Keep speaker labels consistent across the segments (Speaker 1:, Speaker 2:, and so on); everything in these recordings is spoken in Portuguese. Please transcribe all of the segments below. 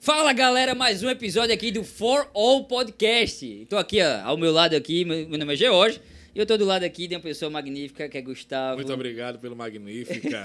Speaker 1: Fala galera, mais um episódio aqui do For All Podcast. Tô aqui ó, ao meu lado aqui, meu meu nome é George, e eu tô do lado aqui de uma pessoa magnífica que é Gustavo.
Speaker 2: Muito obrigado pelo Magnífica.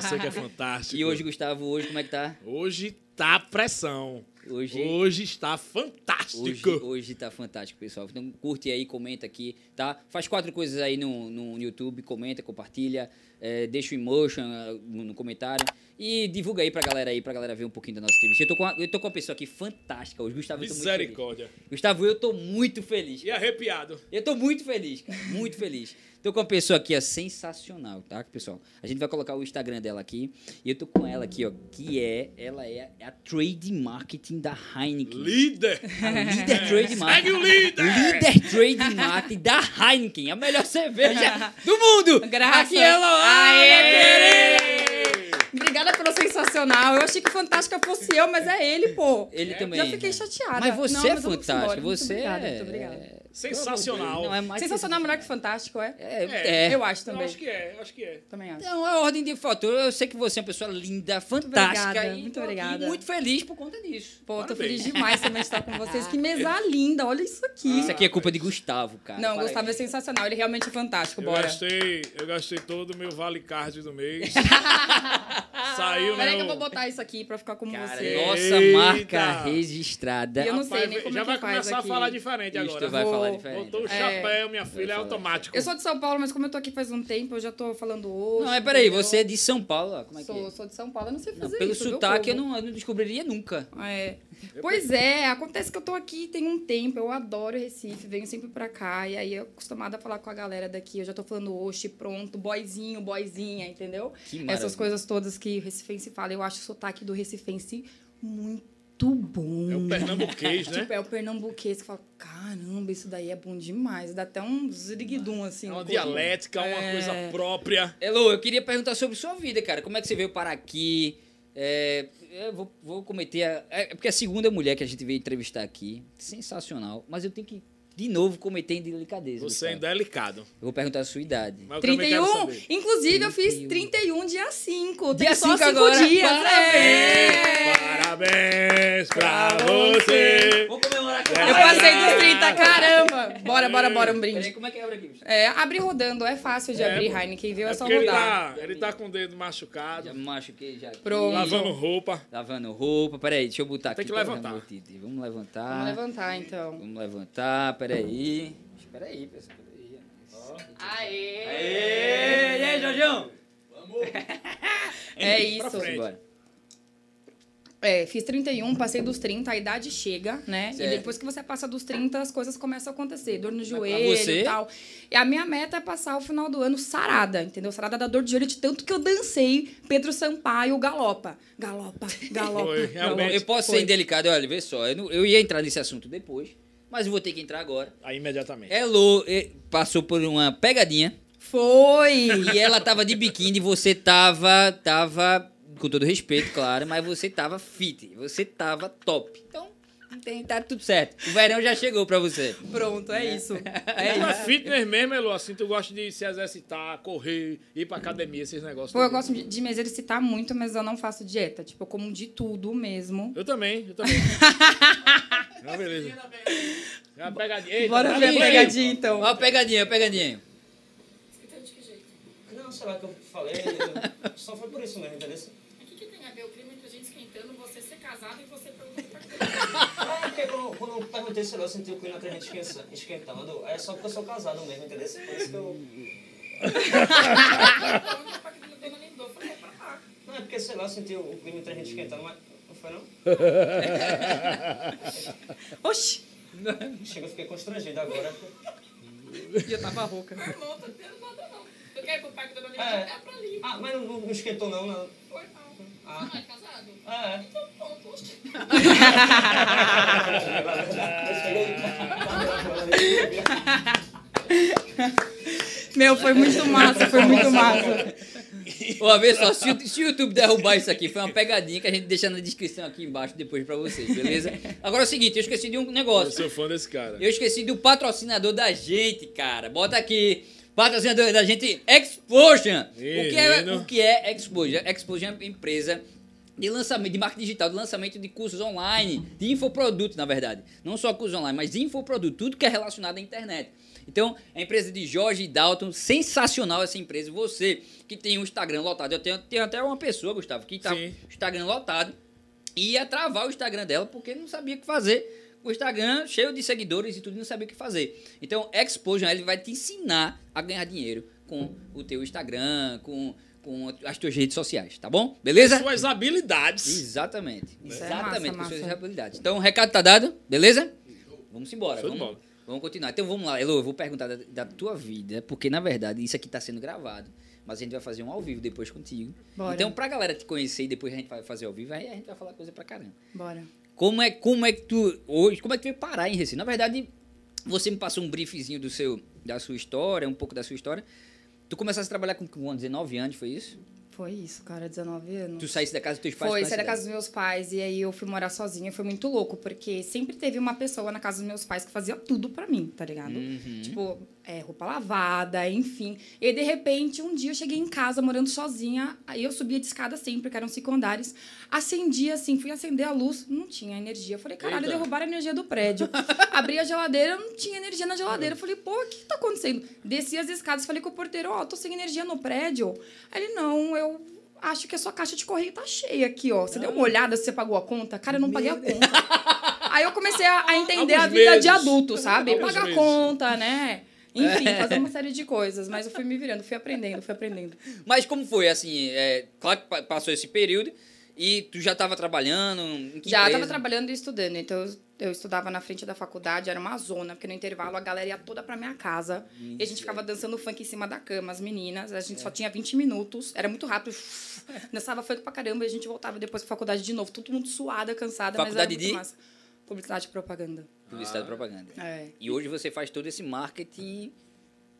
Speaker 2: Você que é fantástico.
Speaker 1: E hoje, Gustavo, hoje como é que tá?
Speaker 2: Hoje tá pressão.
Speaker 1: Hoje-
Speaker 2: Hoje, está fantástico.
Speaker 1: Hoje, hoje tá fantástico, pessoal. Então curte aí, comenta aqui, tá? Faz quatro coisas aí no, no YouTube, comenta, compartilha, eh, deixa o emotion ah, no, no comentário e divulga aí pra galera aí, pra galera ver um pouquinho da nossa entrevista. Eu tô com uma, eu tô com uma pessoa aqui fantástica hoje, Gustavo. eu tô muito feliz.
Speaker 2: Misericórdia.
Speaker 1: Gustavo, eu tô muito feliz.
Speaker 2: E arrepiado.
Speaker 1: Eu tô muito feliz, cara. Muito feliz. Tô com uma pessoa aqui, ó, sensacional, tá, pessoal? A gente vai colocar o Instagram dela aqui. E eu tô com ela aqui, ó, que é... Ela é a trade marketing da Heineken.
Speaker 2: Líder. É.
Speaker 1: A
Speaker 3: Ah,
Speaker 1: líder trade
Speaker 2: Segue o
Speaker 1: marketing.
Speaker 2: líder.
Speaker 1: Líder trade marketing da Heineken, a melhor cerveja do mundo.
Speaker 3: Graças.
Speaker 1: Aqui ela, é ó,
Speaker 3: Aê!
Speaker 2: Ei!
Speaker 3: Obrigada pelo sensacional. Eu achei que fantástica fosse eu, mas é ele, pô.
Speaker 1: Ele também.
Speaker 3: Já fiquei chateada.
Speaker 1: Mas você
Speaker 3: Não,
Speaker 1: é
Speaker 3: eu vou
Speaker 1: fantástica,
Speaker 3: embora. Muito
Speaker 1: você
Speaker 3: obrigada,
Speaker 1: é...
Speaker 3: Muito obrigada.
Speaker 2: Sensacional.
Speaker 1: Não, é mais
Speaker 3: Sensacional melhor que fantástico, é?
Speaker 1: É,
Speaker 2: É.
Speaker 1: é.
Speaker 3: Eu acho também.
Speaker 2: Eu acho que é, eu acho que é.
Speaker 3: Também acho.
Speaker 1: Então, a ordem de fator, eu sei que você é uma pessoa linda, fantástica.
Speaker 3: obrigada,
Speaker 1: e,
Speaker 3: muito
Speaker 1: tô aqui
Speaker 3: obrigada.
Speaker 1: muito feliz por conta disso.
Speaker 3: Pô, tô
Speaker 2: Parabéns.
Speaker 3: feliz demais também de estar com vocês. Que mesa linda, olha isso aqui.
Speaker 1: Isso aqui é culpa de Gustavo, Ah, cara.
Speaker 3: Não,
Speaker 1: Para
Speaker 3: Gustavo é
Speaker 1: aí.
Speaker 3: sensacional. Ele realmente é fantástico,
Speaker 2: Eu
Speaker 3: bora.
Speaker 2: gastei, eu gastei todo o meu vale card do mês. Saiu, né?
Speaker 3: Peraí que eu vou botar isso aqui pra ficar com
Speaker 1: Cara, é
Speaker 3: você.
Speaker 1: nossa
Speaker 2: Eita.
Speaker 1: marca registrada.
Speaker 3: E eu não sei nem como
Speaker 2: já
Speaker 3: é que
Speaker 2: vai
Speaker 3: faz
Speaker 2: começar
Speaker 3: aqui.
Speaker 2: a falar diferente
Speaker 1: Isso
Speaker 2: agora.
Speaker 1: vai
Speaker 3: Vou-
Speaker 1: falar diferente.
Speaker 2: Botou o
Speaker 3: É.
Speaker 2: chapéu, minha filha, é
Speaker 1: falar.
Speaker 2: automático.
Speaker 3: Eu sou de São Paulo, mas como eu tô aqui faz um tempo, eu já tô falando hoje.
Speaker 1: Não, é peraí,
Speaker 3: entendeu?
Speaker 1: você é de São Paulo, ó, como é que
Speaker 3: Sou,
Speaker 1: é?
Speaker 3: sou de São Paulo, eu não sei
Speaker 1: Não,
Speaker 3: fazer
Speaker 1: pelo
Speaker 3: isso, viu,
Speaker 1: sotaque eu
Speaker 3: povo?
Speaker 1: não, eu não descobriria nunca.
Speaker 3: É. Pois é, acontece que eu tô aqui tem um tempo, eu adoro Recife, venho sempre pra cá, e aí eu acostumada a falar com a galera daqui, eu já tô falando oxe, pronto, boizinho, boizinha, entendeu?
Speaker 1: Que maravilha.
Speaker 3: Essas coisas todas que o recifense fala, eu acho o sotaque do recifense muito bom.
Speaker 2: É o pernambuquês, né?
Speaker 3: Tipo, é o pernambuquês que fala, caramba, isso daí é bom demais, dá até um ziriguidum, assim.
Speaker 2: É uma
Speaker 3: no
Speaker 2: dialética,
Speaker 3: É.
Speaker 2: uma coisa própria.
Speaker 1: Elô, eu queria perguntar sobre sua vida, cara. Como é que você veio parar aqui? É, eu vou, vou cometer. A, é porque a segunda mulher que a gente veio entrevistar aqui, sensacional. Mas eu tenho que, de novo, cometer indelicadeza.
Speaker 2: Você
Speaker 1: Gustavo.
Speaker 2: ainda é delicado.
Speaker 1: Eu vou perguntar a sua idade.
Speaker 2: Mas eu também quero
Speaker 3: 31?
Speaker 2: saber.
Speaker 3: Inclusive, eu fiz
Speaker 1: 31.
Speaker 3: 31 dia 5.
Speaker 1: Dia
Speaker 3: Tem só
Speaker 1: 5
Speaker 3: 5
Speaker 1: agora.
Speaker 3: dias.
Speaker 1: Parabéns!
Speaker 3: né? É.
Speaker 2: Parabéns pra
Speaker 3: Pra
Speaker 2: Ah, você!
Speaker 1: Vamos comemorar com
Speaker 3: Eu passei dos 30, caramba! Bora, bora, bora, um brinde.
Speaker 1: como é que abre aqui, bicho?
Speaker 3: É, abre rodando, é fácil de
Speaker 2: É,
Speaker 3: abrir,
Speaker 2: pô.
Speaker 3: Heineken, viu? É,
Speaker 2: É
Speaker 3: só
Speaker 2: porque ele
Speaker 3: rodar.
Speaker 2: tá, ele tá com o dedo machucado,
Speaker 1: Já me machuquei já. aqui.
Speaker 3: Pronto.
Speaker 2: lavando roupa.
Speaker 1: Lavando roupa. Peraí, deixa eu botar
Speaker 2: Tem
Speaker 1: aqui.
Speaker 2: que
Speaker 1: pra
Speaker 2: levantar.
Speaker 1: derramar o Titi. Vamos levantar.
Speaker 3: Vamos levantar, então.
Speaker 1: Vamos levantar, peraí. Espera aí, pessoal, peraí.
Speaker 3: Aê!
Speaker 1: Aê! E aí, Jorjão?
Speaker 3: É
Speaker 2: Pra
Speaker 3: isso.
Speaker 2: frente.
Speaker 1: Bora.
Speaker 3: É, fiz 31, passei dos 30, a idade chega, né?
Speaker 1: Certo.
Speaker 3: E depois que você passa dos 30, as coisas começam a acontecer. Dor no
Speaker 1: pra
Speaker 3: joelho
Speaker 1: você?
Speaker 3: e tal. E a minha meta é passar o final do ano sarada, entendeu? Sarada da dor de joelho, de tanto que eu dancei Pedro Sampaio galopa. Galopa, galopa.
Speaker 2: Foi,
Speaker 3: galopa.
Speaker 2: realmente.
Speaker 1: Eu posso ser indelicado, olha, vê só. Eu, não- eu ia entrar nesse assunto depois, mas eu vou ter que entrar agora.
Speaker 2: Aí imediatamente.
Speaker 1: Elo eh, passou por uma pegadinha
Speaker 3: Foi!
Speaker 1: e ela tava de biquíni, você tava. tava. Com todo respeito, claro, mas você tava fit, você tava top. Então, não tem- tá tudo certo. O verão já chegou pra você.
Speaker 3: Pronto, é isso.
Speaker 2: tu é fitness mesmo, Elo, assim, tu gosta de se exercitar, correr, ir pra academia, esses negócios.
Speaker 3: Pô, eu
Speaker 2: todos.
Speaker 3: gosto de, de me exercitar muito, mas eu não faço dieta. Tipo, eu como de tudo mesmo.
Speaker 2: Eu também, eu também. ah, beleza. É uma pegadinha. Eita,
Speaker 3: Bora
Speaker 2: tá
Speaker 3: ver a
Speaker 2: bem.
Speaker 3: pegadinha, então.
Speaker 1: Ó, a pegadinha, a pegadinha.
Speaker 4: Então,
Speaker 5: Não, sei lá o que eu falei. Só foi por isso mesmo, entendeu?
Speaker 4: O que, que tem a ver o clima entre a gente esquentando, você ser casado e você perguntando pra
Speaker 5: Ah, porque quando, quando eu perguntei se eu senti o clima entre a gente esquenta- esquentando, é só porque eu sou casado mesmo, entendeu? Por isso que eu.
Speaker 4: que não tem nem dor, falei, é pra lá.
Speaker 5: Não, é porque sei lá, eu senti o clima entre a gente esquentando, mas. Não foi não?
Speaker 3: Oxi!
Speaker 5: Chega, eu fiquei constrangido agora.
Speaker 3: E eu tava rouca.
Speaker 4: Meu irmão, tá tendo nada não. Tu quer ir pro parque da Dona
Speaker 5: É.
Speaker 4: Nina? É pra ali.
Speaker 5: Ah, mas não, não- não esquentou não, não.
Speaker 4: Foi não. Você
Speaker 5: Ah,
Speaker 4: não é casado?
Speaker 5: ah é.
Speaker 4: Então ponto. Oxi.
Speaker 3: Meu, foi muito massa, foi muito massa.
Speaker 1: Ó, vê só, se o, se o YouTube derrubar isso aqui, foi uma pegadinha que a gente deixa na descrição aqui embaixo depois pra vocês, beleza? Agora é o seguinte, eu esqueci de um
Speaker 2: Eu
Speaker 1: negócio.
Speaker 2: sou fã desse cara.
Speaker 1: Eu esqueci do patrocinador da gente, cara. Bota aqui. Patrocinador da gente, Explosion. O que é,
Speaker 2: Menino.
Speaker 1: o que é Explosion? Explosion é uma empresa de lançamento, de marketing digital, de lançamento de cursos online, de infoproduto, na verdade. Não só cursos online, mas infoproduto, tudo que é relacionado à internet. Então, a empresa de Jorge e Dalton, sensacional essa empresa. Você que tem um Instagram lotado, eu tenho, tenho até uma pessoa, Gustavo, que tá
Speaker 2: Sim.
Speaker 1: Instagram lotado e ia travar o Instagram dela porque não sabia o que fazer. O Instagram cheio de seguidores e tudo, não sabia o que fazer. Então, Exposure, ele vai te ensinar a ganhar dinheiro com o teu Instagram, com, com as tuas redes sociais, tá bom? Beleza?
Speaker 2: Suas habilidades.
Speaker 1: Exatamente.
Speaker 3: Isso é
Speaker 1: Exatamente,
Speaker 3: massa,
Speaker 1: com suas
Speaker 3: massa.
Speaker 1: habilidades. Então, o recado tá dado, beleza? Vamos embora.
Speaker 2: Show de
Speaker 1: Vamos,
Speaker 2: bola.
Speaker 1: vamos continuar. Então, vamos lá. Elo, eu vou perguntar da, da tua vida, porque, na verdade, isso aqui tá sendo gravado. Mas a gente vai fazer um ao vivo depois contigo.
Speaker 3: Bora.
Speaker 1: Então, pra galera te conhecer e depois a gente vai fazer ao vivo, aí a gente vai falar coisa pra caramba.
Speaker 3: Bora.
Speaker 1: Como é, como é que tu hoje, como é que tu veio parar em Recife? Na verdade, você me passou um briefzinho do seu, da sua história, um pouco da sua história. Tu começaste a trabalhar com, com 19 anos, foi isso?
Speaker 3: Foi isso, cara, 19 anos.
Speaker 1: Tu saísse da casa dos teus pais?
Speaker 3: Foi,
Speaker 1: pra
Speaker 3: saí da
Speaker 1: cidade.
Speaker 3: casa dos meus pais e aí eu fui morar sozinha. Foi muito louco, porque sempre teve uma pessoa na casa dos meus pais que fazia tudo pra mim, tá ligado? Tipo, é, roupa lavada, enfim. E aí, de repente, um dia eu cheguei em casa morando sozinha, aí eu subia de escada sempre, que eram cinco andares. Acendia assim, fui acender a luz, não tinha energia. Eu Falei, caralho,
Speaker 2: Eita.
Speaker 3: derrubaram a energia do prédio. Abri a geladeira, não tinha energia na geladeira. Eu Falei, pô, o que tá acontecendo? Desci as escadas, falei com o porteiro, ó, tô sem energia no prédio. Aí ele, não, eu acho que a sua caixa de correio tá cheia aqui, ó. Você deu uma olhada se você pagou a conta? Cara, eu não paguei a conta. Aí eu comecei a, a entender a
Speaker 2: Alguns
Speaker 3: vida
Speaker 2: meses.
Speaker 3: de adulto, sabe?
Speaker 2: Alguns
Speaker 3: Pagar a
Speaker 2: meses.
Speaker 3: conta, né? Enfim,
Speaker 1: É.
Speaker 3: fazer uma série de coisas. Mas eu fui me virando, fui aprendendo, fui aprendendo.
Speaker 1: Mas como foi, assim, é, claro que pa- passou esse período e tu já tava trabalhando em que
Speaker 3: Já
Speaker 1: empresa?
Speaker 3: estava trabalhando e estudando, então eu, eu estudava na frente da faculdade, era uma zona, porque no intervalo a galera ia toda pra minha casa e a gente ficava dançando funk em cima da cama, as meninas, a
Speaker 1: É.
Speaker 3: gente só tinha 20 minutos, era muito rápido, dançava funk pra caramba e a gente voltava depois pra faculdade de novo, todo mundo suada, cansada,
Speaker 1: Faculdade
Speaker 3: mas era muito
Speaker 1: de?
Speaker 3: massa. Publicidade e propaganda.
Speaker 1: Publicidade
Speaker 2: Ah.
Speaker 1: e propaganda.
Speaker 3: É.
Speaker 1: E hoje você faz todo esse marketing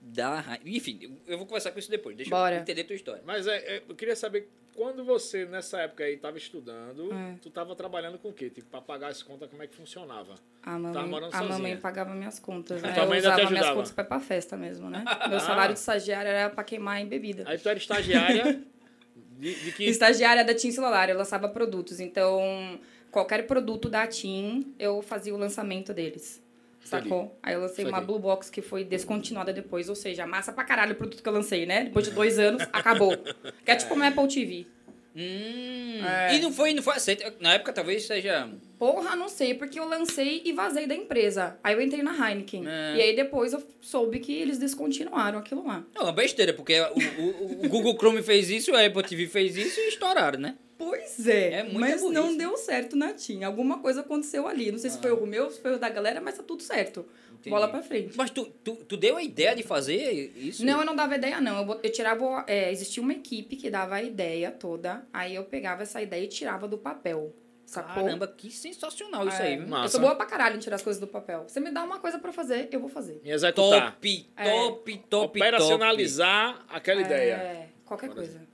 Speaker 1: da... ra- Enfim, eu- eu vou conversar com isso depois. Deixa
Speaker 3: Bora.
Speaker 1: eu entender a tua história.
Speaker 2: Mas é, é, eu queria saber, quando você, nessa época aí, tava estudando,
Speaker 3: É.
Speaker 2: tu tava trabalhando com o quê? Tipo, pra pagar as contas, como é que funcionava?
Speaker 3: A
Speaker 2: Tava
Speaker 3: mamãe,
Speaker 2: morando
Speaker 3: a mamãe
Speaker 2: sozinha.
Speaker 3: pagava minhas contas, né?
Speaker 2: Tua mãe
Speaker 3: Eu
Speaker 2: ainda te
Speaker 3: usava minhas
Speaker 2: ajudava?
Speaker 3: contas pra ir pra festa mesmo, né? Meu salário de estagiário era pra queimar em bebida.
Speaker 2: Aí tu era estagiária de, de que...
Speaker 3: Estagiária da Tim Celular, eu lançava produtos. Então, qualquer produto da Tim, eu fazia o lançamento deles. Sacou? Aí eu lancei uma
Speaker 2: Saquei.
Speaker 3: Blue Box que foi descontinuada depois, ou seja, massa pra caralho o produto que eu lancei, né? Depois de dois anos, acabou. Que é tipo uma Apple TV.
Speaker 1: Hum, E não foi, não foi aceito. Na época talvez seja...
Speaker 3: Porra, não sei, porque eu lancei e vazei da empresa. Aí eu entrei na Heineken.
Speaker 1: É.
Speaker 3: E aí depois eu soube que eles descontinuaram aquilo lá.
Speaker 1: Não, é uma besteira, porque o, o- o Google Chrome fez isso, a Apple TV fez isso e estouraram, né?
Speaker 3: Pois é,
Speaker 1: É muita
Speaker 3: mas
Speaker 1: burrice. Ah.
Speaker 3: não deu certo na TIM. Alguma coisa aconteceu ali. Não sei se foi o meu, se foi o da galera, mas tá tudo certo.
Speaker 1: Entendi.
Speaker 3: Bola pra frente.
Speaker 1: Mas tu, tu, tu deu a ideia de fazer isso?
Speaker 3: Não, eu não dava ideia, não. Eu, bot- eu tirava. é, existia uma equipe que dava a ideia toda. Aí eu pegava essa ideia e tirava do papel. Sacou?
Speaker 1: Caramba, que sensacional isso aí.
Speaker 3: É,
Speaker 1: viu?
Speaker 3: Eu
Speaker 2: Massa.
Speaker 3: sou boa pra caralho em tirar as coisas do papel. Você me dá uma coisa pra fazer, eu vou fazer.
Speaker 2: Em executar.
Speaker 1: Top,
Speaker 3: É.
Speaker 1: top, top, top.
Speaker 2: tá. Operacionalizar aquela ideia.
Speaker 3: É, qualquer coisa.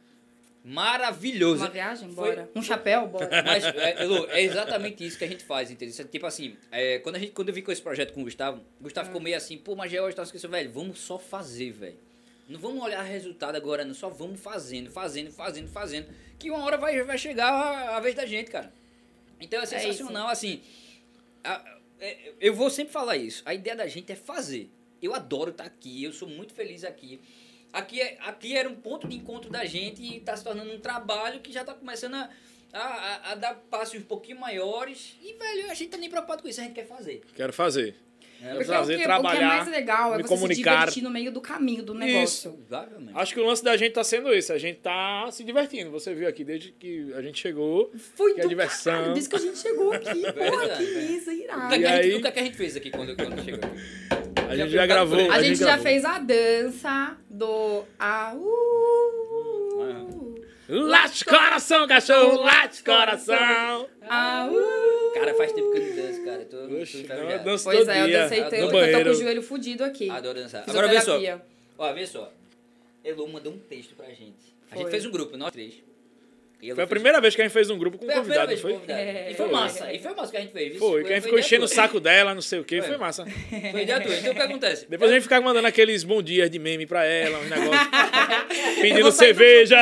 Speaker 1: Maravilhoso.
Speaker 3: Uma viagem?
Speaker 1: Foi-
Speaker 3: Bora. Um chapéu? Bora.
Speaker 1: Mas, é, Lu, é exatamente isso que a gente faz, entendeu? Isso é Tipo assim, é, quando, a gente, quando eu vim com esse projeto com o Gustavo, o Gustavo ficou meio assim, pô, mas já hoje tá esquecendo, velho, vamos só fazer, velho. Não vamos olhar resultado agora, não. Só vamos fazendo, fazendo, fazendo, fazendo. Que uma hora vai, vai chegar a, a vez da gente, cara. Então é sensacional, assim. a- é, eu vou sempre falar isso. A ideia da gente é fazer. Eu adoro estar aqui, eu sou muito feliz aqui. Aqui, é- aqui era um ponto de encontro da gente e está se tornando um trabalho que já está começando a, a- a- a dar passos um pouquinho maiores. E, velho, a gente tá nem preocupado com isso, a gente quer fazer.
Speaker 2: Quero fazer.
Speaker 1: um
Speaker 3: Porque
Speaker 2: fazer,
Speaker 3: o, que, o que é
Speaker 2: trabalhar,
Speaker 3: mais legal é
Speaker 2: me
Speaker 3: você
Speaker 2: comunicar.
Speaker 3: se divertir no meio do caminho do
Speaker 1: é
Speaker 3: negócio.
Speaker 1: Provavelmente.
Speaker 2: Acho que o lance da gente tá sendo esse. A gente tá se divertindo. Você viu aqui, desde que a gente chegou.
Speaker 3: Foi
Speaker 2: Que é
Speaker 3: do
Speaker 2: diversão.
Speaker 3: caralho, desde que a gente chegou aqui. Porra, que misa,
Speaker 1: O
Speaker 3: irado.
Speaker 1: que, é que a
Speaker 2: Ah, E
Speaker 1: gente,
Speaker 2: aí-
Speaker 1: o que é que a gente fez aqui quando, quando chegou aqui?
Speaker 2: A gente
Speaker 1: Já
Speaker 2: já gravou.
Speaker 1: fez-
Speaker 3: A gente já
Speaker 2: gravou.
Speaker 3: fez a dança do Aú.
Speaker 2: Late coração, cachorro! Late coração!
Speaker 3: Aú.
Speaker 1: Cara, faz tempo que eu não danço, cara. Eu tô,
Speaker 2: Oxe,
Speaker 1: tô
Speaker 2: não, eu
Speaker 1: enferrujado.
Speaker 2: danço
Speaker 3: Pois
Speaker 2: todo
Speaker 3: é, eu
Speaker 2: dia Ah,
Speaker 3: dancei tanto que
Speaker 2: no
Speaker 3: eu tô com
Speaker 2: banheiro.
Speaker 3: o joelho fudido aqui.
Speaker 1: Adoro dançar. Agora vê só.
Speaker 3: Fisioterapia.
Speaker 1: Ó, vê só. Elo mandou um texto pra gente. A gente
Speaker 3: Foi.
Speaker 1: fez um grupo, nós três. E Elo
Speaker 2: Foi a
Speaker 1: fez-
Speaker 2: primeira vez que a gente fez um grupo com
Speaker 1: Foi a primeira vez
Speaker 2: convidado, não
Speaker 1: com
Speaker 2: foi?
Speaker 1: convidado.
Speaker 3: É.
Speaker 1: E foi
Speaker 2: Foi.
Speaker 1: massa. E foi massa que a gente fez.
Speaker 2: Foi, que a gente ficou
Speaker 1: ideia
Speaker 2: enchendo o
Speaker 1: tua.
Speaker 2: saco dela, não sei o quê.
Speaker 1: Foi.
Speaker 2: Foi, massa.
Speaker 1: Foi ideia tua. Então o que acontece?
Speaker 2: Depois a gente ficava mandando aqueles bom dias de meme pra ela, um negócio.
Speaker 3: Eu vou
Speaker 2: Pedindo
Speaker 3: sair do-
Speaker 2: cerveja.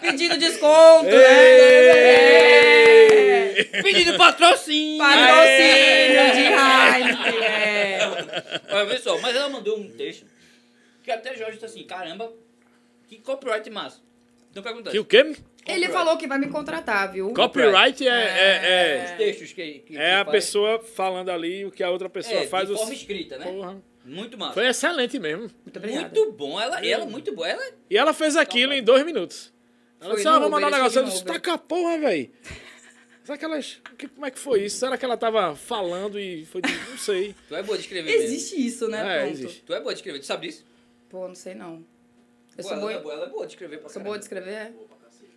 Speaker 3: Pedindo desconto, né? É.
Speaker 1: Pedindo patrocínio. É.
Speaker 3: Patrocínio de Heineken. É.
Speaker 1: Olha, vê só, mas ela mandou um texto que até Jorge tá assim, caramba, que copyright massa. Então o que acontece?
Speaker 2: Que o quê?
Speaker 3: Ele falou que vai me contratar, viu?
Speaker 2: Copyright é, é,
Speaker 1: Os
Speaker 2: é,
Speaker 1: textos que, que que
Speaker 2: é a
Speaker 1: faz-
Speaker 2: pessoa falando ali o que a outra pessoa
Speaker 1: é,
Speaker 2: faz.
Speaker 1: de
Speaker 2: os-
Speaker 1: forma escrita, né?
Speaker 2: Porra.
Speaker 1: Muito massa.
Speaker 2: Foi Hum. excelente mesmo.
Speaker 3: Muito obrigada.
Speaker 1: muito bom, ela, ela é muito boa. Ela
Speaker 2: E ela fez aquilo em dois minutos. Ela
Speaker 3: Tá Foi
Speaker 2: disse, ah,
Speaker 3: no
Speaker 2: vou mandar um
Speaker 3: Uber,
Speaker 2: negócio.
Speaker 3: isso
Speaker 2: Eu
Speaker 3: foi no
Speaker 2: disse,
Speaker 3: Uber.
Speaker 2: taca a porra, velho. Será que elas... que- Como é que foi isso? Será que ela tava falando e foi... de- Não sei.
Speaker 1: Tu é boa de escrever mesmo.
Speaker 3: Existe isso, né?
Speaker 2: É,
Speaker 3: Pronto.
Speaker 2: existe.
Speaker 1: Tu é boa de escrever, tu sabe disso?
Speaker 3: Pô, não sei não.
Speaker 1: Pô,
Speaker 3: Eu sou
Speaker 1: ela,
Speaker 3: boa,
Speaker 1: é boa, ela é boa de escrever pra
Speaker 3: sou
Speaker 1: caramba.
Speaker 3: boa de escrever? é?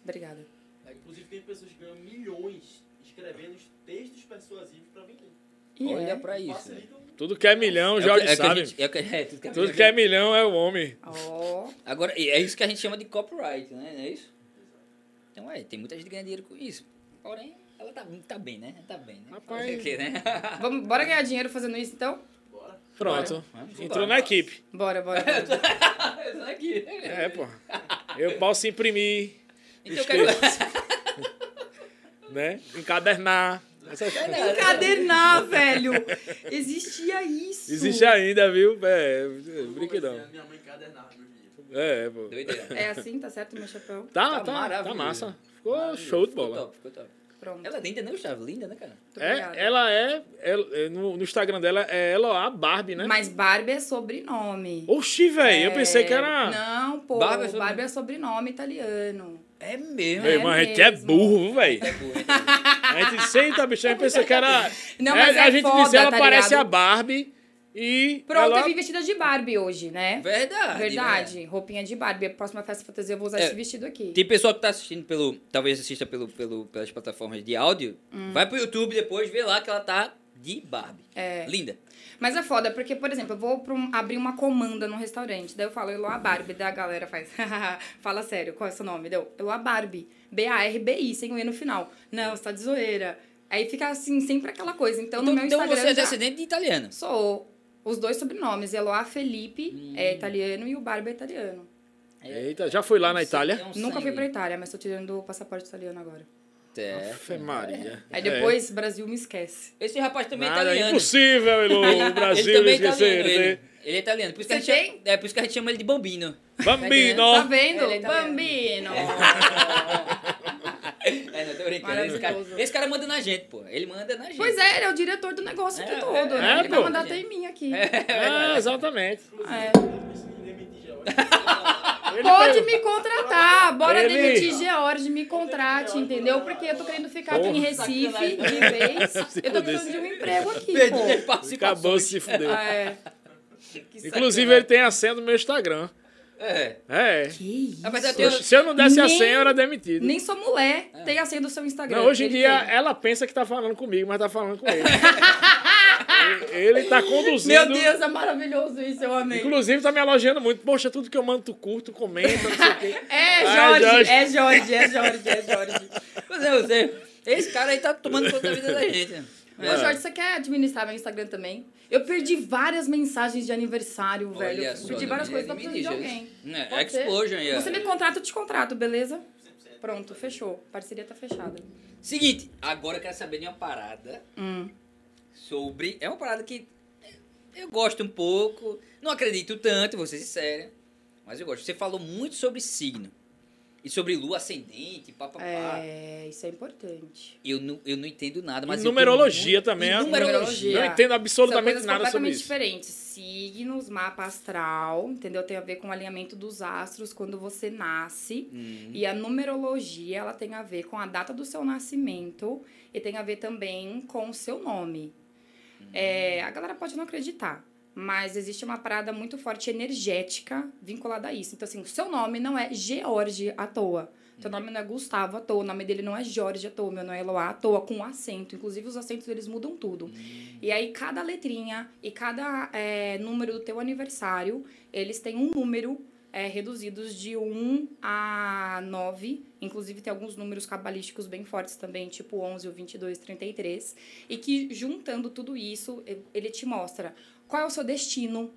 Speaker 3: Obrigada.
Speaker 6: É, Inclusive, tem pessoas que ganham milhões escrevendo textos persuasivos pra vender.
Speaker 3: E
Speaker 7: Olha
Speaker 3: é.
Speaker 7: pra isso. né?
Speaker 6: Facilita um-
Speaker 2: Tudo que é
Speaker 7: É o
Speaker 2: milhão,
Speaker 7: que-
Speaker 1: né?
Speaker 2: Jorge
Speaker 7: é o que a
Speaker 2: sabe.
Speaker 7: gente- é o que- é, tudo que a
Speaker 2: Tudo
Speaker 7: gente-
Speaker 2: que é milhão é o homem.
Speaker 3: Ó.
Speaker 7: Agora, e é isso que a gente chama de copyright, né? Não é isso? Então, é, tem muita gente que ganha dinheiro com isso. Porém, ela tá, tá bem, né? Tá bem, né?
Speaker 2: Rapaz.
Speaker 7: Fazer o quê, né?
Speaker 3: Vamos, bora ganhar dinheiro fazendo isso então?
Speaker 6: Bora.
Speaker 2: Pronto.
Speaker 1: Vamos
Speaker 2: Entrou
Speaker 1: embora.
Speaker 2: na equipe.
Speaker 3: Bora, bora. bora.
Speaker 1: Isso aqui.
Speaker 2: É, pô. Eu posso imprimir,
Speaker 1: Então eu quero...
Speaker 2: né? Encadernar. Essas coisas.
Speaker 3: Encadernar, velho. Existia isso.
Speaker 2: Existe ainda, viu? É, é brinquedão.
Speaker 6: Comecei a Minha mãe encadernada, meus meninos.
Speaker 2: É, pô.
Speaker 1: Doideira.
Speaker 3: É assim, tá certo, meu chapéu?
Speaker 2: Tá,
Speaker 1: Tá
Speaker 2: tá, tá
Speaker 1: maravilhoso.
Speaker 2: massa. Ficou show de
Speaker 1: Ficou
Speaker 2: bola.
Speaker 1: top, ficou top.
Speaker 3: Pronto.
Speaker 1: Ela é linda, né, Gustavo? Linda, né, cara?
Speaker 3: Muito obrigada.
Speaker 2: É, ela é, ela- é, no, no Instagram dela é Eloá Barbie, né?
Speaker 3: Mas Barbie é sobrenome. É.
Speaker 2: Oxi, velho, eu pensei que era.
Speaker 3: Não, pô.
Speaker 1: Barbie
Speaker 3: Barbie
Speaker 1: é
Speaker 3: é
Speaker 1: sobrenome.
Speaker 3: sobrenome, italiano.
Speaker 1: É mesmo.
Speaker 2: Meu irmão, a gente é
Speaker 3: mesmo.
Speaker 2: burro, velho. A gente senta, bicho, a gente pensa que era.
Speaker 3: Não, mas é
Speaker 2: a gente
Speaker 3: foda,
Speaker 2: dizia, ela
Speaker 3: tá
Speaker 2: parece
Speaker 3: ligado?
Speaker 2: a Barbie e.
Speaker 3: Pronto,
Speaker 2: ela...
Speaker 3: eu vim vestida de Barbie hoje, né?
Speaker 1: é Verdade.
Speaker 3: Verdade. Roupinha de Barbie. A próxima festa fantasia eu vou usar
Speaker 1: É.
Speaker 3: esse vestido aqui.
Speaker 1: Tem pessoal que tá assistindo pelo. Talvez assista pelo, pelo, pelas plataformas de áudio.
Speaker 3: Hum.
Speaker 1: Vai pro YouTube depois, vê lá que ela tá de Barbie. É. Linda.
Speaker 3: Mas é foda, porque, por exemplo, eu vou pra um- abrir uma comanda num restaurante, daí eu falo Eloá Barbie, daí a galera faz, fala sério, qual é o seu nome? Deu, Eloá Barbie, B-A-R-B-I, sem o E no final. Não, você tá de zoeira. Aí fica assim, sempre aquela coisa. Então,
Speaker 1: Então,
Speaker 3: no meu
Speaker 1: então
Speaker 3: Instagram.
Speaker 1: você é
Speaker 3: já-
Speaker 1: descendente de italiano.
Speaker 3: Sou os dois sobrenomes, Eloá Felipe é italiano e o Barbie é italiano.
Speaker 2: Eita, já fui lá na Itália.
Speaker 1: É um
Speaker 3: Nunca fui
Speaker 1: sangue.
Speaker 3: pra Itália, mas tô tirando o passaporte italiano agora.
Speaker 1: É.
Speaker 2: Fé Maria. É.
Speaker 3: Aí depois, Brasil me esquece.
Speaker 1: Esse rapaz também é
Speaker 2: Nada, é
Speaker 1: italiano.
Speaker 2: impossível, Elo, o
Speaker 1: ele
Speaker 2: Brasil
Speaker 1: também é italiano.
Speaker 2: esquecer. né?
Speaker 1: Ele. Ele é italiano. Por isso, que a
Speaker 3: Você
Speaker 1: gente chama, é por isso que a gente chama ele de bambino.
Speaker 3: Tá
Speaker 2: Bambino!
Speaker 3: vendo?
Speaker 8: Ele é italiano.
Speaker 3: Bambino!
Speaker 1: É, não, tô brincando. Esse cara,
Speaker 3: Maravilhoso.
Speaker 1: esse cara manda na gente, pô. Ele manda na gente.
Speaker 3: Pois é, ele é o diretor do negócio aqui
Speaker 1: É,
Speaker 3: todo,
Speaker 1: é,
Speaker 2: é,
Speaker 3: né? Ele vai
Speaker 2: pô.
Speaker 3: mandar até em mim aqui.
Speaker 2: É, exatamente.
Speaker 3: É.
Speaker 2: Ele
Speaker 3: Pode
Speaker 2: pegou-
Speaker 3: me contratar, bora
Speaker 2: Ele- é
Speaker 3: demitir George, me contrate, entendeu? Porque eu tô querendo ficar aqui em Recife de vez. Eu tô precisando de um emprego aqui,
Speaker 1: Perdi as
Speaker 3: pô.
Speaker 2: Acabou
Speaker 1: participações.
Speaker 2: se fudeu.
Speaker 3: É.
Speaker 2: Inclusive, ele tem a senha do meu Instagram.
Speaker 1: É.
Speaker 2: É.
Speaker 3: Que isso?
Speaker 1: Mas eu tenho...
Speaker 2: Poxa, Se eu não desse a
Speaker 3: Nem-
Speaker 2: senha, eu era demitido.
Speaker 3: Nem sou mulher, tem a senha do seu Instagram.
Speaker 2: É. Não, hoje em
Speaker 3: Ele
Speaker 2: dia
Speaker 3: tem.
Speaker 2: ela pensa que tá falando comigo, mas tá falando com ele. ele ele tá conduzindo.
Speaker 3: Meu Deus, é maravilhoso isso, eu amei.
Speaker 2: Inclusive, tá me elogiando muito. Poxa, tudo que eu mando, tu curto, comenta, não sei o quê.
Speaker 3: É
Speaker 2: Ai, Jorge.
Speaker 3: Jorge, é Jorge, é Jorge, é Jorge.
Speaker 1: Pois é, eu sei. Esse cara aí tá tomando conta da vida da gente. né?
Speaker 2: É.
Speaker 3: Ô, É, Jorge, você quer administrar meu Instagram também? Eu perdi várias mensagens de aniversário, velho.
Speaker 1: Olha
Speaker 3: Eu
Speaker 1: só,
Speaker 2: né?
Speaker 3: perdi várias
Speaker 1: ele é
Speaker 3: coisas, tá
Speaker 1: me
Speaker 3: precisando de
Speaker 1: diz,
Speaker 3: alguém.
Speaker 1: né?
Speaker 3: Pode ser?
Speaker 1: Explosion aí, ó.
Speaker 3: Você é me contrata, eu te contrato, beleza? Pronto, fechou. Parceria tá fechada.
Speaker 1: Seguinte, agora eu quero saber de uma parada
Speaker 3: Hum.
Speaker 1: sobre. É uma parada que eu gosto um pouco, não acredito tanto, vou ser sincera, mas eu gosto. Você falou muito sobre signo e sobre lua ascendente, papapá.
Speaker 3: É, isso é importante.
Speaker 1: Eu, não, eu não entendo nada, mas.
Speaker 2: E
Speaker 1: eu tenho
Speaker 2: numerologia
Speaker 1: muito-
Speaker 2: também.
Speaker 1: E
Speaker 2: é-
Speaker 1: numerologia.
Speaker 2: Não entendo absolutamente
Speaker 3: São coisas
Speaker 2: nada sobre
Speaker 3: completamente
Speaker 2: isso.
Speaker 3: diferentes. Signos, mapa astral, entendeu? Tem a ver com o alinhamento dos astros quando você nasce.
Speaker 2: Uhum.
Speaker 3: E a numerologia, ela tem a ver com a data do seu nascimento e tem a ver também com o seu nome.
Speaker 2: Uhum.
Speaker 3: É, a galera pode não acreditar, mas existe uma parada muito forte energética vinculada a isso. Então, assim, o seu nome não é George à toa. Seu nome não é Gustavo à toa, o nome dele não é Jorge à toa, meu não é Eloá à toa, com acento. Inclusive, os acentos, eles mudam tudo. E aí, cada letrinha e cada é, número do teu aniversário, eles têm um número é, reduzidos de 1 a 9. Inclusive, tem alguns números cabalísticos bem fortes também, tipo 11, o 22, 33. E que, juntando tudo isso, e- ele te mostra qual é o seu destino,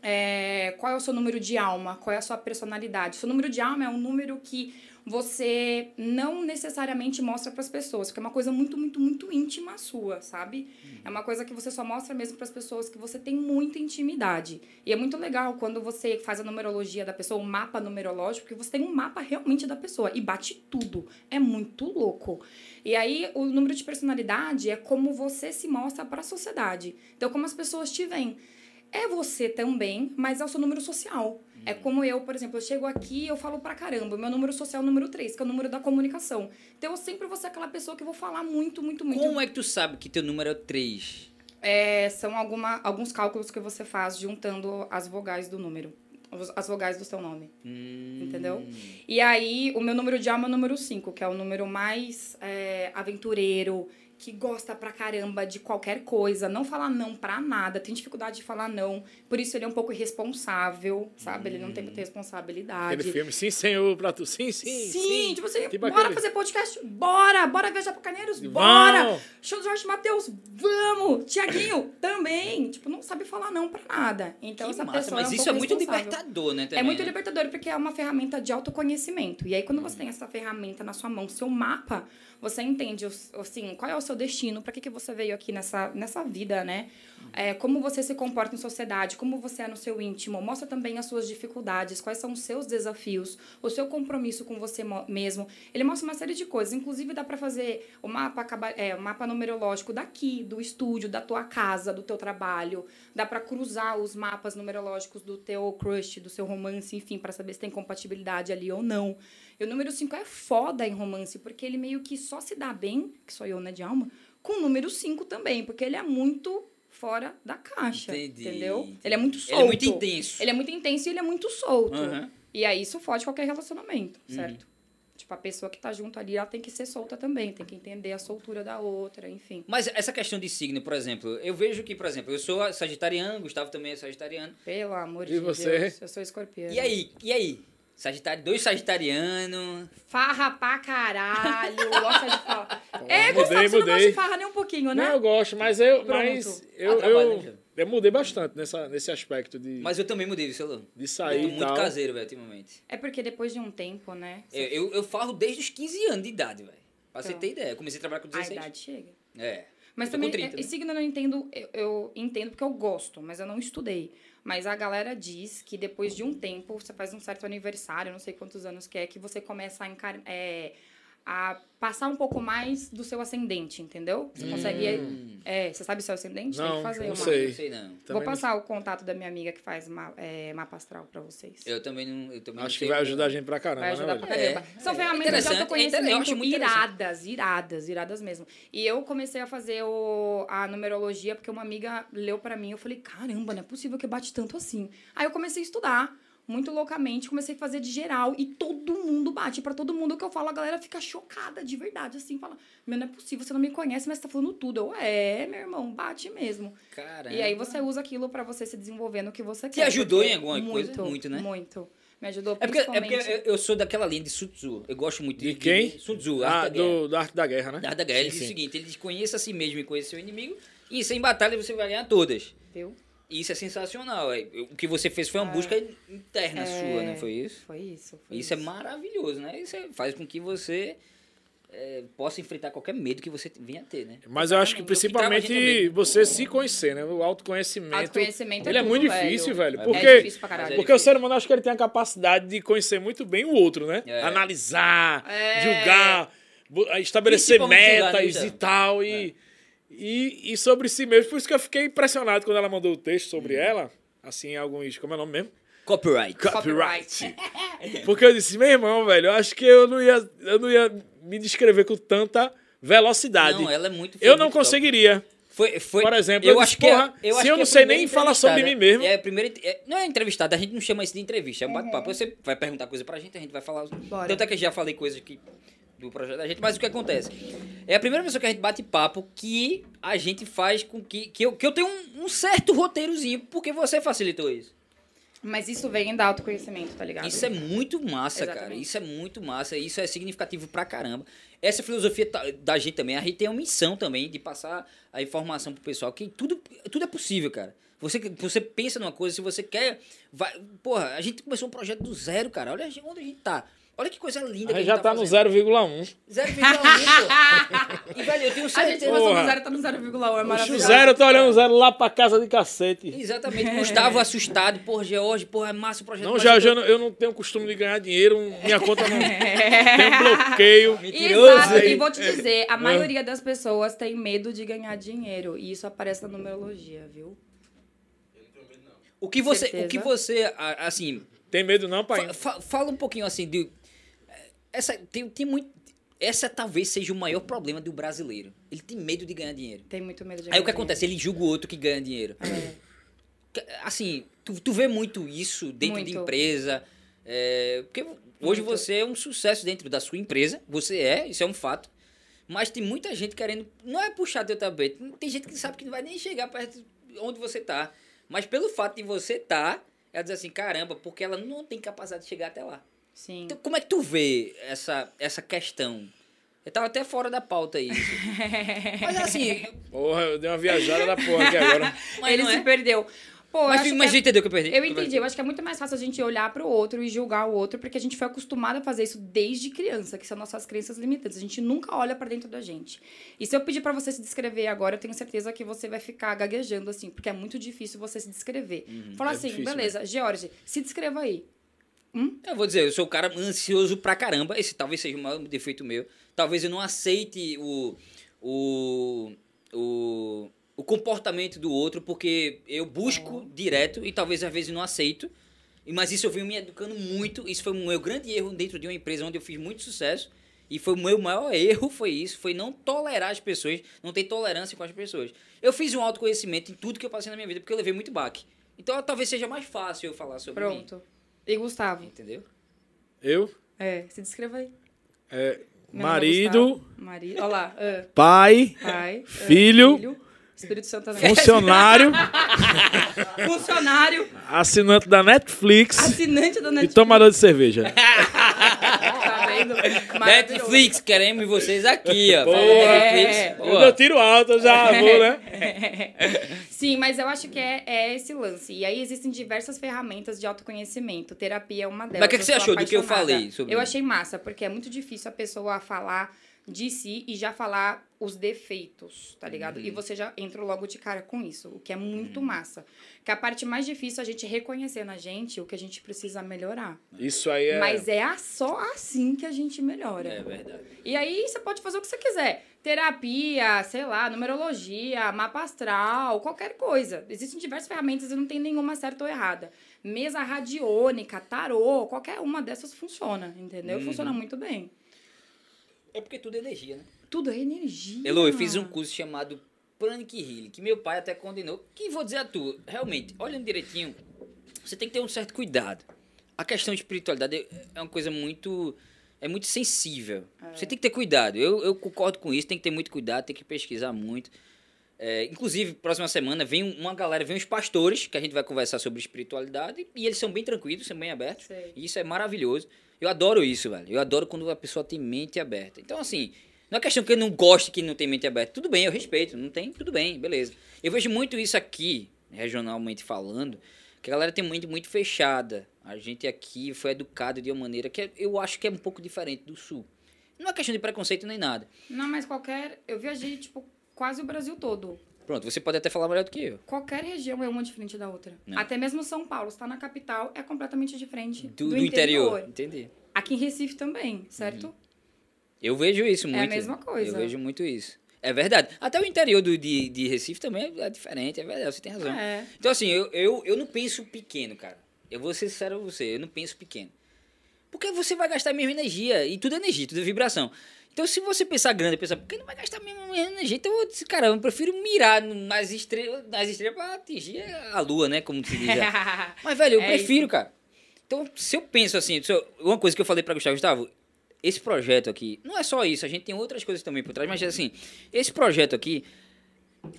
Speaker 3: é, qual é o seu número de alma, qual é a sua personalidade. Seu número de alma é um número que você não necessariamente mostra para as pessoas, porque é uma coisa muito, muito, muito íntima sua, sabe? É uma coisa que você só mostra mesmo para as pessoas que você tem muita intimidade. E é muito legal quando você faz a numerologia da pessoa, o mapa numerológico, porque você tem um mapa realmente da pessoa e bate tudo. É muito louco. E aí o número de personalidade é como você se mostra para a sociedade. Então como as pessoas te veem é você também, mas é o seu número social. É como eu, por exemplo, eu chego aqui e eu falo pra caramba. Meu número social é o número 3, que é o número da comunicação. Então eu sempre vou ser aquela pessoa que eu vou falar muito, muito, muito.
Speaker 1: Como é que tu sabe que teu número é 3?
Speaker 3: É, são alguma, alguns cálculos que você faz juntando as vogais do número. os- As vogais do seu nome.
Speaker 1: Hum,
Speaker 3: Entendeu? E aí, o meu número de alma é o número 5, que é o número mais é, aventureiro, que gosta pra caramba de qualquer coisa, não fala não pra nada, tem dificuldade de falar não, por isso ele é um pouco irresponsável, sabe? Ele não tem
Speaker 1: Hum.
Speaker 3: muita
Speaker 2: Aquele
Speaker 3: responsabilidade.
Speaker 2: filme, sim, senhor, pra tu. Sim, sim,
Speaker 3: Sim,
Speaker 2: sim.
Speaker 3: tipo assim,
Speaker 2: Tipo
Speaker 3: bora
Speaker 2: aquele-
Speaker 3: fazer podcast? Bora! Bora viajar pra Caneiros?
Speaker 2: Vão!
Speaker 3: Bora! Show do Jorge Matheus? Vamos! Tiaguinho? Também! Tipo, não sabe falar não pra nada. Então,
Speaker 1: Que
Speaker 3: essa
Speaker 1: massa,
Speaker 3: pessoa
Speaker 1: mas
Speaker 3: é um
Speaker 1: isso é
Speaker 3: pouco
Speaker 1: muito
Speaker 3: responsável.
Speaker 1: libertador, né?
Speaker 3: É
Speaker 1: também,
Speaker 3: muito
Speaker 1: né?
Speaker 3: libertador porque é uma ferramenta de autoconhecimento. E aí, quando
Speaker 2: Uhum.
Speaker 3: você tem essa ferramenta na sua mão, seu mapa, você entende os- assim, qual é o seu destino, para que, que você veio aqui nessa, nessa vida, né? É, como você se comporta em sociedade, como você é no seu íntimo. Mostra também as suas dificuldades, quais são os seus desafios, o seu compromisso com você mo- mesmo. Ele mostra uma série de coisas. Inclusive, dá para fazer o mapa, acaba- é, o mapa numerológico daqui, do estúdio, da tua casa, do teu trabalho. Dá para cruzar os mapas numerológicos do teu crush, do seu romance, enfim, para saber se tem compatibilidade ali ou não. E o número 5 é foda em romance, porque ele meio que só se dá bem, que sou eu, né, de alma, com o número 5 também, porque ele é muito fora da caixa,
Speaker 1: Entendi,
Speaker 3: entendeu?
Speaker 1: entendi.
Speaker 3: Ele é muito solto.
Speaker 1: Ele é muito intenso.
Speaker 3: Ele é muito intenso e ele é muito solto.
Speaker 1: Aham.
Speaker 3: E aí isso fode qualquer relacionamento,
Speaker 2: Uhum.
Speaker 3: certo? Tipo, a pessoa que tá junto ali, ela tem que ser solta também, tem que entender a soltura da outra, enfim.
Speaker 1: Mas essa questão de signo, por exemplo, eu vejo que, por exemplo, eu sou sagitariano, Gustavo também é sagitariano.
Speaker 3: Pelo amor
Speaker 2: E
Speaker 3: de
Speaker 2: você?
Speaker 3: Deus, eu sou escorpião.
Speaker 1: E aí? E aí? Sagitário, dois sagitarianos.
Speaker 3: Farra pra caralho, gosta de falar.
Speaker 2: mudei,
Speaker 3: é, Gustavo, você não
Speaker 2: mudei.
Speaker 3: gosta de farra nem um pouquinho, né?
Speaker 2: Não, eu gosto, mas eu.
Speaker 3: Pronto.
Speaker 2: Mas eu,
Speaker 1: trabalho, né,
Speaker 2: eu,
Speaker 1: Jean?
Speaker 2: eu mudei bastante nessa, nesse aspecto de,
Speaker 1: Mas eu também mudei de celular.
Speaker 2: de
Speaker 1: Eu
Speaker 2: sair
Speaker 1: tô
Speaker 2: e
Speaker 1: muito
Speaker 2: tal.
Speaker 1: caseiro, velho, ultimamente.
Speaker 3: É porque depois de um tempo, né?
Speaker 1: Eu, eu, eu falo desde os 15 anos de idade, velho. Pra você
Speaker 3: Então.
Speaker 1: ter ideia. Eu comecei a trabalhar com
Speaker 3: A
Speaker 1: 16.
Speaker 3: idade chega.
Speaker 1: É.
Speaker 3: Mas
Speaker 1: Eu tô
Speaker 3: também,
Speaker 1: com 30,
Speaker 3: é,
Speaker 1: né?
Speaker 3: signo eu não entendo, eu, eu entendo porque eu gosto, mas eu não estudei. Mas a galera diz que depois de um tempo, você faz um certo aniversário, não sei quantos anos que é, que você começa a, encar é, a passar um pouco mais do seu ascendente, entendeu? Você consegue. É, é, você sabe o seu ascendente? Tem
Speaker 2: Não,
Speaker 3: que fazer
Speaker 2: não
Speaker 3: uma.
Speaker 2: sei.
Speaker 1: Hum. Não sei, não.
Speaker 2: Também
Speaker 3: Vou passar o contato da minha amiga que faz ma- é, mapa astral pra vocês.
Speaker 1: Eu também não. Eu também
Speaker 2: não-
Speaker 1: não
Speaker 2: Acho que
Speaker 1: sei.
Speaker 2: vai ajudar a gente pra caramba,
Speaker 3: Vai ajudar
Speaker 2: né,
Speaker 3: pra
Speaker 2: velho?
Speaker 1: velho?
Speaker 3: caramba. São
Speaker 1: É,
Speaker 3: ferramentas de
Speaker 1: interessante, é inter- eu acho
Speaker 3: autoconhecimento
Speaker 1: muito interessante.
Speaker 3: iradas, iradas, iradas mesmo. E eu comecei a fazer o- a numerologia porque uma amiga leu pra mim. Eu falei, caramba, não é possível que bate tanto assim. Aí eu comecei a estudar. Muito loucamente, comecei a fazer de geral e todo mundo bate. Pra todo mundo que eu falo, a galera fica chocada de verdade, assim, fala: Meu, não é possível, você não me conhece, mas você tá falando tudo. Eu, é, meu irmão, bate mesmo.
Speaker 1: Caramba.
Speaker 3: E aí você usa aquilo pra você se desenvolver no que você
Speaker 1: Te
Speaker 3: quer.
Speaker 1: ajudou
Speaker 3: porque
Speaker 1: em alguma coisa? Muito, né?
Speaker 3: Muito. Me ajudou
Speaker 1: É porque, é
Speaker 3: principalmente.
Speaker 1: porque eu, eu sou daquela linha de Sun Tzu. Eu gosto muito
Speaker 2: De quem?
Speaker 1: Sun Tzu,
Speaker 2: Ah,
Speaker 1: arte da guerra.
Speaker 2: do, da arte da guerra, né?
Speaker 1: Da Arte da guerra. Ele
Speaker 2: Sim,
Speaker 1: diz o
Speaker 2: sim.
Speaker 1: seguinte: ele diz, conheça a si mesmo e conheça seu inimigo. E sem batalha você vai ganhar todas.
Speaker 3: Viu?
Speaker 1: E isso é sensacional. é. O que você fez foi uma busca interna sua, não foi isso?
Speaker 3: Foi isso. Foi
Speaker 1: Isso é maravilhoso, né? Isso é- faz com que você é, possa enfrentar qualquer medo que você venha a ter, né?
Speaker 2: Mas eu acho que
Speaker 1: Eu que trago a gente
Speaker 2: principalmente
Speaker 1: também.
Speaker 2: você se conhecer, né? O autoconhecimento.
Speaker 3: Autoconhecimento é
Speaker 2: ele é,
Speaker 3: tudo,
Speaker 2: muito
Speaker 3: velho.
Speaker 2: difícil, velho.
Speaker 1: É
Speaker 2: porque
Speaker 3: É difícil pra caralho.
Speaker 1: Mas é
Speaker 2: porque o
Speaker 1: difícil.
Speaker 2: ser humano acho que ele tem a capacidade de conhecer muito bem o outro, né?
Speaker 1: É.
Speaker 2: Analisar,
Speaker 3: É.
Speaker 2: julgar, bu- estabelecer
Speaker 1: Principalmente julgar, né,
Speaker 2: metas
Speaker 1: então?
Speaker 2: e tal. E, e, e sobre si mesmo. Por isso que eu fiquei impressionado quando ela mandou o texto sobre
Speaker 1: Hum.
Speaker 2: ela. Assim, alguns. Como é o nome mesmo?
Speaker 1: Copyright.
Speaker 3: Copyright.
Speaker 2: Porque eu disse, meu irmão, velho, eu acho que eu não ia, eu não ia me descrever com tanta velocidade.
Speaker 1: Não, ela é muito foi
Speaker 2: eu não
Speaker 1: muito top.
Speaker 2: conseguiria.
Speaker 1: Foi, foi,
Speaker 2: Por exemplo,
Speaker 1: eu,
Speaker 2: eu
Speaker 1: acho que
Speaker 2: disse,
Speaker 1: é-
Speaker 2: porra,
Speaker 1: eu acho
Speaker 2: se eu
Speaker 1: que
Speaker 2: não
Speaker 1: é a
Speaker 2: sei
Speaker 1: primeira
Speaker 2: nem falar sobre
Speaker 1: entrevistada.
Speaker 2: mim mesmo.
Speaker 1: É, a primeira, é- não é entrevistada, a gente não chama isso de entrevista, é um bate-papo. Você vai perguntar coisa pra gente, a gente vai falar.
Speaker 3: Bora.
Speaker 1: Tanto é que eu já falei coisas que, do projeto da gente, mas o que acontece? É a primeira pessoa que a gente bate papo que a gente faz com que. Que eu, que eu tenho um, um certo roteirozinho, porque você facilitou isso.
Speaker 3: Mas isso vem da autoconhecimento, tá ligado?
Speaker 1: Isso é muito massa, cara.
Speaker 3: Exatamente.
Speaker 1: Isso é muito massa. Isso é significativo pra caramba. Essa filosofia ta- da gente também, a gente tem a missão também de passar a informação pro pessoal que tudo, tudo é possível, cara. Você, que- você pensa numa coisa, se você quer. Vai, porra, a gente começou um projeto do zero, cara. Olha onde a gente tá. Olha que coisa linda
Speaker 2: A
Speaker 1: que
Speaker 2: gente já tá no
Speaker 1: fazendo. Zero
Speaker 2: 0,1.
Speaker 1: vírgula um, pô. E, velho, eu tenho
Speaker 3: A gente
Speaker 1: certeza.
Speaker 3: passou
Speaker 2: Porra.
Speaker 3: do zero, tá no 0,1, é
Speaker 2: Oxe, O
Speaker 3: maravilhoso.
Speaker 2: zero, eu tô olhando o zero lá pra casa de cacete.
Speaker 1: Exatamente. Gustavo assustado. Porra, George, porra, é massa o projeto.
Speaker 2: Não,
Speaker 1: mas
Speaker 2: já,
Speaker 1: eu tô-
Speaker 2: já não- eu não tenho costume de ganhar dinheiro, minha conta não
Speaker 1: é
Speaker 2: tem um bloqueio.
Speaker 3: É. Exato,
Speaker 2: Aí.
Speaker 3: e vou te dizer, a maioria das pessoas tem medo de ganhar dinheiro. E isso aparece na numerologia, viu?
Speaker 1: O que você, o
Speaker 3: Certeza.
Speaker 1: que você a- assim,
Speaker 2: Tem medo não, pai?
Speaker 1: fa- fa- fala um pouquinho assim de essa tem, tem muito essa talvez seja o maior problema do brasileiro. Ele tem medo de ganhar dinheiro.
Speaker 3: Tem muito medo de ganhar
Speaker 1: Aí o que acontece? Ele julga o outro que ganha dinheiro.
Speaker 3: É.
Speaker 1: Que- Assim, tu, tu vê muito isso dentro de
Speaker 3: Muito.
Speaker 1: empresa. é, porque hoje
Speaker 3: Muito.
Speaker 1: você é um sucesso dentro da sua empresa. Você é, isso é um fato. Mas tem muita gente querendo. Não é puxar teu tapete. Tem gente que sabe que não vai nem chegar perto de onde você tá. Mas pelo fato de você tá, ela diz assim: caramba, porque ela não tem capacidade de chegar até lá.
Speaker 3: Sim.
Speaker 1: Então, como é que tu vê essa, essa questão? Eu tava até fora da pauta aí. isso. Mas assim.
Speaker 2: Porra, eu dei uma viajada da porra aqui agora.
Speaker 1: Mas
Speaker 3: ele
Speaker 1: não
Speaker 3: se
Speaker 1: é.
Speaker 3: perdeu. Pô, eu
Speaker 1: Mas,
Speaker 3: acho
Speaker 1: tu-
Speaker 3: que
Speaker 1: mas
Speaker 3: é-
Speaker 1: tu entendeu o que eu perdi?
Speaker 3: Eu entendi. Eu acho que é muito mais fácil a gente olhar pro outro e julgar o outro, porque a gente foi acostumado a fazer isso desde criança, que são nossas crenças limitantes. A gente nunca olha pra dentro da gente. E se eu pedir pra você se descrever agora, eu tenho certeza que você vai ficar gaguejando assim, porque é muito difícil você se descrever. Fala
Speaker 2: é
Speaker 3: assim,
Speaker 2: difícil, Uhum.
Speaker 3: beleza, George, se descreva aí.
Speaker 1: Eu vou dizer, eu sou um cara ansioso pra caramba. Esse talvez seja o maior defeito meu. Talvez eu não aceite o. o. o, o comportamento do outro, porque eu busco direto e talvez às vezes não aceito. E- Mas isso eu venho me educando muito. Isso foi o meu grande erro dentro de uma empresa onde eu fiz muito sucesso. E foi o meu maior erro, foi isso, foi não tolerar as pessoas, não ter tolerância com as pessoas. Eu fiz um autoconhecimento em tudo que eu passei na minha vida, porque eu levei muito baque. Então talvez seja mais fácil eu falar sobre mim,
Speaker 3: Pronto. E Gustavo?
Speaker 1: entendeu?
Speaker 2: Eu,
Speaker 3: É, se descreva aí. Meu nome é
Speaker 2: marido,
Speaker 3: Gustavo. Marido. Olha lá. ah,
Speaker 2: pai,
Speaker 3: pai. ah,
Speaker 2: Filho.
Speaker 3: Espírito Santo também.
Speaker 2: funcionário,
Speaker 3: Funcionário,
Speaker 2: assinante da Netflix
Speaker 3: assinante da
Speaker 2: e
Speaker 3: Netflix.
Speaker 2: tomador de cerveja.
Speaker 3: Tá vendo? Maravilhoso.
Speaker 1: Netflix, queremos vocês aqui, ó.
Speaker 2: Boa.
Speaker 3: É,
Speaker 1: Netflix.
Speaker 2: Quando eu tiro alta, eu já vou, né?
Speaker 3: Sim, mas eu acho que é, é esse lance. E aí existem diversas ferramentas de autoconhecimento. Terapia é uma delas.
Speaker 1: Mas o que que
Speaker 3: Eu
Speaker 1: você
Speaker 3: sou
Speaker 1: achou do que eu
Speaker 3: apaixonada.
Speaker 1: falei sobre
Speaker 3: Eu
Speaker 1: isso?
Speaker 3: achei massa, porque é muito difícil a pessoa falar de si e já falar os defeitos, tá ligado?
Speaker 1: Uhum.
Speaker 3: E você já entra logo de cara com isso, o que é muito massa. Que a parte mais difícil é a gente reconhecer na gente o que a gente precisa melhorar.
Speaker 2: Isso aí é.
Speaker 3: Mas é a- só assim que a gente melhora.
Speaker 1: É verdade.
Speaker 3: E aí você pode fazer o que você quiser. Terapia, sei lá, numerologia, mapa astral, qualquer coisa. Existem diversas ferramentas e não tem nenhuma certa ou errada. Mesa radiônica, tarô, qualquer uma dessas funciona,
Speaker 1: Uhum.
Speaker 3: entendeu? Funciona muito bem.
Speaker 1: É porque tudo é energia, né?
Speaker 3: Tudo é energia.
Speaker 1: Elo, eu fiz um curso chamado Pranic Healing, que meu pai até condenou. Que vou dizer a tu, realmente, olhando direitinho, você tem que ter um certo cuidado. A questão de espiritualidade é- é uma coisa muito. É muito sensível. Você tem que ter cuidado. Eu, eu concordo com isso, tem que ter muito cuidado, tem que pesquisar muito. É, inclusive, próxima semana vem um, uma galera, vem os pastores, que a gente vai conversar sobre espiritualidade, e eles são bem tranquilos, são bem abertos.
Speaker 3: Sei.
Speaker 1: E isso é maravilhoso. Eu adoro isso, velho. Eu adoro quando a pessoa tem mente aberta. Então, assim, não é questão que eu não goste que não tem mente aberta. Tudo bem, eu respeito. Não tem, tudo bem, beleza. Eu vejo muito isso aqui, regionalmente falando, que a galera tem mente muito fechada. A gente aqui foi educado de uma maneira que eu acho que é um pouco diferente do sul. Não é questão de preconceito nem nada.
Speaker 3: Não, mas qualquer. Eu viajei, tipo, quase o Brasil todo.
Speaker 1: Pronto, você pode até falar melhor do que eu.
Speaker 3: Qualquer região é uma diferente da outra.
Speaker 1: Não.
Speaker 3: Até mesmo São Paulo,
Speaker 4: tá
Speaker 3: está na capital, é completamente diferente
Speaker 1: Do, do interior. Entendi.
Speaker 3: Aqui em Recife também, certo?
Speaker 1: Eu vejo isso
Speaker 3: É a
Speaker 1: muito.
Speaker 3: mesma coisa.
Speaker 1: Eu vejo muito isso. É verdade. Até o interior do, de, de Recife também é diferente, é verdade, você tem razão.
Speaker 3: É.
Speaker 1: Então, assim, eu, eu, eu não penso pequeno, cara. Eu vou ser sincero com você, eu não penso pequeno. Porque você vai gastar a mesma energia, e tudo é energia, tudo é vibração. Então, se você pensar grande, pensar, por que não vai gastar a mesma mesma energia? Então, eu disse, cara, eu prefiro mirar no- nas estrelas, nas estrelas pra atingir a lua, né? Como se diz. é. Mas, velho, eu
Speaker 3: É
Speaker 1: prefiro, cara. Então, se eu penso assim, se eu- uma coisa que eu falei pra Gustavo, Gustavo, esse projeto aqui, não é só isso, a gente tem outras coisas também por trás, mas assim, esse projeto aqui,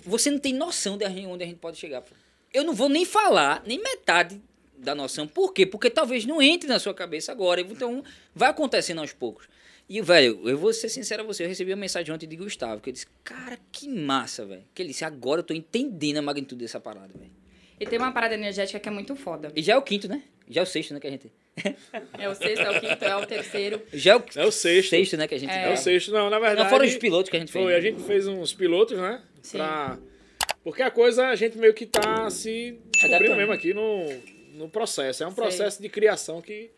Speaker 1: você não tem noção de onde a gente pode chegar. pô. Eu não vou nem falar, nem metade da noção. Por quê? Porque talvez não entre na sua cabeça agora. Então, vai acontecendo aos poucos. E, velho, eu vou ser sincero a você. Eu recebi uma mensagem ontem de Gustavo, que ele disse, cara, que massa, velho. Que ele disse, agora eu tô entendendo a magnitude dessa parada, velho.
Speaker 4: E tem uma parada energética que é muito foda.
Speaker 1: E já é o quinto, né? Já é o sexto, né, que a gente...
Speaker 4: É o sexto, é o quinto, é o terceiro.
Speaker 1: Já é o,
Speaker 2: É o sexto.
Speaker 1: Sexto, né, que a gente...
Speaker 4: É.
Speaker 2: É o sexto, não, na verdade.
Speaker 1: Não foram os pilotos que a gente fez. né?
Speaker 2: Foi, a gente fez uns pilotos, né?
Speaker 4: Sim.
Speaker 2: Pra... Porque a coisa, a gente meio que tá se descobrindo
Speaker 1: Adaptando.
Speaker 2: mesmo aqui no, no processo. É um
Speaker 4: Sei.
Speaker 2: processo de criação que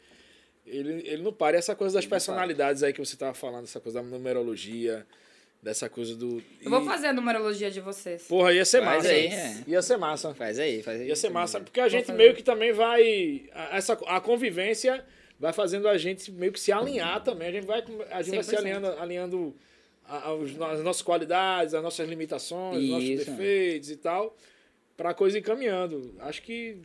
Speaker 2: ele, ele não para. E essa coisa das personalidades aí que você tava falando, essa coisa da numerologia, dessa coisa do...
Speaker 4: Eu vou
Speaker 2: e-
Speaker 4: fazer a numerologia de vocês.
Speaker 2: Porra, ia ser
Speaker 1: Faz
Speaker 2: massa.
Speaker 1: aí, é.
Speaker 2: Ia ser massa.
Speaker 1: Faz aí, faz aí.
Speaker 2: Ia ser massa, porque a gente
Speaker 4: fazer.
Speaker 2: meio que também vai. A, essa, a convivência vai fazendo a gente meio que se alinhar também. A gente vai, com- a gente vai se
Speaker 4: 100%.
Speaker 2: alinhando, alinhando a- aos no- as nossas qualidades, as nossas limitações, os nossos
Speaker 1: Isso.
Speaker 2: defeitos e tal, pra coisa ir caminhando. Acho que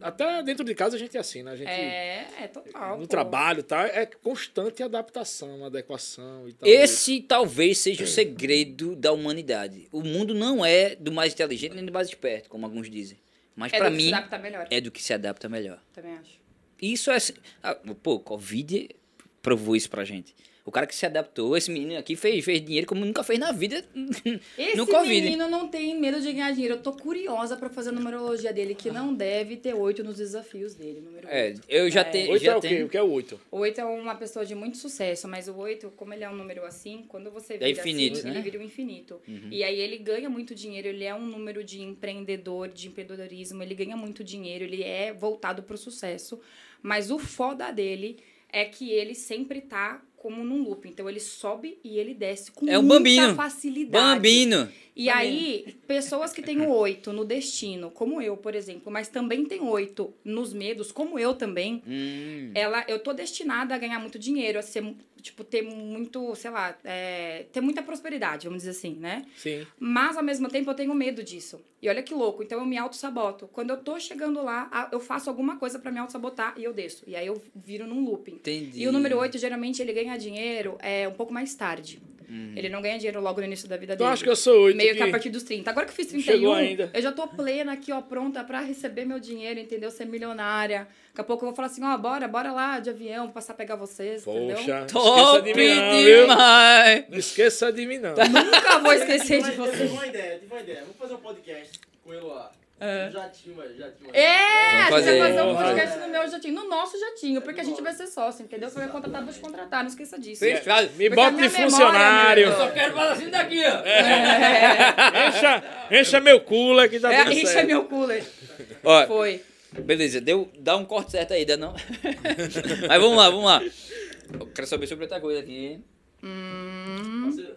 Speaker 2: até dentro de casa a gente é assim, né? A gente,
Speaker 4: É, é total.
Speaker 3: um
Speaker 2: no
Speaker 1: um
Speaker 4: pô.
Speaker 2: trabalho e tal, é constante adaptação, adequação e tal.
Speaker 1: Esse talvez seja o segredo da humanidade. O mundo não é do mais inteligente nem do mais esperto, como alguns dizem. Mas
Speaker 4: É
Speaker 1: pra
Speaker 4: do que
Speaker 1: mim,
Speaker 4: se adapta melhor.
Speaker 1: é do que se adapta melhor.
Speaker 4: Também acho.
Speaker 1: Isso é. assim- ah, Pô, Covid provou isso pra gente. O cara que se adaptou, esse menino aqui fez, fez dinheiro como nunca fez na vida
Speaker 4: Esse
Speaker 1: no Covid.
Speaker 4: menino não tem medo de ganhar dinheiro. Eu tô curiosa pra fazer a numerologia dele, que não deve ter oito nos desafios dele. Número
Speaker 1: É,
Speaker 4: oito.
Speaker 1: eu já,
Speaker 4: É.
Speaker 1: te,
Speaker 2: Oito
Speaker 1: já
Speaker 2: é o quê?
Speaker 1: tenho.
Speaker 2: O que é o oito?
Speaker 4: Oito é uma pessoa de muito sucesso, mas o oito, como ele é um número assim, quando você vira
Speaker 1: infinito,
Speaker 4: assim,
Speaker 1: né? Uhum.
Speaker 4: ele vira um infinito. E aí ele ganha muito dinheiro, ele é um número de empreendedor, de empreendedorismo, ele ganha muito dinheiro, ele é voltado pro sucesso. Mas o foda dele é que ele sempre tá como num loop. Então ele sobe e ele desce com
Speaker 1: É o
Speaker 4: muita
Speaker 1: Bambino.
Speaker 4: facilidade.
Speaker 1: Bambino!
Speaker 4: E aí, pessoas que têm o oito no destino, como eu, por exemplo, mas também tem oito nos medos, como eu também,
Speaker 1: Hum,
Speaker 4: ela, eu tô destinada a ganhar muito dinheiro, a ser, tipo, ter muito, sei lá, é, ter muita prosperidade, vamos dizer assim, né?
Speaker 2: Sim.
Speaker 4: Mas, ao mesmo tempo, eu tenho medo disso. E olha que louco, então eu me auto-saboto. Quando eu tô chegando lá, a- eu faço alguma coisa pra me auto-sabotar e eu desço. E aí eu viro num looping.
Speaker 1: entendi.
Speaker 4: E o número 8, geralmente, ele ganha dinheiro é, um pouco mais tarde. Ele não ganha dinheiro logo no início da vida
Speaker 2: Então
Speaker 4: dele.
Speaker 2: acho que eu sou oito.
Speaker 4: Meio que
Speaker 2: que-
Speaker 4: a partir dos 30. Agora que eu fiz
Speaker 2: Não chegou
Speaker 4: 31,
Speaker 2: ainda.
Speaker 4: eu já tô plena aqui, ó, pronta pra receber meu dinheiro, entendeu? Ser milionária. Daqui a pouco eu vou falar assim, ó, bora, bora lá de avião, passar a pegar vocês, entendeu?
Speaker 2: Poxa, não esqueça
Speaker 1: Top
Speaker 2: de mim, não, viu?
Speaker 1: demais!
Speaker 2: Não esqueça de mim, não.
Speaker 4: Tá. Nunca vou
Speaker 9: Eu
Speaker 4: esquecer de
Speaker 9: tive uma- eu
Speaker 4: vocês.
Speaker 9: tive uma ideia, eu tive uma ideia. Vamos fazer um podcast com ele lá.
Speaker 4: É.
Speaker 9: Um jatinho, mas jatinho.
Speaker 4: É, a
Speaker 1: Vamos
Speaker 4: gente vai
Speaker 1: fazer,
Speaker 4: fazer um
Speaker 2: vamos
Speaker 4: podcast
Speaker 9: fazer.
Speaker 4: no meu jatinho, no nosso jatinho,
Speaker 9: É
Speaker 4: porque a gente vai ser sócio, entendeu? Foi contratado pra te contratar, não esqueça disso.
Speaker 2: Sim.
Speaker 1: Fala-
Speaker 2: Me
Speaker 4: Porque a
Speaker 2: bota
Speaker 4: minha
Speaker 2: de
Speaker 4: memória,
Speaker 2: funcionário. É.
Speaker 4: meu irmão.
Speaker 1: Quero falar assim daqui, ó!
Speaker 2: Encha, encha meu culo que tá
Speaker 4: É,
Speaker 2: tudo
Speaker 4: enche
Speaker 2: certo.
Speaker 4: meu cooler.
Speaker 1: Ó,
Speaker 4: Foi.
Speaker 1: Beleza, deu, dá um corte certo aí, dá não? Mas vamos lá, vamos lá. Eu quero saber sobre outra coisa aqui.
Speaker 4: Hum.
Speaker 9: Você-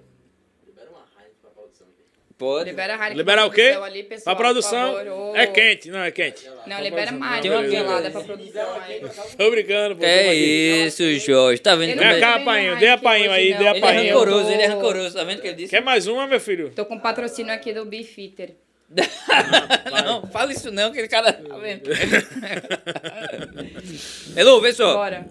Speaker 9: Libera uma raiva pra produção aqui.
Speaker 1: Pode?
Speaker 4: Libera a Heineken
Speaker 2: Liberar
Speaker 4: pra
Speaker 2: o quê?
Speaker 4: produção ali, pessoal,
Speaker 2: Pra produção,
Speaker 4: por favor.
Speaker 2: é quente, não, é quente.
Speaker 4: Não, libera mais.
Speaker 2: Tem
Speaker 4: Tem
Speaker 2: uma
Speaker 4: uma
Speaker 2: beleza.
Speaker 4: gelada pra produção
Speaker 9: Libera
Speaker 4: aí.
Speaker 9: quem não acaba
Speaker 2: Tô brincando, pô.
Speaker 1: Que
Speaker 2: tamo
Speaker 1: é
Speaker 2: aqui.
Speaker 1: isso, Jorge. Tá vendo como
Speaker 4: Ele
Speaker 2: Vem
Speaker 4: não
Speaker 1: ele,
Speaker 2: cá,
Speaker 4: bebe bem
Speaker 2: painho,
Speaker 4: na
Speaker 2: dê a
Speaker 4: Heineken
Speaker 2: painho
Speaker 4: hoje,
Speaker 2: aí,
Speaker 4: não.
Speaker 2: dê a
Speaker 1: ele é
Speaker 2: painho.
Speaker 1: rancoroso, ele é rancoroso. Tá vendo o que ele disse?
Speaker 2: tá Quer mais uma, meu filho?
Speaker 4: Tô com um patrocínio aqui do Beef Eater.
Speaker 1: Não, fala isso não, que ele cara tá vendo. Hello, vê só.
Speaker 4: Bora.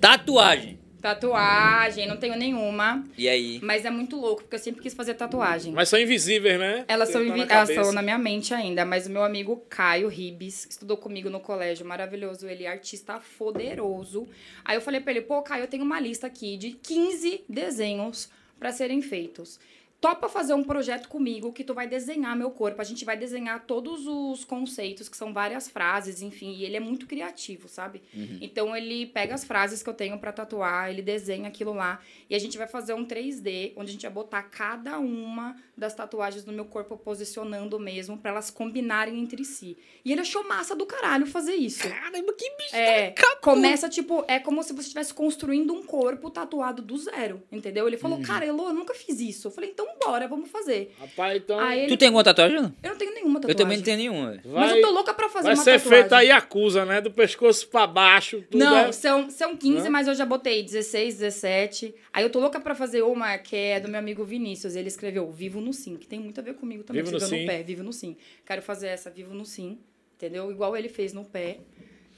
Speaker 1: Tatuagem.
Speaker 4: Tatuagem, não tenho nenhuma.
Speaker 1: E aí?
Speaker 4: Mas é muito louco, porque eu sempre quis fazer tatuagem.
Speaker 2: Mas são invisíveis, né?
Speaker 4: Elas
Speaker 2: Tem
Speaker 4: são,
Speaker 2: que tá
Speaker 4: invi-
Speaker 2: na
Speaker 4: elas
Speaker 2: cabeça.
Speaker 4: são na minha mente ainda, mas o meu amigo Caio Ribes, que estudou comigo no colégio, maravilhoso, ele é artista poderoso. Aí eu falei pra ele, pô, Caio, eu tenho uma lista aqui de 15 desenhos pra serem feitos. Topa fazer um projeto comigo que tu vai desenhar meu corpo. A gente vai desenhar todos os conceitos, que são várias frases, enfim. E ele é muito criativo, sabe? Então ele pega as frases que eu tenho pra tatuar, ele desenha aquilo lá. E a gente vai fazer um 3D, onde a gente vai botar cada uma das tatuagens no meu corpo, posicionando mesmo, pra elas combinarem entre si. E ele achou massa do caralho fazer isso.
Speaker 1: Caramba, que bicho.
Speaker 4: É, começa tipo, é como se você estivesse construindo um corpo tatuado do zero, entendeu? Ele falou, cara, Elô, eu nunca fiz isso. Eu falei, então bora, vamos fazer.
Speaker 2: Rapaz, então
Speaker 4: Aí ele,
Speaker 1: Tu tem alguma tatuagem? Não?
Speaker 4: eu não tenho nenhuma tatuagem.
Speaker 1: Eu também não tenho nenhuma.
Speaker 4: Mas
Speaker 2: vai,
Speaker 4: eu tô louca pra fazer
Speaker 2: vai
Speaker 4: uma
Speaker 2: ser
Speaker 4: tatuagem.
Speaker 2: feita a Yakuza, né? Do pescoço pra baixo, tudo
Speaker 4: Não,
Speaker 2: é-
Speaker 4: são, são 15,
Speaker 2: Não?
Speaker 4: mas eu já botei 16, 17. Aí eu tô louca pra fazer uma que é do meu amigo Vinícius. Ele escreveu Vivo no Sim, que tem muito a ver comigo também.
Speaker 2: Vivo no
Speaker 4: escreveu
Speaker 2: Sim.
Speaker 4: pé, Vivo no Sim. Quero fazer essa, Vivo no Sim, entendeu? Igual ele fez no pé.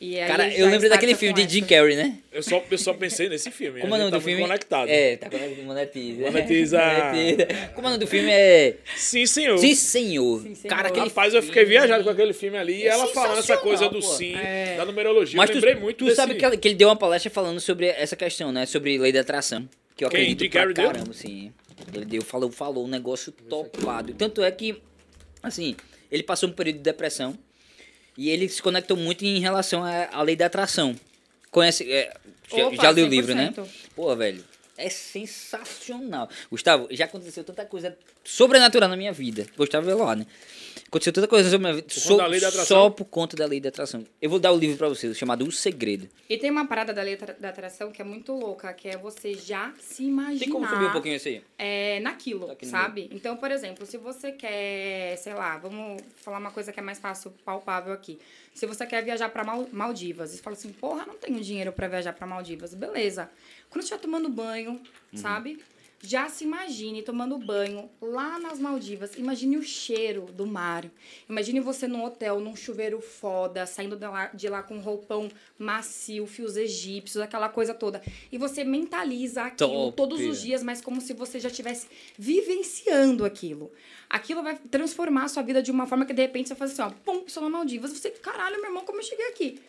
Speaker 4: E aí
Speaker 1: Cara,
Speaker 4: já
Speaker 1: eu lembro
Speaker 4: starta
Speaker 1: daquele
Speaker 4: com
Speaker 1: filme de
Speaker 4: essa.
Speaker 1: Jim Carrey, né?
Speaker 2: Eu, só, eu só pensei nesse filme.
Speaker 1: Como
Speaker 2: a
Speaker 1: é o nome
Speaker 2: gente tá
Speaker 1: do filme?
Speaker 2: muito conectado.
Speaker 1: É, tá conectado. Monetiza.
Speaker 2: Monetiza.
Speaker 1: Monetiza. Como é o nome do filme é...
Speaker 2: Sim, senhor.
Speaker 1: Sim, senhor.
Speaker 4: Sim, senhor.
Speaker 1: Cara, aquele
Speaker 2: Rapaz, eu fiquei
Speaker 1: filme- É
Speaker 2: viajado com aquele filme ali. e ela falando essa coisa do
Speaker 1: pô.
Speaker 2: sim,
Speaker 4: É.
Speaker 2: da numerologia.
Speaker 1: Mas tu,
Speaker 2: eu lembrei muito
Speaker 1: tu
Speaker 2: desse
Speaker 1: sabe que, ela- que ele deu uma palestra falando sobre essa questão, né? Sobre lei da atração. Que eu
Speaker 2: Quem?
Speaker 1: acredito
Speaker 2: Jim
Speaker 1: pra
Speaker 2: Carrey deu?
Speaker 1: caramba, sim. Ele deu, falou, falou um negócio topado. Tanto é que, assim, ele passou um período de depressão. E ele se conectou muito em relação à, à lei da atração. Conhece. é, já,
Speaker 3: Opa,
Speaker 1: já leu o livro, né?
Speaker 3: 100%.
Speaker 1: Pô, velho. É sensacional. Gustavo, já aconteceu tanta coisa sobrenatural na minha vida. Gustavo Velar, né? Aconteceu tanta coisa sobre a minha vida.
Speaker 2: conta
Speaker 1: só-
Speaker 2: da lei da atração?
Speaker 1: Só por conta da lei da atração. Eu vou dar o livro pra vocês, chamado O Segredo.
Speaker 3: E tem uma parada da letra da atração que é muito louca, que é você já se imaginar.
Speaker 1: Tem como subir um pouquinho isso aí?
Speaker 3: é, naquilo,
Speaker 1: Tá aqui no
Speaker 3: sabe? Então, por exemplo, se você quer, sei lá, vamos falar uma coisa que é mais fácil, palpável aqui. Se você quer viajar pra Mal- Maldivas, e você fala assim, porra, não tenho dinheiro pra viajar pra Maldivas, beleza. Quando estiver tomando banho, sabe? Já se imagine tomando banho lá nas Maldivas. Imagine o cheiro do mar. Imagine você num hotel, num chuveiro foda, saindo de lá, de lá com um roupão macio, fios egípcios, aquela coisa toda. E você mentaliza aquilo
Speaker 1: Top.
Speaker 3: todos os dias, mas como se você já estivesse vivenciando aquilo. Aquilo vai transformar a sua vida de uma forma que de repente você faz assim, ó, pum, sou na Maldivas. Você, caralho, meu irmão, como eu cheguei aqui?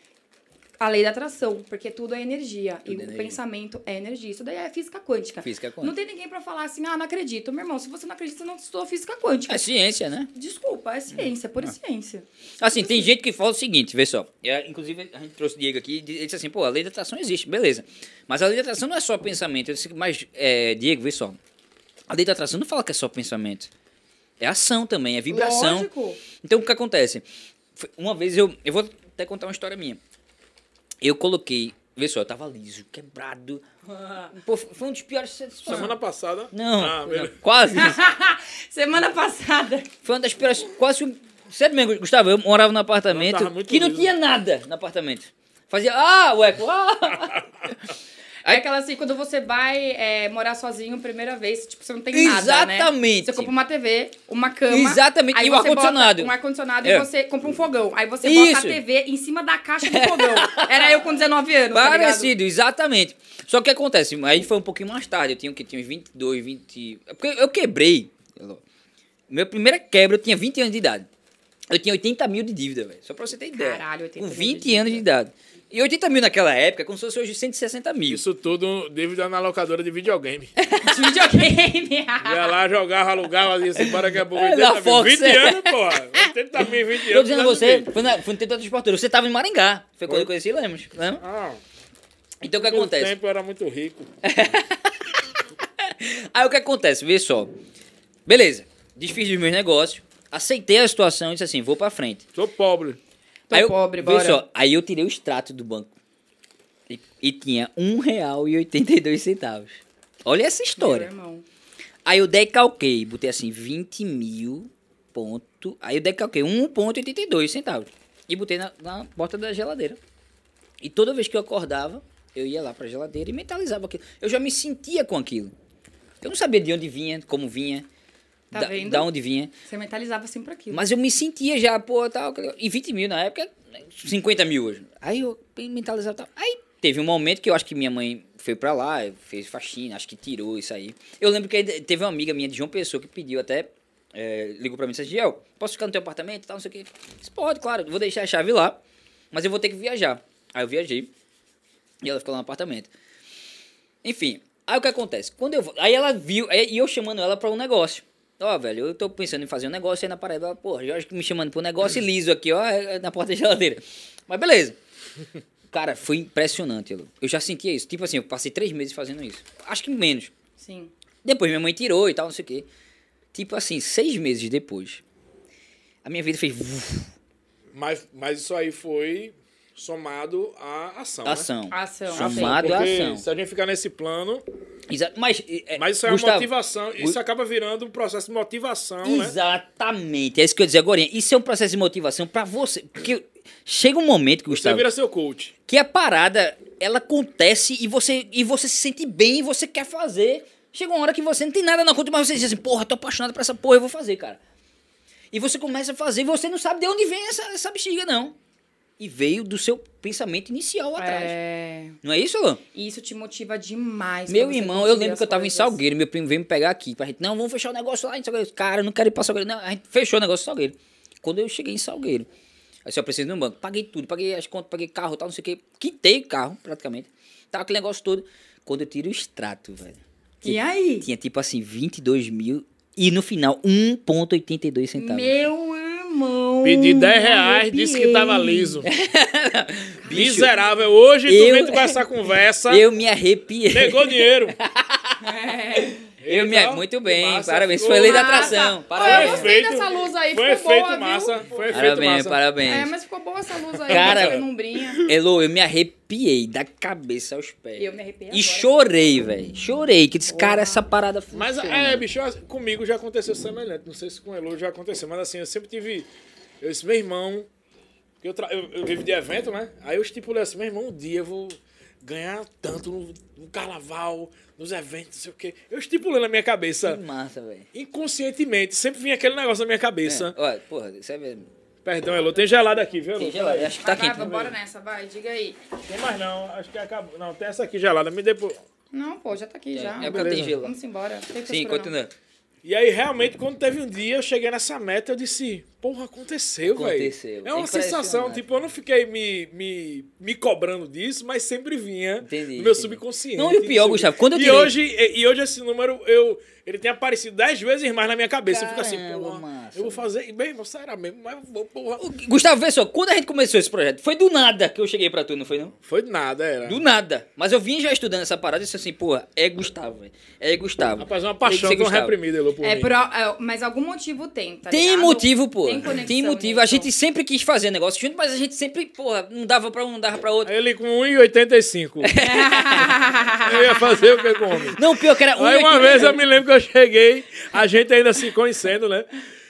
Speaker 3: A lei da atração, porque tudo é energia.
Speaker 1: é
Speaker 3: e o
Speaker 1: energia.
Speaker 3: pensamento é energia. Isso daí é física quântica.
Speaker 1: Física
Speaker 3: Não
Speaker 1: quântica.
Speaker 3: tem ninguém pra falar assim, ah, não acredito. Meu irmão, se você não acredita, não estudou física quântica.
Speaker 1: É ciência, né?
Speaker 3: Desculpa, é ciência, é pura ciência.
Speaker 1: Assim, tem gente que fala o seguinte, vê só. É, inclusive, a gente trouxe o Diego aqui e ele disse assim, pô, a lei da atração existe, beleza. Mas a lei da atração não é só pensamento. Eu disse, mas, é, Diego, vê só. A lei da atração não fala que é só pensamento. É ação também, é vibração.
Speaker 3: Lógico.
Speaker 1: Então, o que acontece? Foi- Uma vez eu... Eu vou até contar uma história minha. Eu coloquei... Vê só, eu tava liso, quebrado. Pô, foi um dos piores...
Speaker 2: Ah. Semana passada.
Speaker 1: Não,
Speaker 2: Ah,
Speaker 1: foi não.
Speaker 2: beleza.
Speaker 1: quase.
Speaker 3: Semana passada.
Speaker 1: Foi uma das piores. Quase. um- Sério mesmo, Gustavo, eu morava num apartamento
Speaker 2: tava muito
Speaker 1: que não
Speaker 2: liso.
Speaker 1: tinha nada no apartamento. Fazia. Ah, o eco. Ah!
Speaker 3: É aquela assim, quando você vai é, morar sozinho primeira vez, tipo, você não tem nada, né?
Speaker 1: Exatamente.
Speaker 3: Você compra uma TV, uma cama.
Speaker 1: Exatamente,
Speaker 3: aí
Speaker 1: e o
Speaker 3: você bota
Speaker 1: ar-condicionado.
Speaker 3: Um ar-condicionado
Speaker 1: É.
Speaker 3: e você compra um fogão. Aí você bota
Speaker 1: Isso.
Speaker 3: a TV em cima da caixa do fogão. Era eu com 19 anos, tá ligado?
Speaker 1: Parecido, exatamente. Só que acontece, aí foi um pouquinho mais tarde, eu tinha, o quê? tinha uns 22, 20. é Porque eu quebrei. Minha primeira quebra, eu tinha 20 anos de idade. Eu tinha 80 mil de dívida, velho. Só pra você ter ideia.
Speaker 3: Caralho, 80
Speaker 1: Com
Speaker 3: mil de
Speaker 1: 20
Speaker 3: dívida.
Speaker 1: anos de idade. E 80 mil naquela época, é como se fosse hoje 160 mil.
Speaker 2: Isso tudo devido na locadora de videogame.
Speaker 3: De videogame.
Speaker 2: Ia lá, jogava, alugava, dizia assim, para que é pouco.
Speaker 1: É,
Speaker 2: 80
Speaker 1: na
Speaker 2: mil,
Speaker 1: Fox,
Speaker 2: 20
Speaker 1: é.
Speaker 2: anos, porra. 80 mil, 20 anos.
Speaker 1: Tô dizendo a
Speaker 2: tá
Speaker 1: você,
Speaker 2: tudo bem.
Speaker 1: foi, na, foi no tempo da transportadora. Você tava em Maringá. Foi quando
Speaker 2: Foi.
Speaker 1: eu conheci Lemos. Lembra?
Speaker 2: Ah,
Speaker 1: Então o que
Speaker 2: meu
Speaker 1: acontece?
Speaker 2: tempo eu era muito rico.
Speaker 1: Aí o que acontece? Vê só. Beleza. Desfiz dos meus negócios. Aceitei a situação e disse assim: vou pra frente.
Speaker 2: Sou pobre.
Speaker 3: Tô
Speaker 1: aí eu,
Speaker 3: pobre,
Speaker 1: vê
Speaker 3: bora.
Speaker 1: só. Aí eu tirei o extrato do banco. E, e tinha R$1,82. Olha essa
Speaker 3: Meu
Speaker 1: história.
Speaker 3: irmão.
Speaker 1: Aí eu decalquei, botei assim, 20 mil ponto. Aí eu decalquei 1,82 centavos. E botei na, na porta da geladeira. E toda vez que eu acordava, eu ia lá pra geladeira e mentalizava aquilo. Eu já me sentia com aquilo. Eu não sabia de onde vinha, como vinha,
Speaker 3: Tá
Speaker 1: da,
Speaker 3: vendo?
Speaker 1: da onde vinha.
Speaker 3: Você mentalizava sempre aquilo.
Speaker 1: Mas eu me sentia já, pô, tal. aquele- E 20 mil na época, 50 mil hoje. Aí eu mentalizava tal. Aí teve um momento que eu acho que minha mãe foi pra lá, fez faxina, acho que tirou isso aí. Eu lembro que ainda teve uma amiga minha de João Pessoa que pediu até. é, ligou pra mim e disse: Giel, posso ficar no teu apartamento e tal, não sei o quê. Eu Disse, Pode, claro, vou deixar a chave lá, mas eu vou ter que viajar. Aí eu viajei e ela ficou lá no apartamento. Enfim, aí o que acontece? Quando eu vou- aí ela viu, aí- e eu chamando ela pra um negócio. Ó, velho, eu tô pensando em fazer um negócio aí na parede. Ela, porra, Jorge me chamando pro negócio e liso aqui, ó, é- na porta da geladeira. Mas beleza. Cara, foi impressionante, Elu. Eu já sentia isso. Tipo assim, eu passei três meses fazendo isso. Acho que menos.
Speaker 3: Sim.
Speaker 1: Depois minha mãe tirou e tal, não sei o quê. Tipo assim, seis meses depois, a minha vida fez... vuf,
Speaker 2: Mas, mas isso aí foi somado à ação, né?
Speaker 1: ação.
Speaker 3: Ação.
Speaker 1: Somado à
Speaker 2: Porque
Speaker 1: ação.
Speaker 2: se a gente ficar nesse plano...
Speaker 1: Exa- Mas, é,
Speaker 2: Mas isso é
Speaker 1: Gustavo,
Speaker 2: uma motivação. Isso
Speaker 1: Gu-
Speaker 2: acaba virando um processo de motivação, né?
Speaker 1: Exatamente. É isso que eu ia dizer agora. Isso é um processo de motivação pra você. Porque chega um momento,
Speaker 2: Você
Speaker 1: Gustavo,
Speaker 2: vira seu coach.
Speaker 1: que a parada, ela acontece e você, e você se sente bem e você quer fazer. Chega uma hora que você não tem nada na conta, mas você diz assim, porra, tô apaixonado por essa porra, eu vou fazer, cara. E você começa a fazer e você não sabe de onde vem essa, essa bexiga, não. E veio do seu pensamento inicial lá atrás.
Speaker 3: É...
Speaker 1: Não é isso, Alan?
Speaker 3: E isso te motiva demais.
Speaker 1: Meu
Speaker 3: pra você
Speaker 1: irmão,
Speaker 3: conseguir
Speaker 1: eu lembro
Speaker 3: as
Speaker 1: que eu tava em
Speaker 3: coisas.
Speaker 1: Salgueiro, meu primo veio me pegar aqui pra gente, não, vamos fechar o negócio lá em Salgueiro. Cara, eu não quero ir pra Salgueiro. Não, a gente fechou o negócio em Salgueiro. Quando eu cheguei em Salgueiro, aí só preciso ir no banco, paguei tudo, paguei as contas, paguei carro, tal, não sei o quê. Quitei o carro, praticamente. Tava aquele negócio todo. Quando eu tiro o extrato, velho.
Speaker 3: E aí?
Speaker 1: Tinha tipo assim, 22 mil um e no final, 1,82 centavos.
Speaker 3: Meu irmão.
Speaker 4: bom.
Speaker 2: Pedi
Speaker 1: Hum,
Speaker 2: 10 reais, disse que tava
Speaker 4: arrepiei.
Speaker 2: liso. Miserável. Hoje tu
Speaker 1: Eu-
Speaker 2: vem com essa conversa.
Speaker 1: Eu me arrepiei.
Speaker 2: Pegou dinheiro.
Speaker 1: É. Eu me...
Speaker 2: Então,
Speaker 1: Muito
Speaker 2: que
Speaker 1: bem,
Speaker 2: massa.
Speaker 1: parabéns.
Speaker 2: Ficou
Speaker 1: Foi lei da
Speaker 4: Massa.
Speaker 1: atração.
Speaker 4: Olha, eu
Speaker 1: Parabéns.
Speaker 4: gostei
Speaker 2: Foi
Speaker 4: dessa luz aí,
Speaker 2: Foi
Speaker 4: ficou
Speaker 2: efeito
Speaker 4: boa,
Speaker 2: massa.
Speaker 4: viu?
Speaker 2: Foi efeito
Speaker 1: Parabéns,
Speaker 2: massa.
Speaker 1: parabéns.
Speaker 4: É, mas ficou boa essa luz aí,
Speaker 3: né?
Speaker 1: Cara-
Speaker 4: essa penumbrinha.
Speaker 1: Elô, eu me arrepiei da cabeça aos pés.
Speaker 4: Eu me arrepiei
Speaker 1: E
Speaker 4: agora.
Speaker 1: chorei, velho. Chorei. Que disse, cara, essa parada funciona.
Speaker 2: Mas é, bicho, eu- comigo já aconteceu semelhante. Não sei se com o Elo já aconteceu, mas assim, eu sempre tive. Eu disse, meu irmão. que Eu, tra- eu, eu vivo de evento, né? Aí eu estipulei assim, meu irmão, um dia eu vou ganhar tanto no, no carnaval, nos eventos, não sei o quê. Eu estipulei na minha
Speaker 1: Que
Speaker 2: cabeça,
Speaker 1: massa, velho.
Speaker 2: inconscientemente, sempre vinha aquele negócio na minha cabeça.
Speaker 1: É, olha, porra, isso é mesmo.
Speaker 2: Perdão, Elo, tem gelado aqui, viu? Elô?
Speaker 1: Tem gelado, acho que tá
Speaker 4: Vai, vai,
Speaker 1: quente. né?
Speaker 4: bora nessa, vai, diga aí.
Speaker 2: Tem mais não, acho que acabou. Não, tem essa aqui gelada, me depois.
Speaker 4: Não, pô, já tá aqui já.
Speaker 1: É porque eu tenho gelo.
Speaker 4: Vamos embora. Tem
Speaker 1: Sim,
Speaker 4: frescura, não.
Speaker 1: continua.
Speaker 2: E aí, realmente, quando teve um dia, eu cheguei nessa meta, eu disse, porra, aconteceu, velho.
Speaker 1: Aconteceu.
Speaker 2: É uma sensação,
Speaker 1: Impressionante.
Speaker 2: tipo, eu não fiquei me, me, me cobrando disso, mas sempre vinha
Speaker 1: Entendi,
Speaker 2: no meu
Speaker 1: entendi.
Speaker 2: subconsciente.
Speaker 1: Não, e o pior,
Speaker 2: Sempre.
Speaker 1: Gustavo, quando eu
Speaker 2: e
Speaker 1: tirei-
Speaker 2: hoje E e hoje esse número, eu, ele tem aparecido dez vezes mais na minha cabeça. eu fico assim,
Speaker 1: Caramba,
Speaker 2: porra,
Speaker 1: massa.
Speaker 2: eu vou fazer... E, bem, irmão, será mesmo? Mas, eu vou, porra...
Speaker 1: Gustavo, vê só, quando a gente começou esse projeto, foi do nada que eu cheguei pra tu, não foi não?
Speaker 2: Foi nada, era.
Speaker 1: Do nada. Mas eu vim já estudando essa parada e disse assim, porra, é Gustavo, velho. É Gustavo.
Speaker 2: Rapaz, é uma
Speaker 1: Tem que
Speaker 2: paixão
Speaker 1: ser
Speaker 2: tão
Speaker 1: Gustavo.
Speaker 2: reprimida, Elô, por
Speaker 4: É,
Speaker 2: mim.
Speaker 4: por, é, mas algum motivo tem, tá
Speaker 1: Tem
Speaker 4: ligado?
Speaker 1: motivo, pô.
Speaker 4: Tem
Speaker 1: Tem, né, então?
Speaker 4: conexão
Speaker 1: motivo.
Speaker 4: nisso.
Speaker 1: A gente sempre quis fazer negócio junto, mas a gente sempre, porra, não dava pra um, não dava pra outro.
Speaker 2: Aí Ele com 1,85. eu ia fazer o que com o homem?
Speaker 1: Não, pior que era um.
Speaker 2: Aí uma vez eu me lembro que eu cheguei, a gente ainda se conhecendo, né?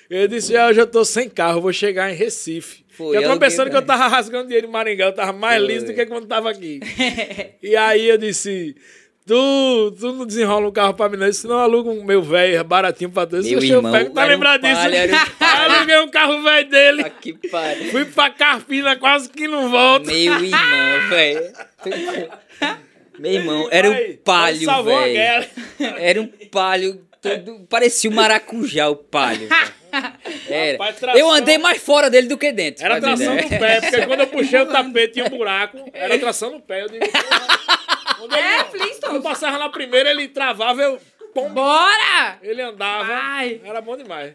Speaker 2: Eu disse, ah, eu já tô sem carro, vou chegar em Recife.
Speaker 1: Foi,
Speaker 2: eu tava
Speaker 1: aluguei
Speaker 2: pensando que
Speaker 1: pra
Speaker 2: eu tava rasgando dinheiro em Maringá, eu tava mais
Speaker 1: Foi.
Speaker 2: liso do que quando tava aqui. e aí eu disse, tu, tu não desenrola um carro pra mim não, Eu disse, não aluga um meu velho, baratinho pra tu. Eu disse,
Speaker 1: Meu
Speaker 2: "Oxe, eu
Speaker 1: irmão,
Speaker 2: pego, tá
Speaker 1: era um
Speaker 2: lembrado disso?
Speaker 1: palha, era um Tá
Speaker 2: Aí eu aluguei um carro velho dele,
Speaker 1: Puta Ah, que pariu.
Speaker 2: fui pra Carpina, quase que não volto.
Speaker 1: Meu irmão, velho. Meu irmão, era
Speaker 2: Aí,
Speaker 1: um palho,
Speaker 2: salvou a guerra.
Speaker 1: velho. Era um palho todo. Parecia um maracujá, o palho. velho. Era.
Speaker 2: Rapaz, tração-
Speaker 1: Eu andei mais fora dele do que dentro.
Speaker 2: Era
Speaker 1: pra ter
Speaker 2: tração
Speaker 1: ideia.
Speaker 2: no pé, porque quando eu puxei o tapete tinha um buraco, era tração no pé. Eu digo, porra, quando ele,
Speaker 4: É,
Speaker 2: quando eu
Speaker 4: Flintstones.
Speaker 2: passava na primeira, ele travava, eu, pum,
Speaker 4: Bora!
Speaker 2: ele andava.
Speaker 4: Vai.
Speaker 2: Era bom demais.